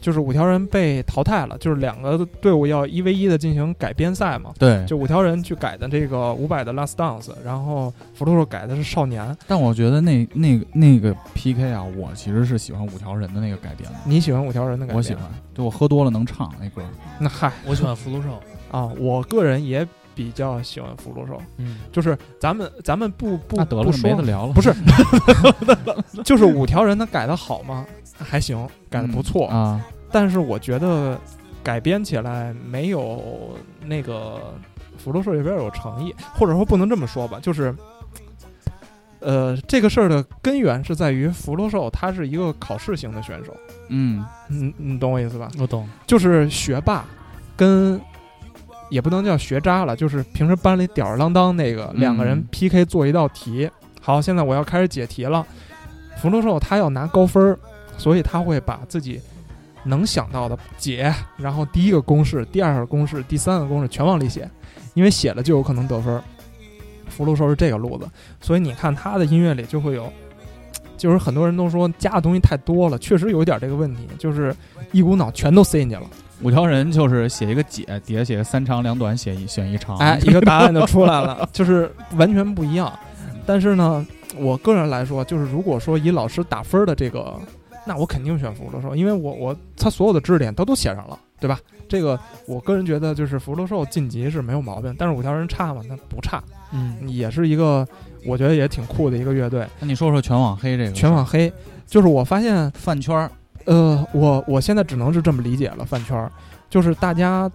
Speaker 5: 就是五条人被淘汰了，就是两个队伍要一 v 一的进行改编赛嘛，
Speaker 4: 对。
Speaker 5: 就五条人去改的这个伍佰的《Last Dance》，然后福禄寿改的是《少年》，
Speaker 4: 但我觉得那那个那个 PK 啊，我其实是喜欢五条人的那个改编的，
Speaker 5: 你喜欢五条人的感觉？
Speaker 4: 我喜欢。就我喝多了能唱那歌。
Speaker 5: 那嗨
Speaker 7: 我喜欢福禄寿，
Speaker 5: 啊，我个人也比较喜欢福禄寿，
Speaker 7: 嗯，
Speaker 5: 就是咱们咱们不不
Speaker 4: 那得了
Speaker 5: 不，
Speaker 4: 没
Speaker 5: 说
Speaker 4: 得，聊了。
Speaker 5: 不是，就是五条人他改的好吗？还行，改的不错、
Speaker 4: 啊，
Speaker 5: 但是我觉得改编起来没有那个福禄寿这边有诚意，或者说不能这么说吧，就是。呃，这个事儿的根源是在于福禄寿，他是一个考试型的选手，
Speaker 4: 嗯，
Speaker 5: 嗯，你懂我意思吧？
Speaker 7: 我懂，
Speaker 5: 就是学霸跟也不能叫学渣了，就是平时班里吊儿郎当那个
Speaker 4: 嗯
Speaker 5: 两个人 PK 做一道题。好，现在我要开始解题了。福禄寿他要拿高分儿，所以他会把自己能想到的解，然后第一个公式、第二个公式、第三个公式全往里写，因为写了就有可能得分儿。福禄寿是这个路子，所以你看他的音乐里就会有，就是很多人都说加的东西太多了，确实有一点这个问题，就是一股脑全都塞进去了。
Speaker 4: 五条人就是写一个解，底下写个三长两短，写一选一长。
Speaker 5: 哎，一个答案就出来了，就是完全不一样。但是呢，我个人来说，就是如果说以老师打分儿的这个，那我肯定选福禄寿，因为我我他所有的知识点他都写上了，对吧？这个我个人觉得就是福禄寿晋级是没有毛病，但是五条人差吗？那不差，
Speaker 4: 嗯，
Speaker 5: 也是一个我觉得也挺酷的一个乐队。
Speaker 4: 那你说说全网黑这个
Speaker 5: 全网黑，就是我发现，
Speaker 4: 饭圈儿，
Speaker 5: 呃，我我现在只能是这么理解了。饭圈儿就是大家，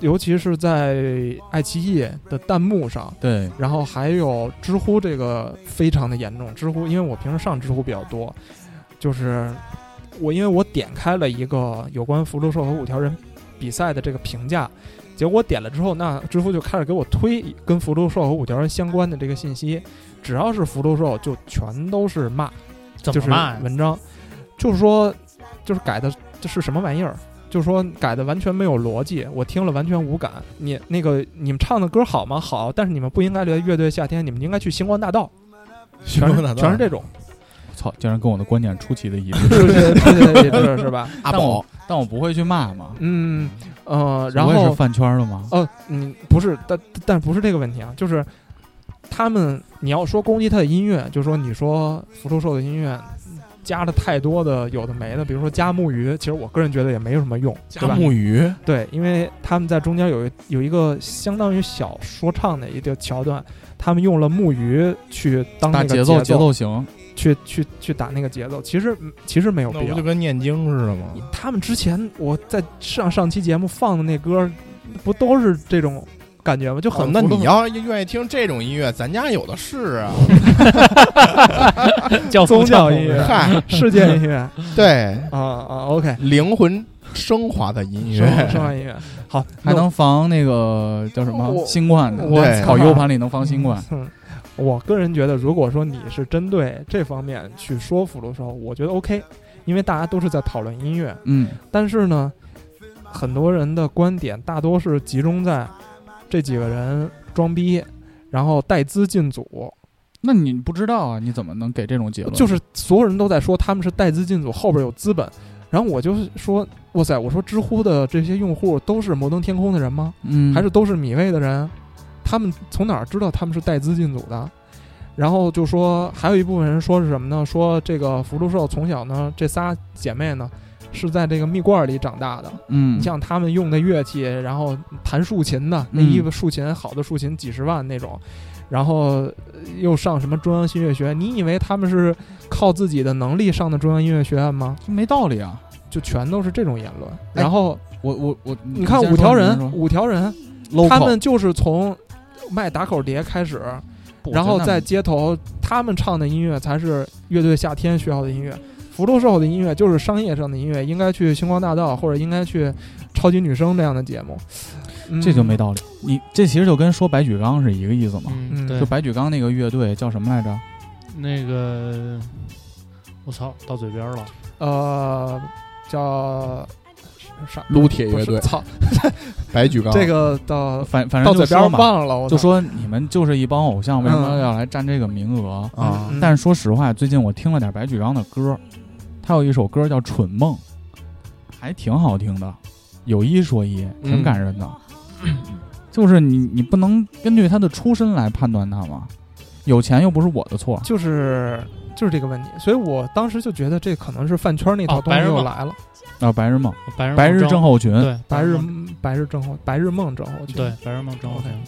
Speaker 5: 尤其是在爱奇艺的弹幕上，
Speaker 4: 对，
Speaker 5: 然后还有知乎这个非常的严重。知乎，因为我平时上知乎比较多，就是我因为我点开了一个有关福禄寿和五条人比赛的这个评价，结果点了之后，那知乎就开始给我推跟福禄寿和五条人相关的这个信息，只要是福禄寿就全都是骂，
Speaker 7: 怎
Speaker 5: 就
Speaker 7: 么
Speaker 5: 是
Speaker 7: 骂呀？
Speaker 5: 文章，就是说，就是改的这是什么玩意儿？就是说改的完全没有逻辑，我听了完全无感。你那个你们唱的歌好吗？好，但是你们不应该来乐队夏天，你们应该去星光大 道，
Speaker 6: 全
Speaker 5: 全是全是这种，
Speaker 4: 操，竟然跟我的观点出奇的一致。
Speaker 5: 对对对对对，是吧？
Speaker 4: 阿宝，但我不会去骂嘛。
Speaker 5: 嗯呃，然
Speaker 4: 我也是
Speaker 5: 后
Speaker 4: 饭圈儿的嘛。
Speaker 5: 呃，嗯，不是，但但不是这个问题啊，就是他们你要说攻击他的音乐，就说你说福禄寿的音乐加了太多的有的没的，比如说加木鱼，其实我个人觉得也没有什么用，对吧？
Speaker 6: 鱼，
Speaker 5: 对，因为他们在中间有一有一个相当于小说唱的一个桥段，他们用了木鱼去当那
Speaker 4: 大
Speaker 5: 个
Speaker 4: 节
Speaker 5: 奏，
Speaker 4: 节奏型，
Speaker 5: 去去去打那个节奏，其实嗯其实没有
Speaker 6: 那
Speaker 5: 必
Speaker 6: 不
Speaker 5: 要
Speaker 6: 就。跟念经似的吗？
Speaker 5: 他们之前我在上上期节目放的那歌，不都是这种感觉吗？就很、啊
Speaker 6: 哦那你要 愿意听这种音乐，咱家有的是啊。
Speaker 7: 教父
Speaker 5: 宗教
Speaker 7: 教父
Speaker 5: 音乐
Speaker 6: 嗨，
Speaker 5: 世界音乐啊
Speaker 6: 对，
Speaker 5: 啊，OK，
Speaker 6: 灵魂升华的音
Speaker 5: 生活
Speaker 6: 乐，
Speaker 5: 生活音乐好，
Speaker 4: 还
Speaker 5: 那
Speaker 4: 能防那个叫什么
Speaker 5: 我
Speaker 4: 新冠的，
Speaker 6: 我
Speaker 4: 靠
Speaker 5: 操
Speaker 4: U 盘里能防新冠。
Speaker 5: 嗯，我个人觉得，如果说你是针对这方面去说服的时候，我觉得 OK，因为大家都是在讨论音乐。
Speaker 4: 嗯，
Speaker 5: 但是呢，很多人的观点大多是集中在这几个人装逼，然后带资进组，
Speaker 4: 那你不知道啊？你怎么能给这种结论？
Speaker 5: 就是所有人都在说他们是带资进组，后边有资本。然后我就说，哇塞，我说知乎的这些用户都是摩登天空的人吗？
Speaker 4: 嗯，
Speaker 5: 还是都是米未的人，他们从哪儿知道他们是带资进组的？然后就说还有一部分人说是什么呢？说这个福禄寿从小呢，这仨姐妹呢是在这个蜜罐里长大的。
Speaker 4: 嗯
Speaker 5: 你，像他们用的乐器，然后弹竖琴的，那
Speaker 4: 嗯
Speaker 5: 一个竖琴好的竖琴几十万那种，然后呃又上什么中央音乐学院？你以为他们是靠自己的能力上的中央音乐学院吗？
Speaker 4: 就没道理啊！
Speaker 5: 就全都是这种言论。
Speaker 4: 哎
Speaker 5: 然后
Speaker 4: 我我我，
Speaker 5: 你看
Speaker 4: 先说
Speaker 5: 五条
Speaker 4: 嗯你先
Speaker 5: 人，
Speaker 4: 说
Speaker 5: 五条人
Speaker 4: local
Speaker 5: 他们就是从卖打口碟开始，
Speaker 4: 不
Speaker 5: 然后
Speaker 4: 真的
Speaker 5: 在街头他们唱的音乐才是乐队夏天需要的音乐。福禄寿的音乐就是商业上的音乐，应该去星光大道或者应该去超级女声这样的节目，嗯
Speaker 4: 这就没道理。你这其实就跟说白举纲是一个意思嘛。
Speaker 7: 嗯，
Speaker 5: 嗯
Speaker 7: 对
Speaker 4: 就，白举纲那个乐队叫什么来着？
Speaker 7: 那个，我操，到嘴边儿了。
Speaker 5: 呃叫啥
Speaker 6: 撸铁
Speaker 5: 不
Speaker 6: 乐
Speaker 5: 是
Speaker 6: 队，
Speaker 5: 操，
Speaker 6: 白举纲。
Speaker 5: 这个到
Speaker 4: 反反
Speaker 5: 到
Speaker 4: 正
Speaker 5: 嘴
Speaker 4: 就
Speaker 5: 边
Speaker 4: 说
Speaker 5: 儿
Speaker 4: 嘛，
Speaker 5: 忘了，我操
Speaker 4: 就说你们就是一帮偶像，为什么
Speaker 5: 嗯
Speaker 4: 要来占这个名额？
Speaker 6: 啊，
Speaker 5: 嗯
Speaker 4: 但是说实话，最近我听了点白举纲的歌，他有一首歌叫《蠢梦》，还挺好听的，有一说一，
Speaker 5: 嗯
Speaker 4: 挺感人的。就是你你不能根据他的出身来判断他嘛，有钱又不是我的错。
Speaker 5: 就是就是这个问题，所以我当时就觉得这可能是饭圈那套
Speaker 7: 哦
Speaker 5: 东西
Speaker 7: 白日
Speaker 5: 又
Speaker 7: 梦
Speaker 5: 来了，
Speaker 4: 啊，白日梦，
Speaker 7: 白日
Speaker 4: 白
Speaker 7: 梦
Speaker 4: 日
Speaker 7: 症
Speaker 4: 症候群，
Speaker 7: 对
Speaker 5: 白日
Speaker 7: 梦
Speaker 5: 白日症候白日梦症候群，
Speaker 7: 对白日梦症候群
Speaker 5: OK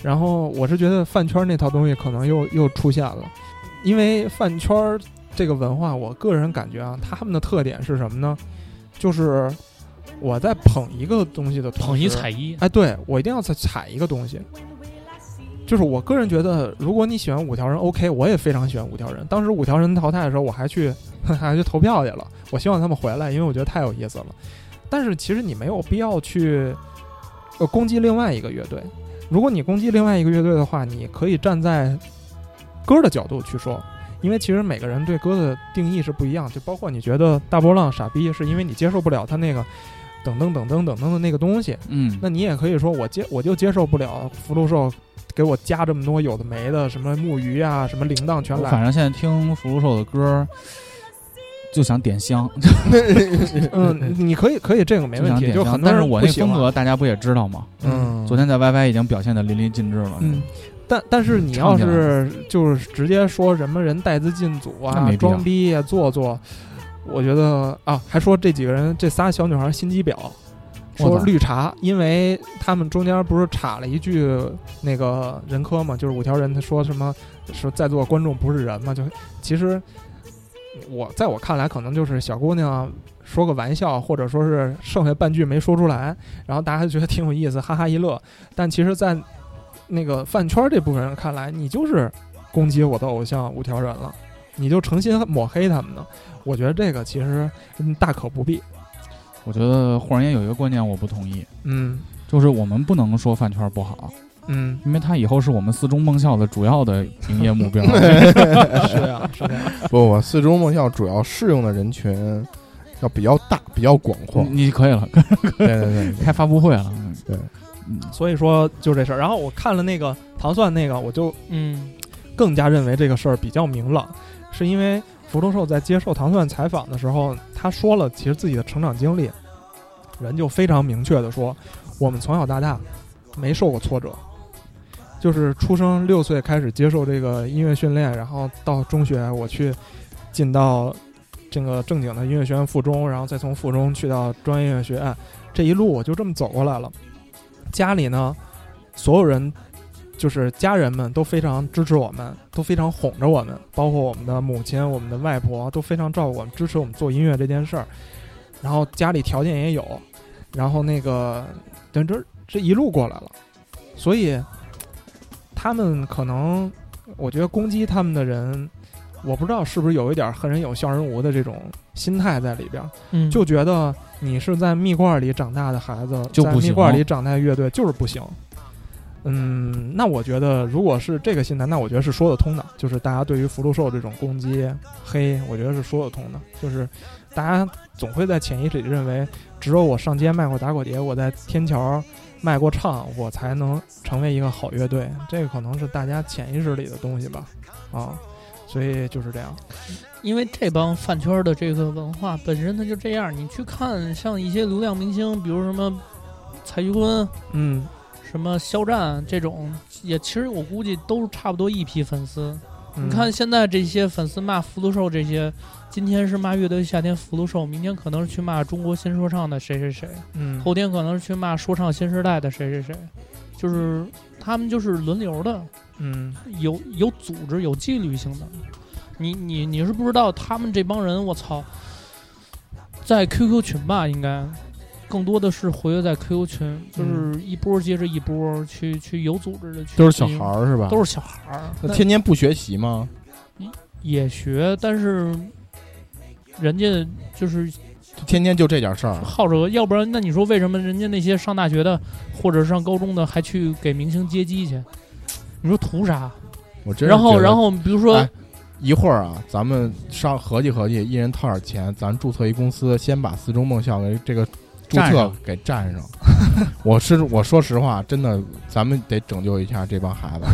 Speaker 5: 然后我是觉得饭圈那套东西可能又又出现了，因为饭圈这个文化，我个人感觉啊，他们的特点是什么呢？就是我在捧一个东西的同时
Speaker 7: 捧一踩，一，
Speaker 5: 哎，对我一定要再踩一个东西。就是我个人觉得，如果你喜欢五条人，OK，我也非常喜欢五条人。当时五条人淘汰的时候，我还去 还去投票去了。我希望他们回来，因为我觉得太有意思了。但是其实你没有必要去呃攻击另外一个乐队。如果你攻击另外一个乐队的话，你可以站在歌的角度去说，因为其实每个人对歌的定义是不一样。就包括你觉得大波浪傻逼，是因为你接受不了他那个噔噔噔噔噔噔的那个东西，
Speaker 4: 嗯，
Speaker 5: 那你也可以说我接我就接受不了福禄寿给我加这么多有的没的，什么木鱼啊，什么铃铛全
Speaker 4: 我
Speaker 5: 来。
Speaker 4: 反正现在听福禄寿的歌，就想点香，
Speaker 5: 嗯，你可以可以这个没
Speaker 4: 就
Speaker 5: 问
Speaker 4: 想
Speaker 5: 题，
Speaker 4: 点
Speaker 5: 就
Speaker 4: 香。
Speaker 5: 很多
Speaker 4: 但是
Speaker 5: 人
Speaker 4: 我
Speaker 5: 不
Speaker 4: 那
Speaker 5: 喜欢
Speaker 4: 风。格大家不也知道吗？
Speaker 6: 嗯，
Speaker 4: 昨天在 YY 已经表现的淋漓尽致了。
Speaker 5: 嗯，但但是你要
Speaker 4: 唱起来
Speaker 5: 是就是直接说什么人带资进组
Speaker 4: 那
Speaker 5: 啊
Speaker 4: 没必、要
Speaker 5: 装逼啊、做作，我觉得啊，还说这几个人这仨小女孩心机婊，说
Speaker 9: 我操
Speaker 5: 绿茶，因为他们中间不是插了一句那个人科嘛，就是五条人他说什么说在座观众不是人嘛，就其实我在我看来可能就是小姑娘说个玩笑，或者说是剩下半句没说出来，然后大家觉得挺有意思，哈哈一乐。但其实，在那个饭圈这部分人看来，你就是攻击我的偶像五条人了，你就诚心抹黑他们呢。我觉得这个其实嗯大可不必。
Speaker 4: 我觉得霍然烟有一个观念我不同意，
Speaker 5: 嗯
Speaker 4: 就是我们不能说饭圈不好，
Speaker 5: 嗯，
Speaker 4: 因为它以后是我们四中梦校的主要的营业目标。
Speaker 5: 是这样，是这啊样。
Speaker 6: 不不，四中梦校主要适用的人群要比较大，比较广阔。
Speaker 4: 你可以了，
Speaker 6: 对对对对，
Speaker 4: 开发布会了。
Speaker 6: 对，
Speaker 4: 嗯，
Speaker 5: 所以说就这事儿。然后我看了那个糖蒜那个，我就
Speaker 7: 嗯，
Speaker 5: 更加认为这个事儿比较明朗，是因为福禄寿在接受糖蒜采访的时候，他说了其实自己的成长经历，人就非常明确的说，我们从小到大没受过挫折，就是出生六岁开始接受这个音乐训练，然后到中学我去进到这个正经的音乐学院附中，然后再从附中去到专业音乐学院，这一路我就这么走过来了。家里呢，所有人就是家人们都非常支持我们，都非常哄着我们，包括我们的母亲、我们的外婆都非常照顾我们，支持我们做音乐这件事儿。然后家里条件也有，然后那个，等这这一路过来了，所以他们可能，我觉得攻击他们的人，我不知道是不是有一点恨人有笑人无的这种心态在里边儿，
Speaker 7: 嗯
Speaker 5: 就觉得你是在蜜罐里长大的孩子，
Speaker 4: 就
Speaker 5: 在
Speaker 4: 不
Speaker 5: 蜜
Speaker 4: 行
Speaker 5: 罐里长大的乐队就是不行。嗯，那我觉得如果是这个心态，那我觉得是说得通的。就是大家对于福禄寿这种攻击黑，我觉得是说得通的。就是大家总会在潜意识里认为，只有我上街卖过打火碟，我在天桥卖过唱，我才能成为一个好乐队。这个可能是大家潜意识里的东西吧，啊，所以就是这样。
Speaker 7: 因为这帮饭圈的这个文化本身它就这样，你去看像一些流量明星，比如什么蔡徐坤、
Speaker 5: 嗯
Speaker 7: 什么肖战这种，也其实我估计都是差不多一批粉丝。
Speaker 5: 嗯
Speaker 7: 你看现在这些粉丝骂福禄寿这些，今天是骂乐队夏天福禄寿，明天可能是去骂中国新说唱的谁谁谁，
Speaker 5: 嗯，
Speaker 7: 后天可能是去骂说唱新时代的谁谁谁，就是他们就是轮流的，
Speaker 5: 嗯
Speaker 7: 有有组织、有纪律性的。你你你是不知道他们这帮人，我操，在 QQ 群吧，应该更多的是活跃在 QQ 群，就是一波接着一波去去有组织的 去，
Speaker 6: 嗯都是小孩儿是啊吧？
Speaker 7: 都是小孩儿，
Speaker 6: 那
Speaker 7: 那
Speaker 6: 天天不学习吗？
Speaker 7: 也学，但是人家就是
Speaker 6: 就天天就这点事儿。
Speaker 7: 好这个，要不然那你说为什么人家那些上大学的或者上高中的还去给明星接机去？你说图啥？
Speaker 6: 我真是
Speaker 7: 然后
Speaker 6: 觉得
Speaker 7: 然后比如说
Speaker 6: 哎一会儿啊，咱们上合计合计，一人掏点钱，咱注册一公司，先把四中梦校给这个注
Speaker 4: 占
Speaker 6: 册
Speaker 4: 上
Speaker 6: 给占上。 我是我说实话，真的，咱们得拯救一下这帮孩子，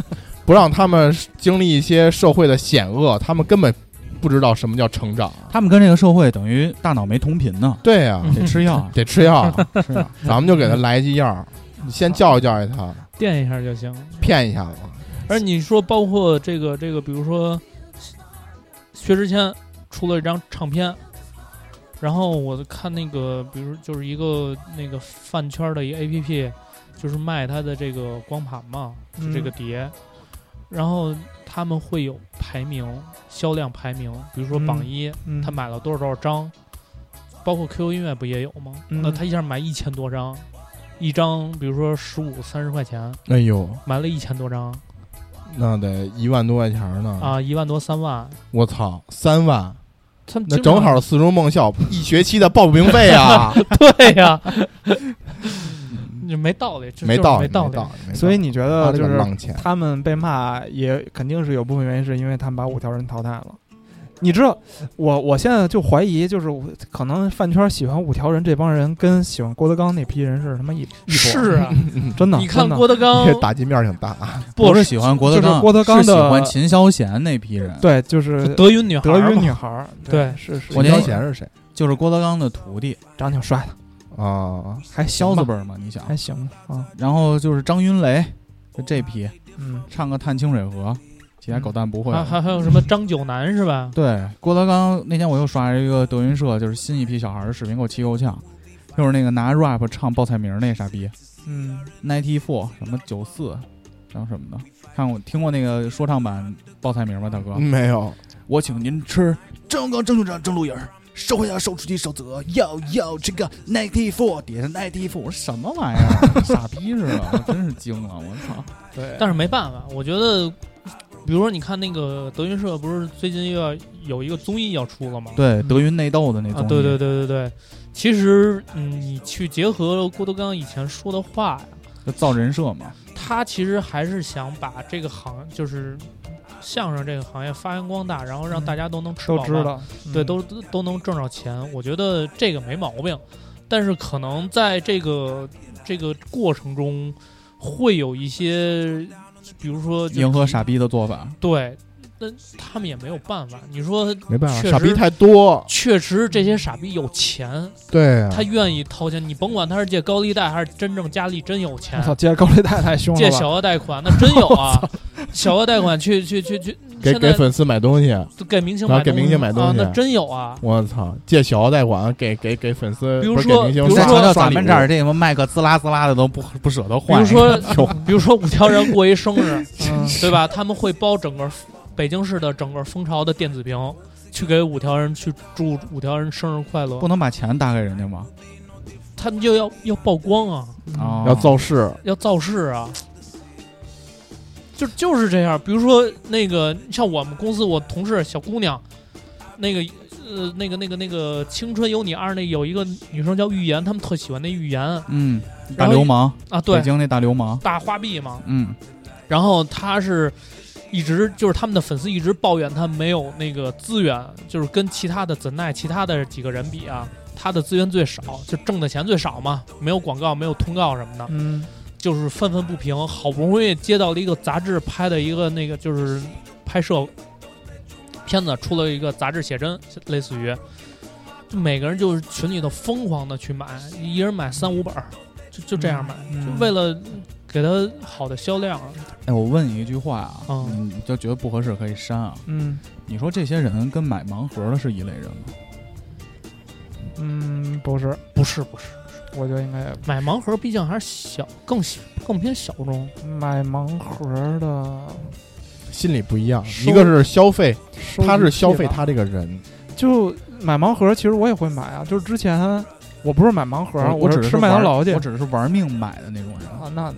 Speaker 6: 不让他们经历一些社会的险恶，他们根本不知道什么叫成长。
Speaker 4: 他们跟这个社会等于大脑没同频 呢，
Speaker 6: 对呀、
Speaker 7: 嗯
Speaker 4: 得吃 药啊，
Speaker 6: 得吃药，
Speaker 4: 吃 药。
Speaker 6: 咱们就给他来剂药儿，你先教育教育他，
Speaker 7: 垫一下就行。
Speaker 6: 骗一下子。
Speaker 7: 而你说包括这个这个，比如说薛之谦出了一张唱片，然后我看那个，比如就是一个那个饭圈的一个 A P P，就是卖他的这个光盘嘛，就
Speaker 5: 嗯
Speaker 7: 这个碟，然后他们会有排名、销量排名，比如说榜
Speaker 5: 嗯
Speaker 7: 一，
Speaker 5: 嗯
Speaker 7: 他买了多少多少张，包括 QQ 音乐不也有吗？
Speaker 5: 嗯
Speaker 7: 那他一下买一千多张，一张比如说十五三十块钱，
Speaker 6: 哎呦，
Speaker 7: 买了一千多张。
Speaker 6: 那得一万多块钱儿呢！
Speaker 7: 啊，一万多三万，
Speaker 6: 我操，三万。
Speaker 7: 他们
Speaker 6: 那
Speaker 7: 经
Speaker 6: 正
Speaker 7: 常
Speaker 6: 好四中梦校一学期的报名费啊，
Speaker 7: 对呀、你没道理，这
Speaker 6: 没
Speaker 7: 就是
Speaker 6: 道理，
Speaker 7: 没道
Speaker 6: 理。
Speaker 5: 所以你觉
Speaker 6: 花
Speaker 7: 呃
Speaker 6: 这
Speaker 5: 得就
Speaker 6: 个
Speaker 5: 是
Speaker 6: 浪钱，
Speaker 5: 他们被骂也肯定是有部分原因，是因为他们把五条人淘汰了。你知道，我我现在就怀疑，就是我可能饭圈喜欢五条人这帮人，跟喜欢郭德纲那批人是他妈一一波，
Speaker 7: 是啊，
Speaker 5: 真的。
Speaker 7: 你看
Speaker 5: 真的
Speaker 7: 郭德纲
Speaker 6: 这打击面儿挺大。啊
Speaker 7: 不
Speaker 4: 是喜欢郭德
Speaker 5: 就是
Speaker 4: 纲，
Speaker 5: 郭德纲
Speaker 4: 是喜
Speaker 5: 的
Speaker 4: 欢秦霄贤那批人，
Speaker 5: 对，就是
Speaker 7: 德云女孩
Speaker 5: 呃德
Speaker 7: 儿
Speaker 5: 云
Speaker 7: 嘛
Speaker 5: 女孩儿，
Speaker 7: 对
Speaker 5: 是是，
Speaker 4: 我
Speaker 6: 秦霄
Speaker 4: 那
Speaker 6: 贤是谁
Speaker 4: 就是郭德纲的徒弟
Speaker 5: 长挺帅的，
Speaker 6: 啊？
Speaker 5: 还行
Speaker 4: 肖子
Speaker 5: 吧
Speaker 4: 辈儿嘛，你想
Speaker 5: 还。行啊，
Speaker 4: 然后就是张云雷，就这批
Speaker 5: 嗯
Speaker 4: 唱个《探清水河》，其他狗蛋不会
Speaker 7: 还
Speaker 4: 了。
Speaker 7: 还还有什么张九南是吧？
Speaker 4: 对，郭德纲那天我又刷了一个德云社，就是新一批小孩儿的视频，给我气够呛。就是那个拿 rap 唱报菜名儿那傻逼
Speaker 5: 嗯，
Speaker 4: ，ninety four 什么九四，然后什么的，看过听过那个说唱版报菜名吗，大哥？
Speaker 7: 嗯
Speaker 6: 没有，
Speaker 4: 我请您吃
Speaker 9: 蒸缸蒸熊掌蒸鹿眼儿，烧花鸭烧雏鸡烧子鹅，要要这个 ninety four
Speaker 4: 底下 ninety four，我说什么玩意儿？ 傻逼似的，我真是惊了，我操！
Speaker 7: 嗯
Speaker 5: 对，
Speaker 7: 但是没办法，我觉得，比如说你看那个德云社，不是最近又要有一个综艺要出了吗？
Speaker 4: 对，德云内斗的那综
Speaker 7: 啊，
Speaker 4: 艺，
Speaker 7: 对对对对对，其实嗯，你去结合郭德纲以前说的话呀，
Speaker 4: 就造人设嘛。
Speaker 7: 他其实还是想把这个行，就是相声这个行业发扬光大，然后让大家都能吃饱
Speaker 5: 嗯都
Speaker 7: 饭
Speaker 5: 知，道，
Speaker 7: 对，
Speaker 5: 嗯
Speaker 7: 都都都能挣着钱。我觉得这个没毛病，但是可能在这个这个过程中，会有一些，比如说就
Speaker 4: 迎合傻逼的做法，
Speaker 7: 对，那他们也没有办法。你说
Speaker 6: 没办法，
Speaker 7: 确实
Speaker 6: 傻逼太多。
Speaker 7: 确实这些傻逼有
Speaker 5: 嗯
Speaker 7: 钱，
Speaker 6: 对啊
Speaker 7: 他愿意掏钱，你甭管他是借高利贷还是真正家里真有钱
Speaker 5: 我，操，借高利贷太凶
Speaker 7: 借
Speaker 5: 了吧？
Speaker 7: 小额贷款那真有 啊，小额贷款去去去去，
Speaker 6: 给
Speaker 7: 现
Speaker 6: 给
Speaker 7: 在
Speaker 6: 粉丝买东西，
Speaker 7: 给明星
Speaker 6: 然
Speaker 7: 买
Speaker 6: 后给明星买东
Speaker 7: 啊
Speaker 6: 西，
Speaker 7: 那真有啊。
Speaker 6: 我操，借小额贷款给给给粉丝，
Speaker 7: 比如
Speaker 6: 不是
Speaker 7: 说
Speaker 6: 给明星
Speaker 7: 比如
Speaker 4: 再
Speaker 6: 刷
Speaker 7: 说
Speaker 4: 强调
Speaker 6: 刷
Speaker 4: 咱
Speaker 6: 礼
Speaker 4: 们
Speaker 6: 物
Speaker 4: 这儿这什么麦克滋啦滋啦的都不不舍得
Speaker 7: 比
Speaker 4: 换。
Speaker 7: 如说， 比如说五条人过一生日，
Speaker 5: 嗯
Speaker 7: 对吧？他们会包整个北京市的整个蜂巢的电子屏，去给五条人去祝五条人生日快乐
Speaker 4: 不。能把钱打给人家吗？
Speaker 7: 他们就要要曝光啊，
Speaker 4: 啊，
Speaker 6: 要造势，
Speaker 7: 要造势啊，就就是这样。比如说那个，像我们公司我同事小姑娘，那个呃，那个那个那个《青春有你二》那有一个女生叫预言，他们特喜欢那预言
Speaker 4: 嗯，大
Speaker 7: 然后
Speaker 4: 流氓，
Speaker 7: 啊，
Speaker 4: 北
Speaker 7: 对，
Speaker 4: 京那大流氓，
Speaker 7: 大花臂嘛。
Speaker 4: 嗯，
Speaker 7: 然后她是一直就是他们的粉丝一直抱怨她没有那个资源，就是跟其他的 The Night 其他的几个人比啊，她的资源最少，就挣的钱最少嘛，没有广告，没有通告什么的。
Speaker 5: 嗯，
Speaker 7: 就是愤愤不平，好不容易接到了一个杂志拍的一个那个就是拍摄片子，出了一个杂志写真，类似于，就每个人就是群里头疯狂的去买，一人买三五本儿，就就这样买，
Speaker 5: 嗯
Speaker 7: 就为了给他好的销量。啊
Speaker 4: 哎，我问你一句话啊，
Speaker 7: 嗯
Speaker 4: 你就觉得不合适可以删啊？
Speaker 5: 嗯
Speaker 4: 你说这些人跟买盲盒的是一类人吗？
Speaker 5: 嗯，不是，
Speaker 7: 不是不是，
Speaker 5: 我觉得应该
Speaker 7: 买盲盒毕竟还是小，更小更偏小众。
Speaker 5: 买盲盒的，
Speaker 6: 心理不一样。
Speaker 5: 收
Speaker 6: 一个是消费，他是消费
Speaker 5: 他。
Speaker 6: 他这个人，
Speaker 5: 就买盲盒，其实我也会买啊。就是之前我不是买盲盒，
Speaker 4: 哦我只
Speaker 5: 是
Speaker 4: 是
Speaker 5: 吃麦
Speaker 4: 玩
Speaker 5: 当劳去
Speaker 4: 我。只是玩命买的那种人。
Speaker 5: 啊，那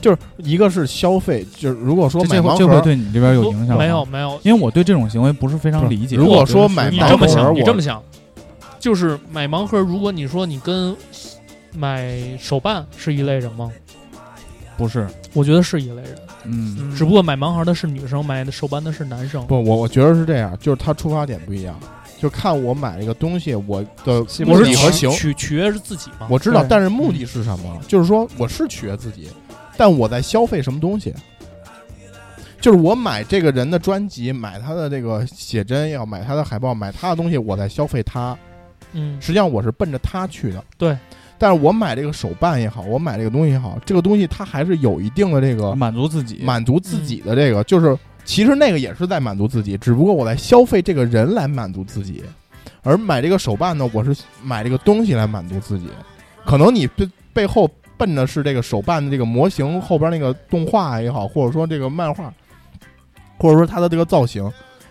Speaker 6: 就是一个是消费，就是如果说
Speaker 4: 这
Speaker 6: 买
Speaker 4: 这会
Speaker 6: 盲
Speaker 4: 这会
Speaker 6: 盒，
Speaker 4: 对你这边有影响吗？
Speaker 7: 哦没
Speaker 6: 啊
Speaker 7: 有，没有，
Speaker 4: 因为我对这种行为不是非
Speaker 6: 不
Speaker 4: 常
Speaker 6: 是
Speaker 4: 理解。
Speaker 6: 如果说买
Speaker 7: 你
Speaker 6: 盲
Speaker 7: 这么
Speaker 6: 盒，
Speaker 7: 想，你这么
Speaker 6: 我
Speaker 7: 想，就是买盲盒，如果你说你跟买手办是一类人吗？
Speaker 4: 不是，
Speaker 7: 我觉得是一类人，
Speaker 4: 嗯，
Speaker 7: 只不过买盲盒的是女生，买的手办的是男生。
Speaker 6: 不我我觉得是这样，就是他出发点不一样，就看我买这个东西我的
Speaker 5: 喜不
Speaker 6: 目
Speaker 7: 我
Speaker 6: 的
Speaker 7: 是
Speaker 5: 喜
Speaker 6: 和行，
Speaker 7: 取取取悦是自己嘛？
Speaker 6: 我知道，
Speaker 5: 对
Speaker 6: 但是目的是什
Speaker 4: 嗯
Speaker 6: 么？就是说我是取悦自己，但我在消费什么东西？就是我买这个人的专辑，买他的这个写真，要买他的海报，买他的东西，我在消费他。
Speaker 7: 嗯，
Speaker 6: 实际上我是奔着他去的。
Speaker 7: 对。
Speaker 6: 但是我买这个手办也好，我买这个东西也好，这个东西它还是有一定的这个
Speaker 4: 满足自己。
Speaker 6: 满足自己的这个，就是其实那个也是在满足自己，只不过我在消费这个人来满足自己，而买这个手办呢，我是买这个东西来满足自己。可能你背背后奔的是这个手办的这个模型后边那个动画也好，或者说这个漫画，或者说它的这个造型，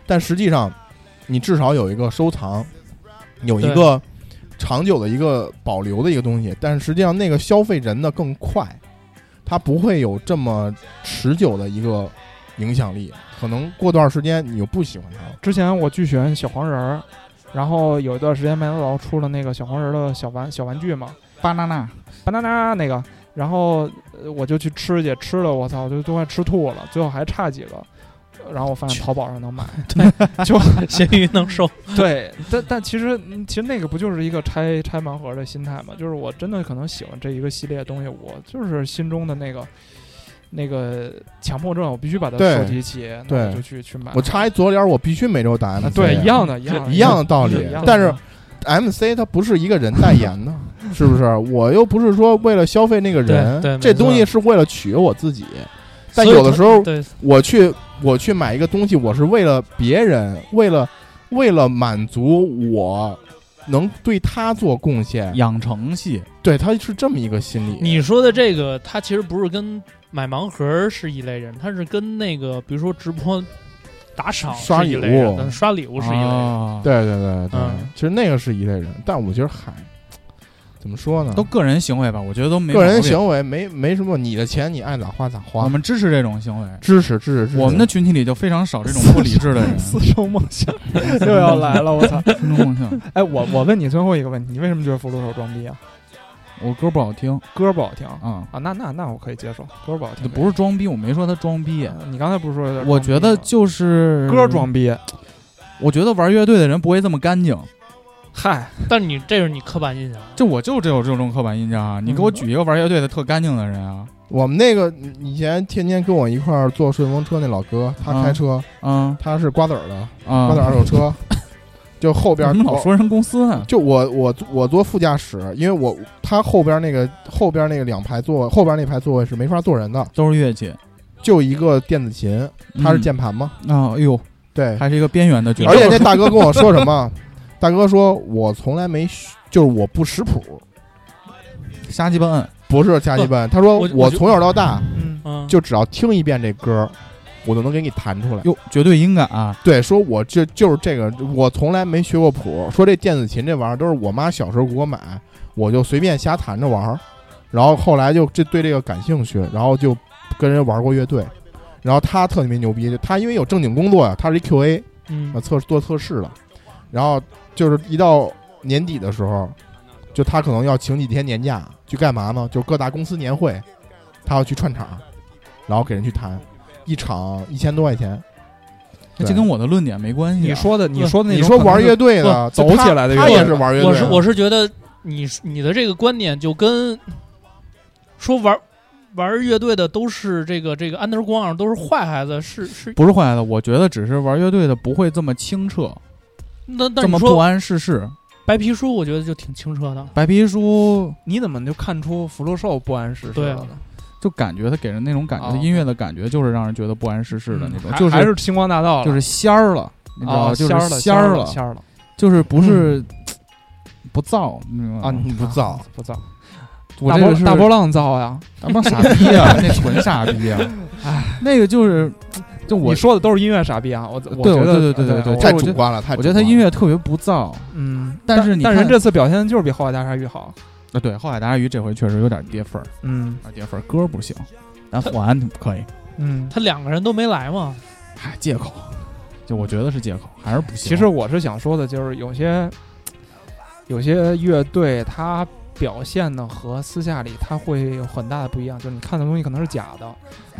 Speaker 6: 但实际上你至少有一个收藏，有一
Speaker 7: 对
Speaker 6: 个长久的一个保留的一个东西，但实际上那个消费人的更快，它不会有这么持久的一个影响力。可能过段时间你又不喜欢它了。
Speaker 5: 之前我巨喜欢小黄人儿，然后有一段时间麦当劳出了那个小黄人儿的小玩小玩具嘛，
Speaker 4: 巴娜娜，
Speaker 5: 巴娜娜那个，然后呃我就去吃去，吃了我操，就都快吃吐了，最后还差几个。然后我发现淘宝上能买，
Speaker 7: 咸鱼能收。
Speaker 5: 对，但但其实嗯其实那个不就是一个拆拆盲盒的心态嘛？就是我真的可能喜欢这一个系列的东西，我就是心中的那个那个强迫症，我必须把它
Speaker 6: 对
Speaker 5: 收集齐，那我
Speaker 6: 对
Speaker 5: 就去去买。
Speaker 6: 我插一左脸，我必须每周打 MC，、
Speaker 5: 啊，对，一样的，一样的
Speaker 6: 一 样的道
Speaker 5: 对
Speaker 6: 理
Speaker 5: 一样的。
Speaker 6: 但是 MC 它不是一个人代言 的，是不是？我又不是说为了消费那个人，
Speaker 7: 对对没错
Speaker 6: 这东西是为了取悦我自己。但
Speaker 7: 所以
Speaker 6: 有的
Speaker 7: 他
Speaker 6: 时候
Speaker 7: 对，
Speaker 6: 我去我去买一个东西，我是为了别人，为了为了满足我能对他做贡献，
Speaker 4: 养成系，
Speaker 6: 对他是这么一个心理。
Speaker 7: 你说的这个，它其实不是跟买盲盒是一类人，它是跟那个比如说直播打赏
Speaker 6: 刷
Speaker 7: 是一
Speaker 6: 礼
Speaker 7: 类人
Speaker 6: 物
Speaker 7: 嗯刷礼物是一类人。
Speaker 4: 啊，
Speaker 6: 对对对对，
Speaker 7: 嗯
Speaker 6: 其实那个是一类人，但我觉得嗨，怎么说呢？
Speaker 4: 都个人行为吧，我觉得都没
Speaker 6: 个人
Speaker 4: 毛病。
Speaker 6: 行为没没什么，你的钱你爱咋花咋
Speaker 4: 我
Speaker 6: 花，
Speaker 4: 们支持这种行为。
Speaker 6: 支持支持支持。
Speaker 4: 我们的群体里就非常少这种不理智的人，
Speaker 5: 四周梦想又要来了，我操！
Speaker 4: 心中梦想。
Speaker 5: 哎，我我问你最后一个问题，你为什么觉得福禄寿装逼啊？
Speaker 4: 我歌不好听
Speaker 5: 歌不好听啊，
Speaker 4: 啊，
Speaker 5: 那那那我可以接受，歌不好听。
Speaker 4: 不是装逼，我没说他装逼，
Speaker 5: 呃，你刚才不是说有嗯点装逼吗？
Speaker 4: 我觉得就是
Speaker 5: 歌装逼，
Speaker 4: 我觉得玩乐队的人不会这么干净。
Speaker 5: 嗨，
Speaker 7: 但是你这是你刻板印象，
Speaker 4: 就我就只有这种刻板印象啊！你给我举一个玩乐队的特干净的人啊！
Speaker 6: 我们那个以前天天跟我一块儿坐顺风车那老哥，他
Speaker 4: 嗯
Speaker 6: 开车，
Speaker 4: 啊
Speaker 6: 他是瓜子儿的，瓜子儿
Speaker 4: 啊！
Speaker 6: 二手 车，就后
Speaker 4: 为
Speaker 6: 边哦
Speaker 4: 什么老说人公司啊呢？
Speaker 6: 就我我我坐副驾驶，因为我他后边那个后边那个两排座后边那排座位是没法坐人的，
Speaker 4: 都是乐器，
Speaker 6: 就一个电子琴，他是
Speaker 4: 嗯
Speaker 6: 键盘嘛，
Speaker 4: 啊！哎呦，
Speaker 6: 对，
Speaker 4: 还是一个边缘的角
Speaker 6: 而
Speaker 4: 色
Speaker 6: 且那大哥跟我说什 么？大哥说，我从来没学，就是我不识谱，
Speaker 4: 瞎鸡巴摁。
Speaker 6: 不是瞎鸡巴。 他说
Speaker 7: 我
Speaker 6: 我从小到大
Speaker 5: 嗯，
Speaker 7: 嗯，
Speaker 6: 就只要听一遍这歌，我就能给你弹出来。
Speaker 4: 哟，绝对音感啊！
Speaker 6: 对，说我就就是这个，我从来没学过谱。说这电子琴这玩意儿都是我妈小时候给我买，我就随便瞎弹着玩儿。然后后来就这对这个感兴趣，然后就跟人玩过乐队。然后他特别牛逼，就他因为有正经工作呀，他是一 QA，
Speaker 7: 嗯
Speaker 6: 啊，测做测试了，然后就是一到年底的时候，就他可能要请几天年假去干嘛呢？就是各大公司年会，他要去串场，然后给人去弹，一场一千多块钱。
Speaker 4: 那
Speaker 6: 对
Speaker 4: 这跟我的论点没关系啊。
Speaker 5: 你说的你说的那
Speaker 6: 你
Speaker 5: 种
Speaker 6: 说
Speaker 5: 可能
Speaker 6: 玩
Speaker 5: 是
Speaker 6: 乐队的
Speaker 5: 不
Speaker 6: 就
Speaker 5: 走
Speaker 6: 他
Speaker 5: 起来的乐
Speaker 6: 他
Speaker 5: 队
Speaker 6: 也是啊玩乐队的，
Speaker 7: 嗯我是我是觉得你你的这个观点就跟说玩玩乐队的都是这个这个 underground 都是坏孩子，是是
Speaker 4: 不是坏的，我觉得只是玩乐队的不会这么清澈，
Speaker 7: 那那
Speaker 4: 这
Speaker 7: 你
Speaker 4: 么不
Speaker 7: 说
Speaker 4: 谙世事。
Speaker 7: 白皮书，我觉得就挺清澈的。
Speaker 4: 白皮书
Speaker 5: 你怎么就看出福禄寿不谙世事
Speaker 7: 对
Speaker 5: 了
Speaker 7: 啊
Speaker 5: 呢？
Speaker 4: 就感觉他给人那种感觉，
Speaker 5: 哦
Speaker 4: 音乐的感觉就是让人觉得不谙世事的那种，
Speaker 5: 嗯还
Speaker 4: 就
Speaker 5: 还是星光大道了，
Speaker 4: 就是仙儿了，你知道
Speaker 5: 啊，
Speaker 4: 吧？就
Speaker 5: 仙儿
Speaker 4: 是
Speaker 5: 了，
Speaker 4: 仙
Speaker 5: 儿
Speaker 4: 儿
Speaker 5: 了，
Speaker 4: 了，
Speaker 5: 仙儿了
Speaker 4: 就是不是不造，你明白吗
Speaker 5: 啊！你
Speaker 6: 不造
Speaker 5: 啊不造，
Speaker 4: 我
Speaker 5: 大
Speaker 4: 这
Speaker 5: 波
Speaker 4: 个是
Speaker 5: 大波浪造呀！
Speaker 4: 大波傻逼啊，那纯傻逼 啊！哎，那个就是，就我
Speaker 5: 你说的都是音乐傻逼啊！我我
Speaker 4: 对
Speaker 5: 觉
Speaker 4: 对
Speaker 5: 得
Speaker 4: 对对对对
Speaker 5: 我
Speaker 6: 太
Speaker 4: 这我
Speaker 6: 主
Speaker 4: 觉得
Speaker 6: 观了，太
Speaker 4: 我觉得他
Speaker 6: 主观
Speaker 4: 音
Speaker 6: 了
Speaker 4: 乐特别不造
Speaker 5: 嗯，
Speaker 4: 但
Speaker 5: 但
Speaker 4: 是你
Speaker 5: 但
Speaker 4: 看
Speaker 5: 人这次表现就是比后海大鲨鱼好，
Speaker 4: 啊。对，后海达鱼这回确实有点跌份儿，
Speaker 5: 嗯
Speaker 4: 有点跌份儿，歌不行，但还可以，
Speaker 5: 嗯。
Speaker 7: 他两个人都没来嘛，
Speaker 4: 哎，借口，就我觉得是借口，还是不行。
Speaker 5: 其实我是想说的，就是有些有些乐队，它表现呢和私下里它会有很大的不一样，就是你看的东西可能是假的，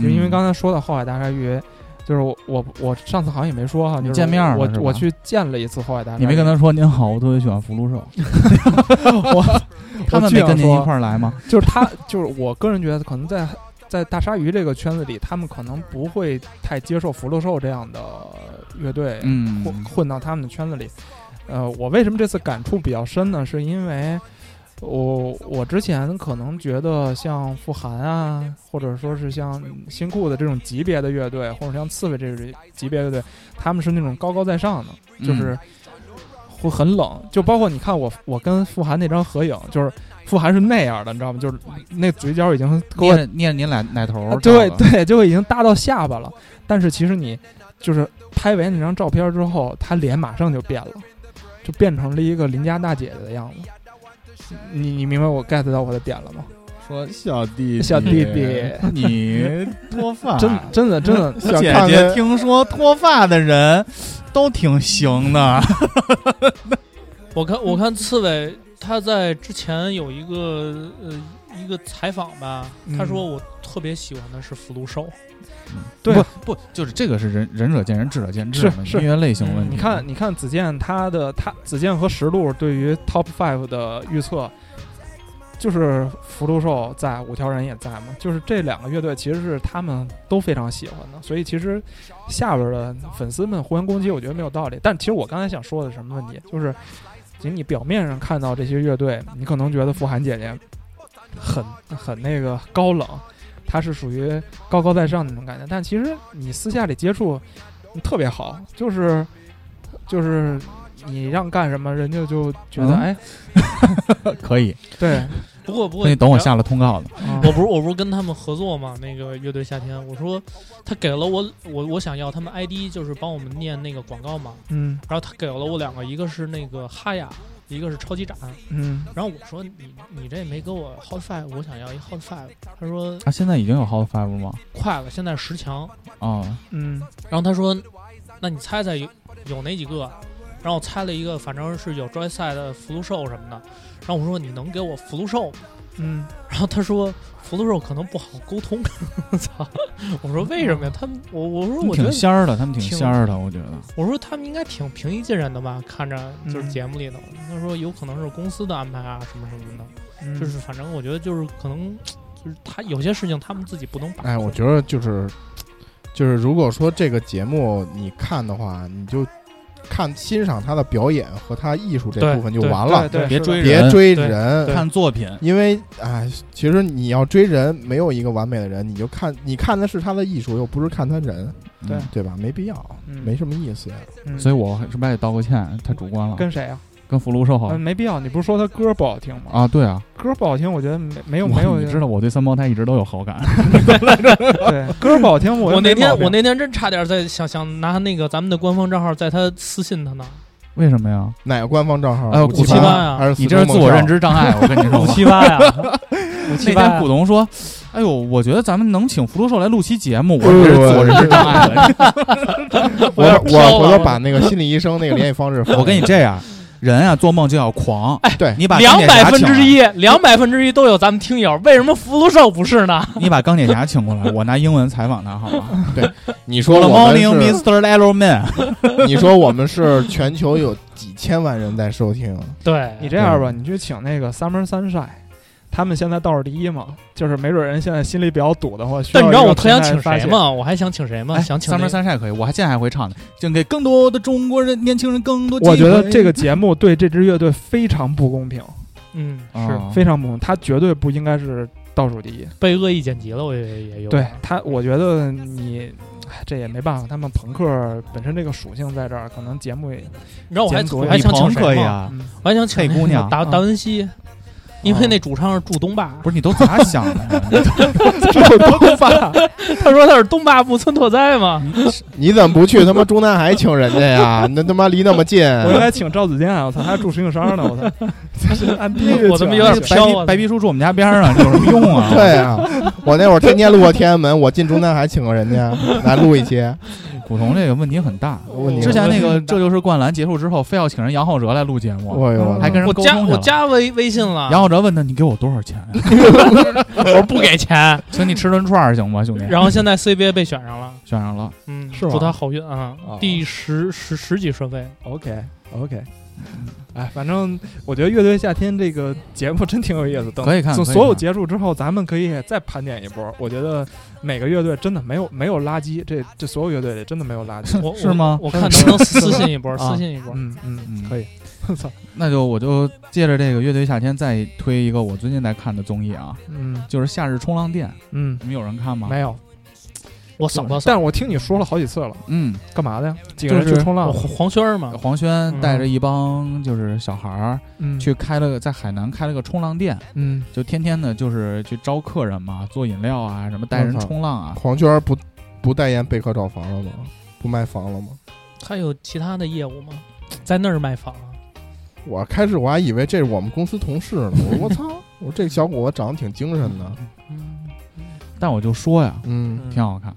Speaker 5: 就因为刚
Speaker 4: 才
Speaker 5: 才说到后海大鲨鱼。就是我我我上次好像也没说哈，
Speaker 4: 你
Speaker 5: 就是
Speaker 4: 见面了
Speaker 5: 我
Speaker 4: 是吧
Speaker 5: 我去见了一次后海大鲨鱼，
Speaker 4: 你没跟他说您好，我特别喜欢福 禄寿，我他们没跟您一块儿来吗？
Speaker 5: 就是他，就是我个人觉得，可能在在大鲨鱼这个圈子里，他们可能不会太接受福禄寿这样的乐队
Speaker 4: 嗯
Speaker 5: 混混到他们的圈子里。呃，我为什么这次感触比较深呢？是因为我我之前可能觉得像富含啊，或者说是像新裤子这种级别的乐队，或者像刺猬这种级别乐队，他们是那种高高在上的，
Speaker 4: 嗯
Speaker 5: 就是会很冷。就包括你看我我跟富含那张合影，就是富含是那样的，你知道吗？就是那嘴角已经给
Speaker 4: 捏
Speaker 5: 我啊
Speaker 4: 着捏着您奶奶头儿，
Speaker 5: 对
Speaker 4: 知道吧，
Speaker 5: 对，就已经搭到下巴了。但是其实你就是拍完那张照片之后，他脸马上就变了，就变成了一个邻家大姐姐的样子。你你明白我 get 到我的点了吗？
Speaker 4: 说小弟弟
Speaker 5: 小弟弟，
Speaker 4: 你脱发
Speaker 5: 真真的真的，
Speaker 6: 想
Speaker 4: 姐
Speaker 6: 看
Speaker 4: 姐
Speaker 6: 看
Speaker 4: 听说脱发的人都挺行的，
Speaker 7: 我看我看刺猬他在之前有一个呃一个采访吧，
Speaker 5: 嗯
Speaker 7: 他说我特别喜欢的是福禄寿，
Speaker 5: 对
Speaker 4: 不不 就是这个是仁仁者见仁，智者见智
Speaker 5: 是
Speaker 4: 嘛，
Speaker 5: 是嗯
Speaker 4: 音乐类型问题。
Speaker 5: 你看，你看子健他的他子健和石路对于 Top Five 的预测，就是福禄寿在，五条人也在嘛，就是这两个乐队其实是他们都非常喜欢的，所以其实下边的粉丝们互相攻击，我觉得没有道理。但其实我刚才想说的是什么问题，就是仅你表面上看到这些乐队，你可能觉得富含姐姐很很那个高冷。她是属于高高在上那种感觉，但其实你私下里接触特别好，就是就是你让干什么，人家就觉得
Speaker 4: 嗯
Speaker 5: 哎，
Speaker 4: 可以。
Speaker 5: 对，
Speaker 7: 不过不过，
Speaker 4: 那你等我下了通告呢。
Speaker 5: 啊
Speaker 7: 我不是我不是跟他们合作嘛？那个乐队夏天，我说他给了我我我想要他们 ID，就是帮我们念那个广告嘛。
Speaker 5: 嗯
Speaker 7: 然后他给了我两个，一个是那个哈雅，一个是超级展。
Speaker 5: 嗯
Speaker 7: 然后我说你你这没给我 Hot Five，我想要一 Hot Five。他说
Speaker 4: 啊，现在已经有 Hot Five 了吗？
Speaker 7: 快了，现在十强。
Speaker 4: 啊，
Speaker 5: 嗯
Speaker 7: 然后他说那你猜猜有有哪几个？然后我猜了一个，反正是有 Joy Side 的福禄寿什么的。然后我说你能给我福禄寿吗？
Speaker 5: 嗯，
Speaker 7: 然后他说福禄寿可能不好沟通， 操！我说为什么呀？他们我我说
Speaker 4: 他们
Speaker 7: 我觉
Speaker 4: 挺
Speaker 7: 得
Speaker 4: 仙儿的，他们挺
Speaker 7: 挺
Speaker 4: 仙儿的，我觉得。
Speaker 7: 我说他们应该挺平易近人的吧？看着就是
Speaker 5: 嗯
Speaker 7: 节目里头，他说有可能是公司的安排啊什么什么的，
Speaker 5: 嗯
Speaker 7: 就是反正我觉得就是可能就是他有些事情他们自己不能把控。
Speaker 6: 哎，我觉得就是就是，如果说这个节目你看的话，你就看欣赏他的表演和他艺术这
Speaker 7: 对
Speaker 6: 部分就
Speaker 7: 对
Speaker 6: 完了，
Speaker 5: 对
Speaker 4: 别
Speaker 5: 是的
Speaker 4: 追
Speaker 6: 别
Speaker 4: 人
Speaker 6: 追
Speaker 7: 对
Speaker 6: 人。
Speaker 7: 对
Speaker 4: 看作品，
Speaker 6: 因为哎，其实你要追人，没有一个完美的人，你就看你看的是他的艺术，又不是看他人，
Speaker 4: 嗯
Speaker 5: 对
Speaker 6: 对吧？没必要，
Speaker 5: 嗯
Speaker 6: 没什么意思。
Speaker 5: 嗯
Speaker 4: 所以我是不是还得道个歉？太主观了，跟
Speaker 5: 跟谁啊？
Speaker 4: 跟福禄寿好
Speaker 5: 嗯，没必要。你不是说他歌不好听吗？
Speaker 4: 哦啊？对啊，
Speaker 5: 歌不好听，我觉得没没有
Speaker 4: 我
Speaker 5: 没有，
Speaker 4: 你知道我对三胞胎一直都有好感。
Speaker 5: 对歌不好听，我
Speaker 7: 我
Speaker 5: 又
Speaker 7: 那
Speaker 5: 没
Speaker 7: 天
Speaker 5: 毛病
Speaker 7: 我那天真差点在想想拿那个咱们的官方账号在他私信他呢，
Speaker 4: 为什么呀？
Speaker 6: 哪个官方账号？
Speaker 4: 哎呦
Speaker 6: 古
Speaker 7: 呃古奇巴呀
Speaker 6: 还是
Speaker 4: 你这是自我认知障碍，我跟你说
Speaker 10: 五
Speaker 4: 吧。
Speaker 10: 七八呀，五
Speaker 4: 那
Speaker 10: 七八
Speaker 4: 天
Speaker 10: 呀
Speaker 4: 古，龙说：“哎呦，我觉得咱们能请福禄寿来录期节目，我
Speaker 6: 哎呦
Speaker 4: 这是自我认知障碍了。
Speaker 6: 我
Speaker 7: 有点飘
Speaker 6: 我
Speaker 7: 了
Speaker 6: 回头把那个心理医生那个联系方式发
Speaker 4: 我跟你这样，人啊做梦就要狂。
Speaker 6: 对
Speaker 4: 你把
Speaker 7: 两
Speaker 4: 钢铁侠
Speaker 7: 百分
Speaker 4: 请
Speaker 7: 之
Speaker 4: 来，
Speaker 7: 一，两百分之一都有咱们听友，为什么福禄寿不是呢？
Speaker 4: 你把钢铁侠请过来，我拿英文采访他好 吗？
Speaker 6: 你
Speaker 4: 说
Speaker 6: 说
Speaker 4: 了
Speaker 6: 我们
Speaker 4: Morning
Speaker 6: 是，
Speaker 4: Mr. Yellow Man，
Speaker 6: 你说我们是全球有几千万人在收听，
Speaker 7: 对，
Speaker 5: 你这样吧，你去请那个 Summer Sunshine，他们现在倒数第一嘛，就是没准人现在心里比较堵得慌。需
Speaker 7: 但你知
Speaker 5: 要一
Speaker 7: 道
Speaker 5: 个
Speaker 7: 我特想
Speaker 5: 平
Speaker 7: 请
Speaker 5: 台发
Speaker 7: 谁
Speaker 5: 泄？
Speaker 7: 吗？我还想请谁吗？
Speaker 4: 哎
Speaker 7: 想请
Speaker 4: 三
Speaker 7: 那
Speaker 4: 门三晒可以，我还现在还会唱呢，请给更多的中国人年轻人更多机会。
Speaker 5: 我觉得这个节目对这支乐队非常不公平，
Speaker 7: 嗯，
Speaker 4: 啊
Speaker 7: 是
Speaker 5: 非常不公平，他绝对不应该是倒数第一。
Speaker 7: 被恶意剪辑了，我也也有
Speaker 5: 对他，我觉得你。哎这也没办法，他们朋克本身这个属性在这儿，可能节目也，
Speaker 7: 你知道我还
Speaker 5: 剪
Speaker 7: 我
Speaker 5: 辑
Speaker 7: 还
Speaker 4: 李
Speaker 7: 想请
Speaker 4: 鹏
Speaker 7: 谁
Speaker 4: 可以
Speaker 7: 吗？
Speaker 4: 啊，
Speaker 5: 嗯
Speaker 7: 我还想请
Speaker 4: 配
Speaker 7: 那
Speaker 4: 姑
Speaker 7: 个
Speaker 4: 娘
Speaker 7: 达
Speaker 5: 嗯
Speaker 7: 达文西，因为那主唱是住东坝，
Speaker 4: 不是你都咋想 的？
Speaker 5: 头发，
Speaker 7: 他说他是东坝木村拓哉嘛，
Speaker 6: 你怎么不去他妈中南海请人家呀？ 那他妈离那么近，
Speaker 5: 我应该请赵子健啊！我操，他还住石景山呢！我操， 这是按地域
Speaker 7: 我怎么有点
Speaker 4: 白
Speaker 7: 飘啊
Speaker 4: 皮白皮书住我们家边 上，有什么用啊？
Speaker 6: 对啊，我那会儿天天路过天安门，我进中南海请过人家来录一期。
Speaker 4: 古潼这个问题很大。
Speaker 6: 问你
Speaker 4: 之前那个《这就是灌篮》结束之后，非要请人杨浩哲来录节目，
Speaker 6: 我哟，
Speaker 4: 还跟人
Speaker 7: 我
Speaker 4: 沟
Speaker 7: 加
Speaker 4: 通去
Speaker 7: 我
Speaker 4: 了。
Speaker 7: 加微微信了，
Speaker 4: 杨浩哲问他：“你给我多少钱呀、
Speaker 7: 我说不给钱，
Speaker 4: 请你吃顿串儿行吗，兄弟？”
Speaker 7: 然后现在 CBA 被选上了，
Speaker 4: 选上了，
Speaker 7: 嗯，
Speaker 5: 是吗
Speaker 7: 祝他好运啊
Speaker 5: 哦，
Speaker 7: 第十十十几顺位，
Speaker 5: OK OK，哎，反正我觉得《乐队夏天》这个节目真挺有意思。等
Speaker 4: 可以看
Speaker 5: 所
Speaker 4: 可以
Speaker 5: 所有
Speaker 4: 看
Speaker 5: 结束之后，咱们可以再盘点一波。我觉得每个乐队真的 没有没有垃圾，这这所有乐队里真的没有垃圾。
Speaker 7: 我
Speaker 4: 是吗
Speaker 7: 我我看能不能私信一波，
Speaker 4: 啊
Speaker 7: 私信一波，
Speaker 5: 嗯嗯，
Speaker 4: 嗯
Speaker 5: 可以。操，
Speaker 4: 那就我就借着这个乐队夏天再推一个我最近在看的综艺啊，
Speaker 5: 嗯
Speaker 4: 就是《夏日冲浪店》，
Speaker 5: 嗯，
Speaker 4: 你们有人看吗？
Speaker 5: 没有。
Speaker 7: 我扫过扫
Speaker 5: 但是我听你说了好几次了，
Speaker 4: 嗯，
Speaker 5: 干嘛的呀？几个人
Speaker 4: 就是
Speaker 5: 去冲
Speaker 7: 过，
Speaker 5: 浪
Speaker 7: 我？黄黄轩儿嘛，
Speaker 4: 黄轩带着
Speaker 7: 嗯
Speaker 4: 一帮就是小孩儿
Speaker 5: 嗯，
Speaker 4: 去开了个在海南开了个冲浪店，
Speaker 5: 嗯，
Speaker 4: 就天天的就是去招客人嘛，做饮料啊，什么带人
Speaker 6: 我操
Speaker 4: 冲浪啊，
Speaker 6: 黄娟不不代言贝壳找房了吗？不卖房了吗？
Speaker 7: 他有其他的业务吗？在那儿卖房啊，
Speaker 6: 我开始我还以为这是我们公司同事呢，我说我操，我说这小伙子长得挺精神的，
Speaker 4: 但我就说呀，
Speaker 6: 嗯，
Speaker 4: 挺好看，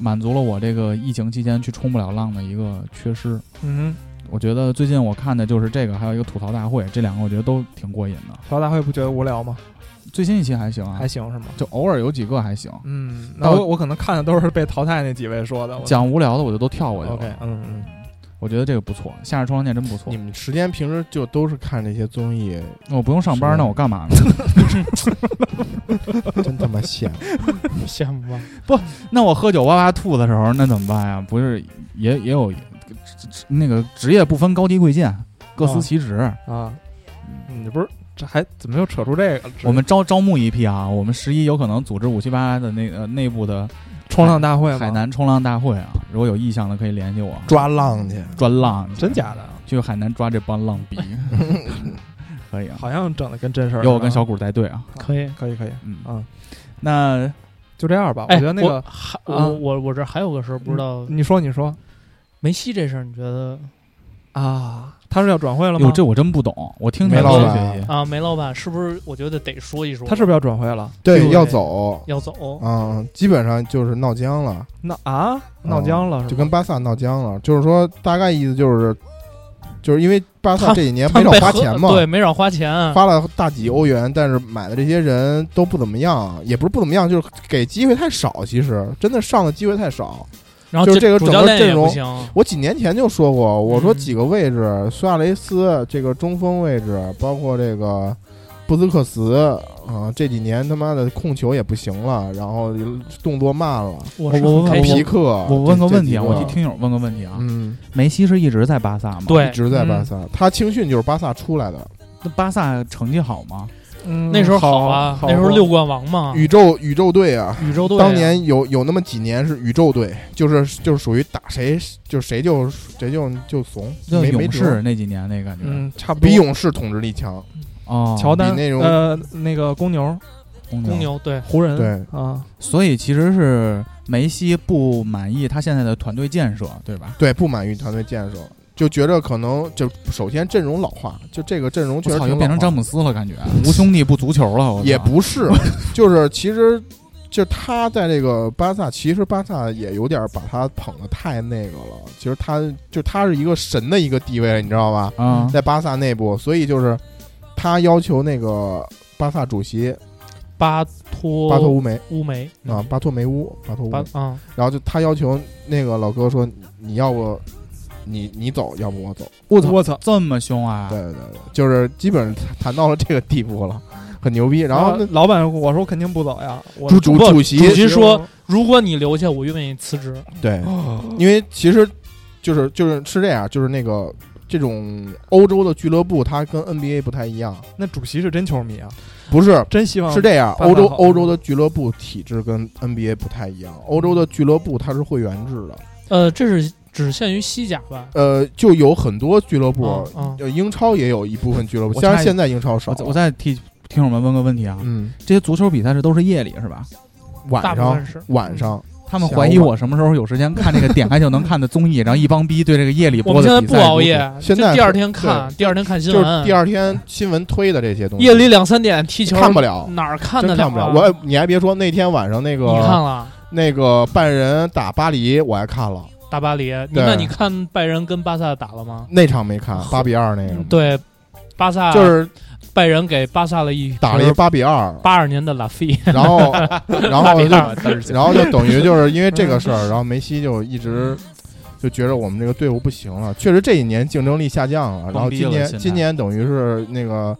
Speaker 4: 满足了我这个疫情期间去冲不了浪的一个缺失。
Speaker 5: 嗯
Speaker 4: 我觉得最近我看的就是这个，还有一个吐槽大会，这两个我觉得都挺过瘾的。
Speaker 5: 哼，调大会不觉得无聊吗？
Speaker 4: 最新一期还行啊
Speaker 5: 还，行是吗？
Speaker 4: 就偶尔有几个还行。
Speaker 5: 嗯，那
Speaker 4: 到
Speaker 5: 我 我可能看的都是被淘汰那几位说的。我
Speaker 4: 讲无聊的我就都跳过去了。
Speaker 5: OK，嗯嗯，
Speaker 4: 我觉得这个不错，《夏日冲浪店》真不错
Speaker 6: 你。们时间平时就都是看这些综艺，
Speaker 4: 我不用上班，
Speaker 6: 是
Speaker 4: 那我干嘛呢？
Speaker 6: 真他妈 闲。
Speaker 7: 羡慕吗？
Speaker 4: 那我喝酒哇哇吐的时候，那怎么办呀？不是也也有那个职业不分高低贵贱，各司其职。
Speaker 5: 啊，你不是这还怎么又扯出这个？
Speaker 4: 呃我们招招募一批啊，我们十一有可能组织五七八的那个内部的
Speaker 5: 冲浪大会吗？
Speaker 4: 海南冲浪大会啊，如果有意向的可以联系我，
Speaker 6: 抓浪去，
Speaker 4: 抓浪去
Speaker 5: 真假的？
Speaker 4: 去海南抓这帮浪逼，可以啊，
Speaker 5: 好像整的跟真事儿似的啊。
Speaker 4: 有我跟小谷带队啊，
Speaker 7: 可以。
Speaker 5: 可以可以，
Speaker 4: 嗯
Speaker 5: 啊，
Speaker 4: 那
Speaker 5: 就这样吧。
Speaker 7: 哎，
Speaker 5: 觉得那个，
Speaker 7: 还
Speaker 5: 啊嗯
Speaker 7: 我我我这还有个事儿不知道，
Speaker 5: 你说你说
Speaker 7: 梅西这事儿你觉得
Speaker 5: 啊，他是要转会了吗
Speaker 4: 哟，？这我真不懂，我听听
Speaker 6: 梅老
Speaker 4: 学
Speaker 6: 板
Speaker 4: 习学习。
Speaker 7: 啊，梅老板是不是？我觉得得说一说，
Speaker 5: 他是不是要转会了？
Speaker 6: 对，
Speaker 7: 对
Speaker 6: 要走，
Speaker 7: 要走？
Speaker 6: 嗯，基本上就是闹僵了，
Speaker 5: 那啊，闹僵了是吧？
Speaker 6: 就跟巴萨闹僵了，就是说大概意思就是，就是因为巴萨
Speaker 7: 他
Speaker 6: 这几年
Speaker 7: 他
Speaker 6: 没少
Speaker 7: 们被
Speaker 6: 花
Speaker 7: 合
Speaker 6: 钱嘛，
Speaker 7: 对，没少花钱。
Speaker 4: 嗯
Speaker 7: 啊
Speaker 6: 花了大几欧元，但是买的这些人都不怎么样，也不是不怎么样，就是给机会太少。其实真的上的机会太少。
Speaker 7: 然后
Speaker 6: 就
Speaker 7: 这
Speaker 6: 这个
Speaker 7: 主
Speaker 6: 整
Speaker 7: 教
Speaker 6: 个
Speaker 7: 练
Speaker 6: 阵
Speaker 7: 也不
Speaker 6: 容
Speaker 7: 行，
Speaker 6: 我几年前就说过，我说
Speaker 7: 嗯
Speaker 6: 几个位置，苏亚雷斯这个中锋位置，包括这个布兹克茨啊、这几年他妈的控球也不行了，然后动作慢了，
Speaker 7: 我是
Speaker 4: 我
Speaker 7: 很开
Speaker 4: 哎
Speaker 6: 皮
Speaker 7: 心。
Speaker 6: 克。
Speaker 4: 我问个问题啊，
Speaker 6: 这
Speaker 4: 我
Speaker 6: 这
Speaker 4: 替
Speaker 6: 几个
Speaker 4: 听友问个问题啊，
Speaker 6: 嗯，
Speaker 4: 梅西是一直在巴萨吗？，
Speaker 7: 对，
Speaker 6: 一直在巴
Speaker 7: 嗯
Speaker 6: 萨，他青训就是巴萨出来的，
Speaker 4: 那巴萨成绩好吗？
Speaker 5: 嗯
Speaker 7: 那时候
Speaker 5: 好
Speaker 7: 啊，
Speaker 5: 好
Speaker 7: 那时候
Speaker 5: 好
Speaker 7: 六冠王
Speaker 4: 嗯
Speaker 7: 嘛，
Speaker 6: 宇宙宇宙队啊，
Speaker 7: 宇宙队啊
Speaker 6: 当年有有那么几年是宇宙队，就是就是属于打谁就谁就谁就就怂，
Speaker 4: 就
Speaker 6: 没没
Speaker 4: 勇
Speaker 6: 辙
Speaker 4: 士，那几年那感觉，
Speaker 5: 嗯，差不多
Speaker 6: 比勇士统治力强。
Speaker 4: 哦，
Speaker 5: 乔丹
Speaker 6: 比那种
Speaker 5: 呃那个公牛
Speaker 4: 公
Speaker 6: 嗯
Speaker 7: 公
Speaker 4: 牛。
Speaker 7: 牛对，
Speaker 5: 湖
Speaker 4: 嗯
Speaker 5: 人
Speaker 6: 对
Speaker 5: 啊，
Speaker 4: 所以其实是梅西不满意他现在的团队建设，对吧？
Speaker 6: 对，不满于团队建设，就觉着可能就首先阵容老化，就这个阵容确
Speaker 4: 我
Speaker 6: 实
Speaker 4: 操，又
Speaker 6: 挺
Speaker 4: 变
Speaker 6: 老
Speaker 4: 成詹
Speaker 6: 化。
Speaker 4: 姆斯了，感觉无兄弟不足球了。我操
Speaker 6: 也不是， 就是其实就是他在这个巴萨，其实巴萨也有点把他捧得太那个了。其实他就他是一个神的一个地位了，你知道吧？
Speaker 4: 啊，
Speaker 6: 在巴萨内部，所以就是他要求那个巴萨主席
Speaker 7: 巴托
Speaker 6: 巴托乌梅
Speaker 7: 乌梅
Speaker 6: 啊，巴托梅乌，巴托乌梅
Speaker 7: 哦巴，啊，
Speaker 6: 然后就他要求那个老哥说，你要不你你走，要不我走。
Speaker 4: 我
Speaker 5: 我操，
Speaker 4: 这么凶啊！
Speaker 6: 对对对，对就是基本上谈谈到了这个地步了， 很牛逼。然后那
Speaker 5: 啊老板我说肯定不走呀，我
Speaker 6: 主主
Speaker 7: 不
Speaker 6: 主席
Speaker 7: 主席说，如果你留下，我愿意辞职。
Speaker 6: 对，
Speaker 5: 哦
Speaker 6: 因为其实就是就是是这样，就是那个这种欧洲的俱乐部，它跟 NBA 不太一样，
Speaker 5: 那主席是真球迷啊，
Speaker 6: 不是。
Speaker 5: 真希望
Speaker 6: 是这样，
Speaker 5: 嗯办
Speaker 6: 欧洲
Speaker 5: 办好
Speaker 6: 欧洲的俱乐部体制跟 NBA 不太一样，欧洲的俱乐部它是会员制的，
Speaker 7: 呃，这是只限于西甲吧？
Speaker 6: 呃，就有很多俱乐部，
Speaker 7: 嗯嗯
Speaker 6: 呃英超也有一部分俱乐部，
Speaker 4: 我
Speaker 6: 虽然
Speaker 4: 插一
Speaker 6: 现在英超少
Speaker 4: 我，再我再替听友们问个问题啊，
Speaker 6: 嗯，
Speaker 4: 这些足球比赛是都是夜里是吧？
Speaker 7: 大
Speaker 6: 晚
Speaker 7: 部
Speaker 6: 上
Speaker 7: 分是嗯
Speaker 6: 晚上，
Speaker 4: 他们怀疑我什么时候有时间看这个点开就能看的综艺，然后一帮逼对这个夜里
Speaker 7: 我
Speaker 4: 播
Speaker 7: 们现
Speaker 4: 的比
Speaker 7: 在不
Speaker 4: 赛
Speaker 7: 熬
Speaker 4: 如
Speaker 7: 夜
Speaker 4: 何，，
Speaker 7: 就
Speaker 6: 现在
Speaker 7: 第二
Speaker 6: 是
Speaker 7: 天看，第二天看新
Speaker 6: 就是
Speaker 7: 闻
Speaker 6: 第，二天新闻推的这些东西，
Speaker 7: 夜里两三点踢球，
Speaker 6: 看不了，
Speaker 7: 哪儿看得
Speaker 6: 真看不
Speaker 7: 啊
Speaker 6: 了。我哎你还别说，那天晚上那
Speaker 7: 你看
Speaker 6: 个
Speaker 7: 了
Speaker 6: 那个拜仁打巴黎，我还看了
Speaker 7: 大巴黎，你
Speaker 6: 对
Speaker 7: 那你看拜仁跟巴萨打了吗？
Speaker 6: 那场没看，八比二那个
Speaker 7: 嗯，对，啊巴萨
Speaker 6: 就是
Speaker 7: 拜仁给巴萨了一
Speaker 6: 打了一八比二，
Speaker 7: 八二年的拉菲，
Speaker 6: 然后然
Speaker 7: 八
Speaker 6: 后
Speaker 7: 比
Speaker 6: 就
Speaker 7: 二，啊当时
Speaker 6: 然后就等于就是因为这个事儿，然后梅西就一直就觉得我们这个队伍不行了，确实这一年竞争力下降了。然后
Speaker 4: 懵逼了
Speaker 6: 今年
Speaker 4: 现在
Speaker 6: 今年等于是那个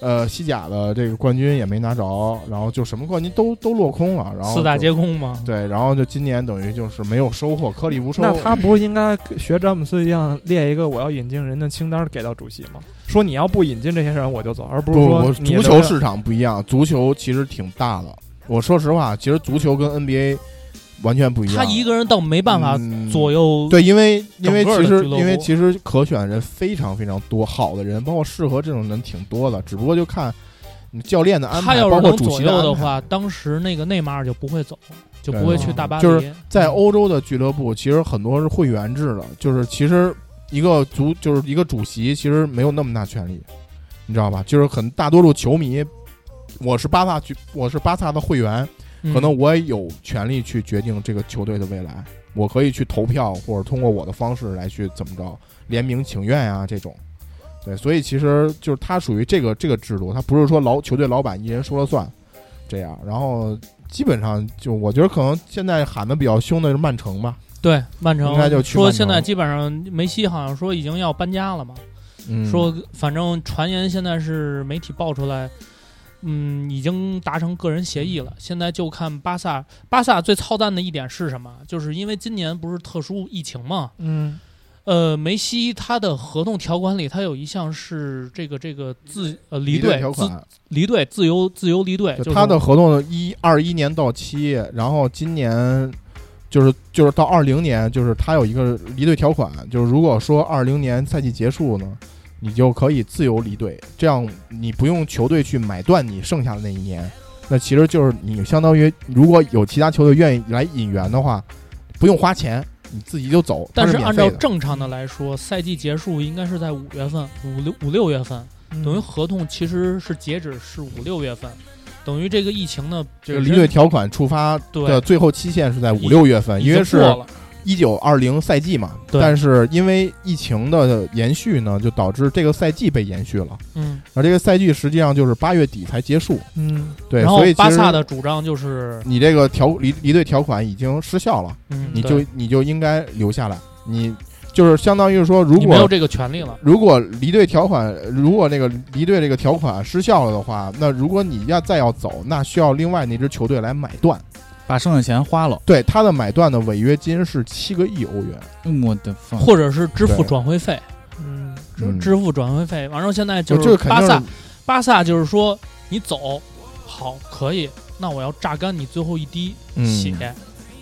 Speaker 6: 呃西甲的这个冠军也没拿着，然后就什么冠军都都落空了，然后
Speaker 7: 四大
Speaker 6: 就
Speaker 7: 皆空嘛。
Speaker 6: 对，然后就今年等于就是没有收获，颗粒无收。
Speaker 5: 那他不是应该学詹姆斯一样列一个我要引进人的清单给到主席吗？说你要不引进这些人我就走，而不
Speaker 6: 不
Speaker 5: 是说
Speaker 6: 不，
Speaker 5: 你
Speaker 6: 足
Speaker 5: 留
Speaker 6: 球
Speaker 5: 下
Speaker 6: 市场不一样，足球其实挺大的。我说实话，其实足球跟 NBA 完全不一样。
Speaker 7: 他一个人倒没办法
Speaker 6: 嗯
Speaker 7: 左右，
Speaker 6: 对，因为因为
Speaker 7: 整个
Speaker 6: 其
Speaker 7: 的
Speaker 6: 实
Speaker 7: 俱乐部
Speaker 6: 因为其实可选人非常非常多，好的人，包括适合这种人挺多的，只不过就看你教练的安
Speaker 7: 他
Speaker 6: 排，
Speaker 7: 要
Speaker 6: 包
Speaker 7: 是
Speaker 6: 括
Speaker 7: 能
Speaker 6: 主
Speaker 7: 左
Speaker 6: 席
Speaker 7: 右的
Speaker 6: 安排。嗯
Speaker 7: 话，当时那个内马尔就不会走，就不会去大巴黎。
Speaker 6: 就是在
Speaker 7: 嗯
Speaker 6: 欧洲的俱乐部，其实很多是会员制的，就是其实一个足就是一个主席，其实没有那么大权力，你知道吧？就是很大多数球迷，我是巴萨去，我是巴萨的会员，
Speaker 7: 嗯
Speaker 6: 可能我也有权利去决定这个球队的未来，我可以去投票或者通过我的方式来去怎么着联名请愿啊这种。对，所以其实就是它属于这个这个制度，它不是说老球队老板一人说了算这样。然后基本上就我觉得可能现在喊的比较凶的是曼城吧，
Speaker 7: 对曼城
Speaker 6: 应该就去
Speaker 7: 说
Speaker 6: 曼城
Speaker 7: 现在基本上梅西好像说已经要搬家了嘛，
Speaker 6: 嗯
Speaker 7: 说反正传言现在是媒体爆出来。嗯，已经达成个人协议了。现在就看巴萨。巴萨最操蛋的一点是什么？就是因为今年不是特殊疫情嘛，
Speaker 5: 嗯
Speaker 7: 呃，梅西他的合同条款里，他有一项是这个这个自呃离
Speaker 6: 离队
Speaker 7: 队
Speaker 6: 条
Speaker 7: 自
Speaker 6: 款，
Speaker 7: 离队自由自由离队，
Speaker 6: 就
Speaker 7: 哎就是
Speaker 6: 他的合同一二一年到期，然后今年就是就是到二零年，就是他有一个离队条款，就是如果说二零年赛季结束呢，你就可以自由离队，这样你不用球队去买断你剩下的那一年。那其实就是你相当于如果有其他球队愿意来引援的话，不用花钱，你自己就走。
Speaker 7: 但
Speaker 6: 它
Speaker 7: 是
Speaker 6: 是免
Speaker 7: 按
Speaker 6: 费
Speaker 7: 照
Speaker 6: 的
Speaker 7: 正常的来说，赛季结束应该是在五月份，五六五六月份，
Speaker 6: 嗯
Speaker 7: 等于合同其实是截止是五六月份，等于这个疫情呢，
Speaker 6: 这个离队条款触发的
Speaker 7: 对
Speaker 6: 最后期限是在
Speaker 7: 已
Speaker 6: 五六月份，
Speaker 7: 已
Speaker 6: 因为
Speaker 7: 经
Speaker 6: 是
Speaker 7: 过了，
Speaker 6: 一九二零赛季嘛，
Speaker 7: 对
Speaker 6: 但是因为疫情的延续呢，就导致这个赛季被延续了。
Speaker 7: 嗯，
Speaker 6: 而这个赛季实际上就是八月底才结束，
Speaker 9: 嗯，
Speaker 6: 对，
Speaker 7: 然后
Speaker 6: 所以其
Speaker 7: 巴
Speaker 6: 实
Speaker 7: 萨的主张就是，
Speaker 6: 你这个条离离队条款已经失效了，
Speaker 7: 嗯，
Speaker 6: 你
Speaker 7: 对
Speaker 6: 就你就应该留下来，你就是相当于说，如
Speaker 7: 你没有
Speaker 6: 果
Speaker 7: 这个权利了，
Speaker 6: 如果离队条款如果那个离队这个条款失效了的话，那如果你要再要走，那需要另外那支球队来买断，
Speaker 4: 把剩下钱花了，
Speaker 6: 对他的买断的违约金是七个亿欧元，
Speaker 4: 嗯我的妈！
Speaker 7: 或者是支付
Speaker 6: 对
Speaker 7: 转会费，
Speaker 9: 嗯，
Speaker 7: 支
Speaker 6: 嗯
Speaker 7: 支付转会费。完之后现在就
Speaker 6: 这
Speaker 7: 是
Speaker 6: 个肯
Speaker 7: 巴
Speaker 6: 定
Speaker 7: 萨
Speaker 6: 是，
Speaker 7: 巴萨就是说你走好可以，那我要榨干你最后一滴
Speaker 6: 嗯
Speaker 7: 血，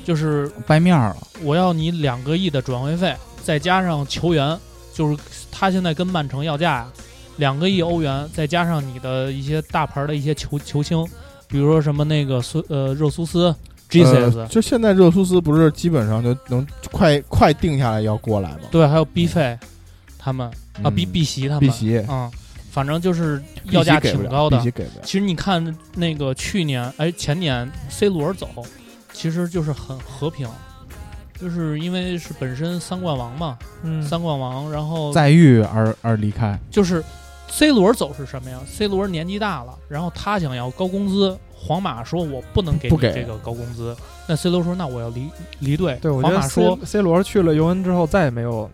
Speaker 7: 就是
Speaker 4: 掰面儿了，
Speaker 7: 我要你两个亿的转会费，再加上球员，就是他现在跟曼城要价呀，两个亿欧元，再加上你的一些大牌的一些球球星，比如说什么那个苏呃热苏斯、Jesus，、
Speaker 6: 呃就现在热苏斯不是基本上就能快快定下来要过来吗？
Speaker 7: 对，还有 B 费他们啊
Speaker 6: 嗯
Speaker 7: B B 席他们
Speaker 6: 碧玺，
Speaker 7: 嗯，反正就是
Speaker 6: 碧
Speaker 7: 要价
Speaker 6: 玺给不
Speaker 7: 挺
Speaker 6: 了
Speaker 7: 高的
Speaker 6: 碧。玺给不了。
Speaker 7: 其实你看那个去年哎前年 C 罗走，其实就是很和平，就是因为是本身三冠王嘛，
Speaker 5: 嗯
Speaker 6: 嗯
Speaker 7: 三冠王，然后
Speaker 4: 再遇而而离开，
Speaker 7: 就是 C 罗走是什么呀？C 罗年纪大了，然后他想要高工资，皇马说我不能给
Speaker 6: 不
Speaker 7: 你
Speaker 6: 给
Speaker 7: 这个高工资，那 C 罗说那我要离离队，
Speaker 5: 对，我觉
Speaker 7: 皇
Speaker 5: 得
Speaker 7: 马说
Speaker 5: C C 罗去了尤文之后，再也没有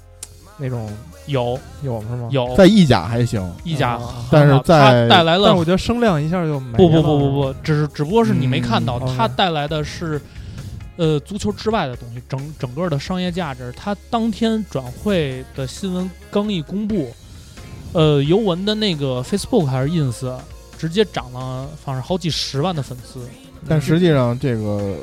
Speaker 5: 那种
Speaker 7: 有
Speaker 5: 有是吗？，
Speaker 7: 有
Speaker 6: 在意甲还行，
Speaker 7: 意甲
Speaker 5: 嗯
Speaker 7: 很好，
Speaker 6: 但是在
Speaker 7: 他带来
Speaker 5: 但
Speaker 7: 了
Speaker 5: 我觉得声量一下就没
Speaker 7: 不不
Speaker 5: 了
Speaker 7: 不不不，只是只不过是你没看到，
Speaker 5: 嗯
Speaker 6: 哦
Speaker 7: 他
Speaker 5: ，OK
Speaker 7: 带来的是。呃，足球之外的东西，整整个的商业价值，他当天转会的新闻刚一公布，呃，尤文的那个 Facebook 还是 Ins，直接涨了，反正好几十万的粉丝。
Speaker 6: 但实际上这个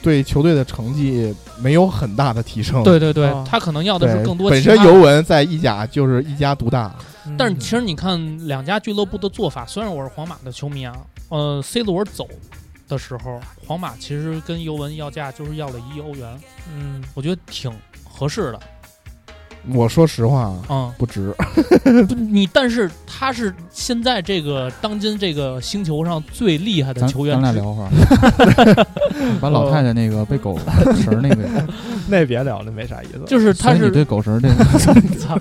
Speaker 6: 对球队的成绩没有很大的提升。
Speaker 7: 对对对，
Speaker 5: 啊
Speaker 7: 他可能要的
Speaker 6: 哦对，
Speaker 7: 是更多
Speaker 6: 本
Speaker 7: 其
Speaker 6: 身
Speaker 7: 他
Speaker 6: 尤文在意甲就是一家独大，
Speaker 5: 嗯，
Speaker 7: 但是其实你看两家俱乐部的做法，虽然我是皇马的球迷啊，呃，C 罗走的时候，皇马其实跟尤文要价就是要了一亿欧元，
Speaker 5: 嗯，
Speaker 7: 我觉得挺合适的。
Speaker 6: 我说实话
Speaker 7: 嗯，
Speaker 6: 不值。
Speaker 7: 不你但是他是现在这个当今这个星球上最厉害的
Speaker 4: 咱
Speaker 7: 球员
Speaker 4: 咱俩
Speaker 7: 之呃
Speaker 4: 聊会儿， 把老太太那个被狗食儿那个，
Speaker 5: 那别聊了，没啥意思。
Speaker 7: 就是 他
Speaker 4: 所以你
Speaker 7: 是
Speaker 4: 对狗食儿这个，
Speaker 7: 操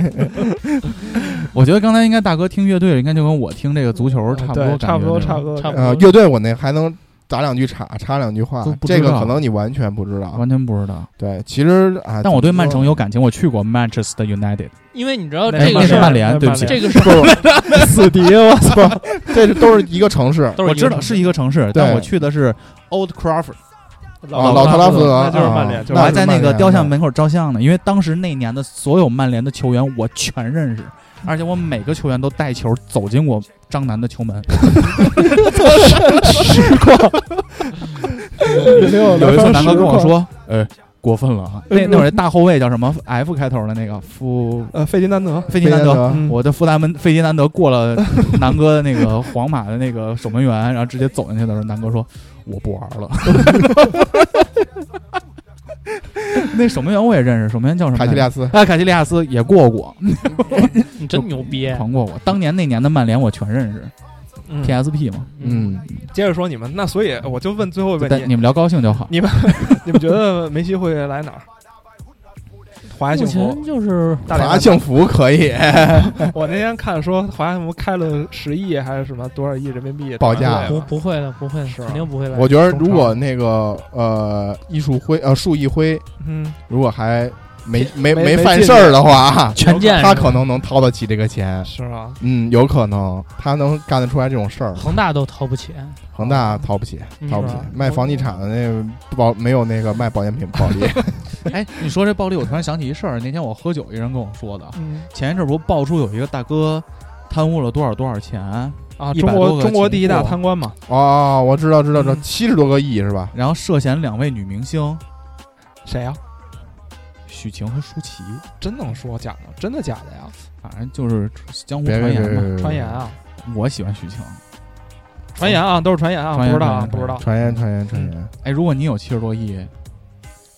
Speaker 4: 我觉得刚才应该大哥听乐队应该就跟我听这个足球差不多感觉那
Speaker 5: 对
Speaker 4: 种，
Speaker 5: 差不多，差不多，
Speaker 7: 呃差不
Speaker 6: 呃，乐队我那还能打两句岔，插两句话
Speaker 4: 都，不知
Speaker 6: 这
Speaker 4: 道
Speaker 6: 个可能你完全不知道
Speaker 4: 啊完。全不知道。
Speaker 6: 对，其实啊，
Speaker 4: 但我对曼
Speaker 6: 怎么
Speaker 4: 城有感情，我去过 Manchester United，
Speaker 7: 因为你知道
Speaker 4: 哎
Speaker 7: 这
Speaker 4: 那
Speaker 7: 个
Speaker 4: 是
Speaker 7: 事
Speaker 4: 曼
Speaker 7: 儿，
Speaker 4: 联对不起
Speaker 7: 这个事儿
Speaker 6: 说死敌，我 操，这都是一个城市。
Speaker 7: 都
Speaker 4: 我
Speaker 7: 是一
Speaker 4: 知
Speaker 7: 个
Speaker 4: 道是一个城市，但
Speaker 6: 对
Speaker 4: 我去的是 Old Crawford，
Speaker 6: 啊，老特
Speaker 5: 特
Speaker 6: 拉
Speaker 5: 福
Speaker 6: 福
Speaker 5: 德
Speaker 6: 德，
Speaker 5: 那就是曼
Speaker 6: 啊
Speaker 5: 联，就是
Speaker 4: 我还
Speaker 5: 曼
Speaker 4: 在
Speaker 5: 联
Speaker 4: 那
Speaker 6: 曼
Speaker 4: 个
Speaker 6: 联的
Speaker 4: 雕像门口照相呢，因为当时那年的所有曼联的球员我全认识，而且我每个球员都带球走进过张楠的球门。
Speaker 6: 哦
Speaker 4: 有一次南哥跟我 说，呃，过分了啊！那那会儿大后卫叫什么 F 开头的那个夫
Speaker 5: 呃，费迪南德，
Speaker 4: 费迪南
Speaker 6: 费迪南
Speaker 4: 德嗯
Speaker 6: 德，
Speaker 4: 我的弗兰门费迪南德过 了南哥的那个皇马的那个守门员，然后直接走进去的时候，南哥说我不玩 了。那守门员我也认识，守门员叫什么来着？
Speaker 6: 卡西利亚斯。
Speaker 4: 啊，凯西利亚嗯斯也过过，
Speaker 7: 你真牛逼，
Speaker 4: 狂过我。当年那年的曼联我全认识
Speaker 5: 嗯
Speaker 4: ，PSP 嘛。
Speaker 6: 嗯，
Speaker 5: 接着说你们，那所以我就问最后一
Speaker 4: 但
Speaker 5: 问你，
Speaker 4: 你们聊高兴就好。
Speaker 5: 你们觉得梅西会来哪儿？华夏幸
Speaker 7: 目
Speaker 5: 福，
Speaker 7: 前就是
Speaker 5: 大
Speaker 6: 法
Speaker 5: 连
Speaker 6: 拉幸福可以，
Speaker 5: 我那天看说华夏幸福开了十亿还是什么多少亿人民币
Speaker 6: 报价
Speaker 5: 转会
Speaker 7: 不
Speaker 5: 吧
Speaker 7: 不会的，不会的，
Speaker 5: 哎是吧
Speaker 7: 肯定不会来。
Speaker 6: 我觉得
Speaker 5: 中
Speaker 6: 如
Speaker 5: 超
Speaker 6: 果那个呃艺术辉呃树艺辉
Speaker 5: 嗯，
Speaker 6: 如果还没没
Speaker 5: 没
Speaker 6: 犯
Speaker 5: 进
Speaker 6: 事儿的话，啊
Speaker 7: 权健
Speaker 6: 他
Speaker 7: 是吧
Speaker 6: 可能能掏得起这个钱。
Speaker 5: 是吧？
Speaker 6: 嗯，有可能他能干得出来这种事儿。
Speaker 7: 恒大都掏不起，
Speaker 6: 恒大掏不起，
Speaker 7: 嗯
Speaker 6: 掏不起
Speaker 5: 是吧。
Speaker 6: 卖房地产的那个保没有那个卖保健品暴利。
Speaker 4: 哎，你说这暴力，我突然想起一事儿。那天我喝酒，一人跟我说的。
Speaker 5: 嗯
Speaker 4: 前一阵儿不是爆出有一个大哥贪污了多少多少钱，
Speaker 5: 啊，
Speaker 4: 100
Speaker 5: 中
Speaker 4: 多
Speaker 5: 国
Speaker 4: 个啊
Speaker 5: 中国
Speaker 4: 情
Speaker 5: 第一大
Speaker 4: 妇
Speaker 5: 贪官嘛，
Speaker 6: 哦，我知道，知道，知道，
Speaker 5: 嗯
Speaker 6: 七十多个亿是吧？
Speaker 4: 然后涉嫌两位女明星
Speaker 5: 谁呀？
Speaker 4: 许晴和舒淇，
Speaker 5: 真能说假的？真的假的呀？
Speaker 4: 反正就是江湖
Speaker 6: 别
Speaker 4: 嗯传
Speaker 6: 别
Speaker 4: 言
Speaker 6: 别
Speaker 4: 嘛。
Speaker 6: 别，
Speaker 5: 传言啊，
Speaker 4: 我喜欢许晴。
Speaker 5: 传言啊，都是传言啊，
Speaker 4: 传言
Speaker 5: 不知道
Speaker 4: 传
Speaker 5: 啊，
Speaker 4: 言
Speaker 5: 不知道。
Speaker 6: 传言传言传言，
Speaker 4: 哎，如果你有七十多亿，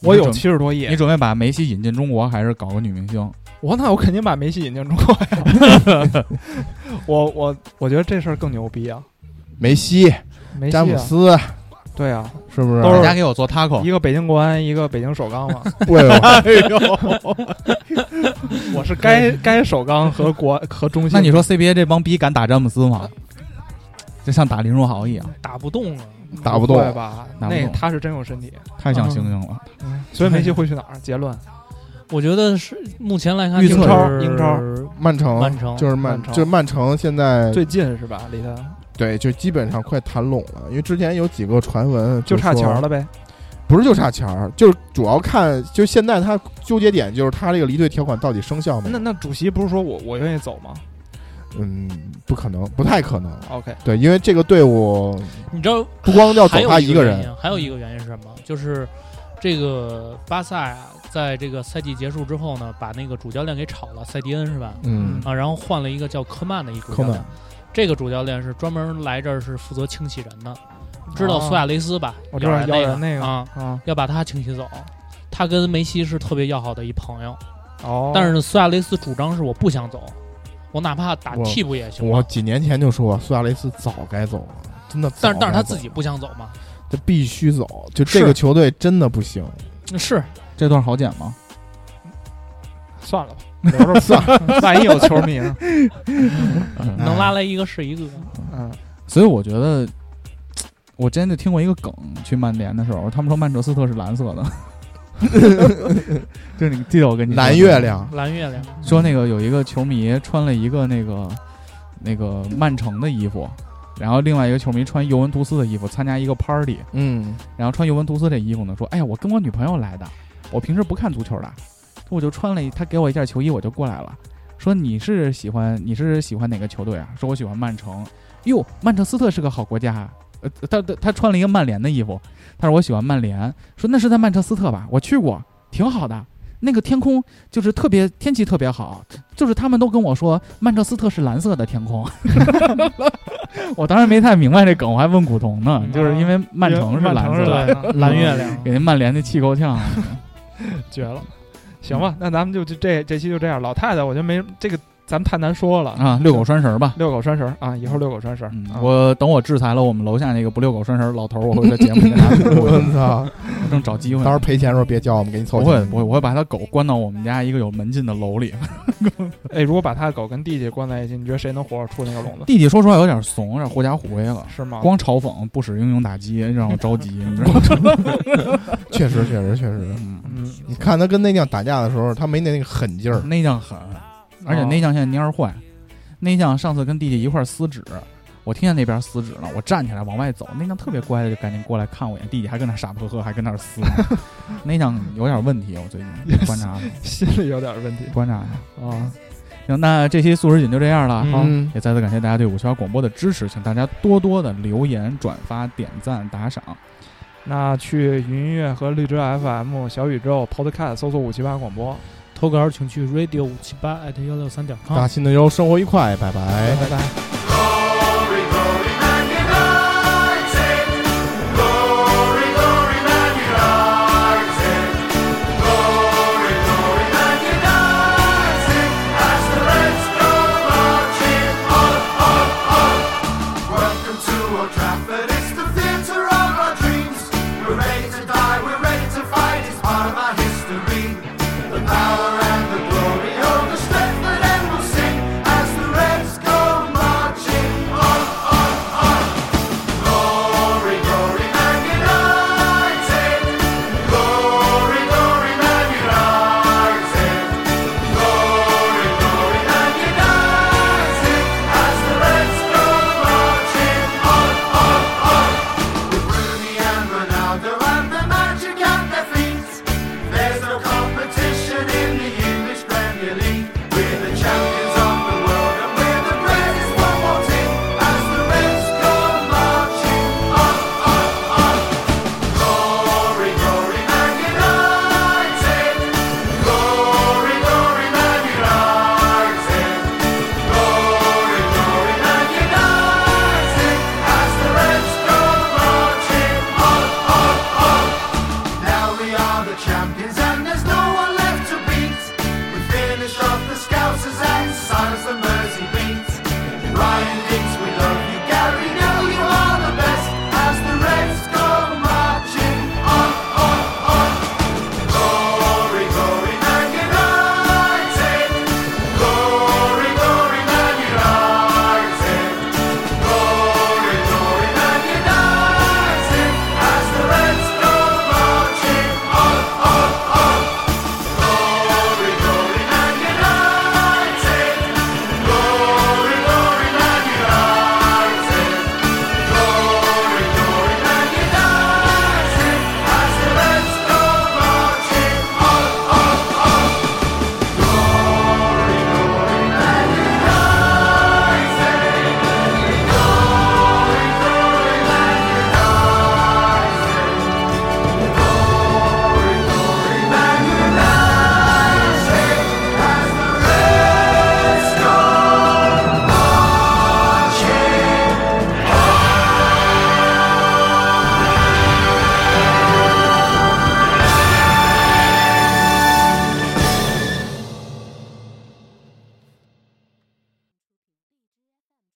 Speaker 5: 我有
Speaker 4: 你
Speaker 5: 七
Speaker 4: 准
Speaker 5: 十多亿
Speaker 4: 你，准备把梅西引进中国，还是搞个女明星？
Speaker 5: 我那我肯定把梅西引进中国呀。 我我我觉得这事儿更牛逼啊！
Speaker 6: 梅西、
Speaker 5: 梅西
Speaker 6: 詹姆
Speaker 5: 啊，
Speaker 6: 斯
Speaker 5: 对啊，
Speaker 6: 是不是？
Speaker 5: 都
Speaker 4: 大
Speaker 5: 是
Speaker 4: 家给我做 taco，
Speaker 5: 一个北京国安，一个北京首 钢嘛。
Speaker 6: 对哦
Speaker 5: 我是该该首钢和国和中
Speaker 4: 那
Speaker 5: 信
Speaker 4: 你说 CBA 这帮逼敢打詹姆斯吗？就像打林书豪一样，
Speaker 7: 打不动啊，
Speaker 6: 打不动嗯
Speaker 5: 对吧？
Speaker 4: 打不动
Speaker 5: 那他是真有身体，
Speaker 4: 太像猩猩了。
Speaker 5: 所以梅西会去哪儿？结论
Speaker 7: 我觉得是目前来看
Speaker 4: 预
Speaker 7: 就
Speaker 4: 测
Speaker 7: 是
Speaker 5: 英超
Speaker 6: 曼城，
Speaker 7: 曼城
Speaker 6: 就是曼
Speaker 5: 曼城
Speaker 6: 就是曼城现在
Speaker 5: 最近是吧？离他
Speaker 6: 对就基本上快谈拢了，因为之前有几个传闻
Speaker 5: 就差
Speaker 6: 说
Speaker 5: 钱儿了呗。
Speaker 6: 不是就差钱儿，就是主要看，就现在他纠结点就是他这个离队条款到底生效没？
Speaker 5: 那那主席不是说我我愿意走吗
Speaker 6: 嗯，不可能，不太可能。
Speaker 5: ？OK，
Speaker 6: 对，因为这个队伍
Speaker 7: 你知道
Speaker 6: 不光要走
Speaker 7: 还有
Speaker 6: 他
Speaker 7: 一
Speaker 6: 个
Speaker 7: 原
Speaker 6: 人，
Speaker 7: 因，还有一个原因是什么？就是这个巴萨呀，在这个赛季结束之后呢，把那个主教练给炒了，塞迪恩是吧？
Speaker 6: 嗯，
Speaker 7: 啊，然后换了一个叫科曼的一个主
Speaker 6: 科
Speaker 7: 教练
Speaker 6: 曼，，
Speaker 7: 这个主教练是专门来这儿是负责清洗人的，知道
Speaker 5: 哦
Speaker 7: 苏亚雷斯吧？
Speaker 5: 我知道
Speaker 7: 咬人
Speaker 5: 咬人那个
Speaker 7: 啊，
Speaker 5: 啊
Speaker 7: 要把他清洗走。他跟梅西是特别要好的一朋友，
Speaker 5: 哦，
Speaker 7: 但是苏亚雷斯主张是我不想走，我哪怕打
Speaker 6: 我
Speaker 7: 替补也行吧。
Speaker 6: 我几年前就说苏亚雷斯早该走了，真的早该走
Speaker 7: 但
Speaker 6: 了，
Speaker 7: 是但是他自己不想走嘛，
Speaker 6: 他必须走，就这个
Speaker 7: 是
Speaker 6: 球队真的不行，
Speaker 7: 是
Speaker 4: 这段好剪吗？
Speaker 5: 算了吧，留着吧算了， 万一有球迷呢？
Speaker 7: 能拉来一个是一个。
Speaker 5: 嗯，
Speaker 4: 所以我觉得，我之前就听过一个梗，去曼联的时候，他们说曼彻斯特是蓝色的， 就是你记得我跟你说的
Speaker 6: 蓝月，亮，
Speaker 7: 蓝月亮，
Speaker 4: 说那个有一个球迷穿了一个那个那个曼城的衣服，然后另外一个球迷穿尤文图斯的衣服参加一个 party，
Speaker 6: 嗯，
Speaker 4: 然后穿尤文图斯这衣服呢，说哎呀，我跟我女朋友来的，我平时不看足球的，我就穿了一，他给我一件球衣，我就过来了。说你是喜欢你是喜欢哪个球队啊？说我喜欢曼城。哟，曼彻斯特是个好国家啊。呃，他他他穿了一个曼联的衣服，他说我喜欢曼联。说那是在曼彻斯特吧？我去过，挺好的。那个天空就是特别天气特别好，就是他们都跟我说曼彻斯特是蓝色的天空。 我当时没太明白这梗，我还问古潼呢，就是因为曼城是
Speaker 5: 曼
Speaker 4: 蓝
Speaker 5: 城
Speaker 4: 色
Speaker 5: 是
Speaker 4: 的，
Speaker 5: 蓝的，
Speaker 7: 蓝月亮，
Speaker 4: 给那曼联那气够呛。
Speaker 5: 绝了。行吧，那咱们就就这这期就这样。老太太，我觉得没这个，咱们太难说了。
Speaker 4: 啊，遛狗拴绳儿吧。
Speaker 5: 遛狗拴绳儿啊，以后遛狗拴绳儿。
Speaker 4: 嗯
Speaker 5: 啊，
Speaker 4: 我等我制裁了我们楼下那个不遛狗拴绳儿老头儿，我会在节目里给他
Speaker 6: 我操，
Speaker 4: 正找机会呢。
Speaker 6: 到时候赔钱的时候别叫我们给你凑
Speaker 4: 嗯不
Speaker 6: 钱，
Speaker 4: 会不会，我会把他狗关到我们家一个有门禁的楼里。
Speaker 5: 哎，如果把他的狗跟弟弟关在一起，你觉得谁能活着出那个笼 子？
Speaker 4: 弟弟说实话有点怂，有点狐假虎威了，
Speaker 5: 是吗？
Speaker 4: 光嘲讽不使英勇打击，让我着急，你知 道吗？
Speaker 6: 确实确实确实，
Speaker 4: 嗯，
Speaker 5: 嗯，
Speaker 6: 你看他跟内将打架的时候，他没那那个狠劲儿，
Speaker 4: 内向狠，而且内向现在蔫儿坏。内向上次跟弟弟一块儿撕纸，我听见那边撕纸了，我站起来往外走，内向特别乖的就赶紧过来看我一眼，弟弟还跟那傻呵呵，还跟那儿撕呢。内向有点问题，我最近观察了
Speaker 5: 心里有点问题
Speaker 4: 观察了。
Speaker 5: 啊。
Speaker 4: 行，那这期素食锦就这样了。
Speaker 7: 嗯
Speaker 5: 嗯
Speaker 4: 也再次感谢大家对五七八广播的支持，请大家多多的留言、转发、点赞、打赏。
Speaker 5: 那去云音乐和荔枝 FM、小宇宙、Podcast 搜索五七八广播。
Speaker 7: 投稿请去 radio 五七八 at 幺六三点 com
Speaker 4: 啊
Speaker 6: 大。新的一周生活愉快，拜拜
Speaker 5: 拜拜。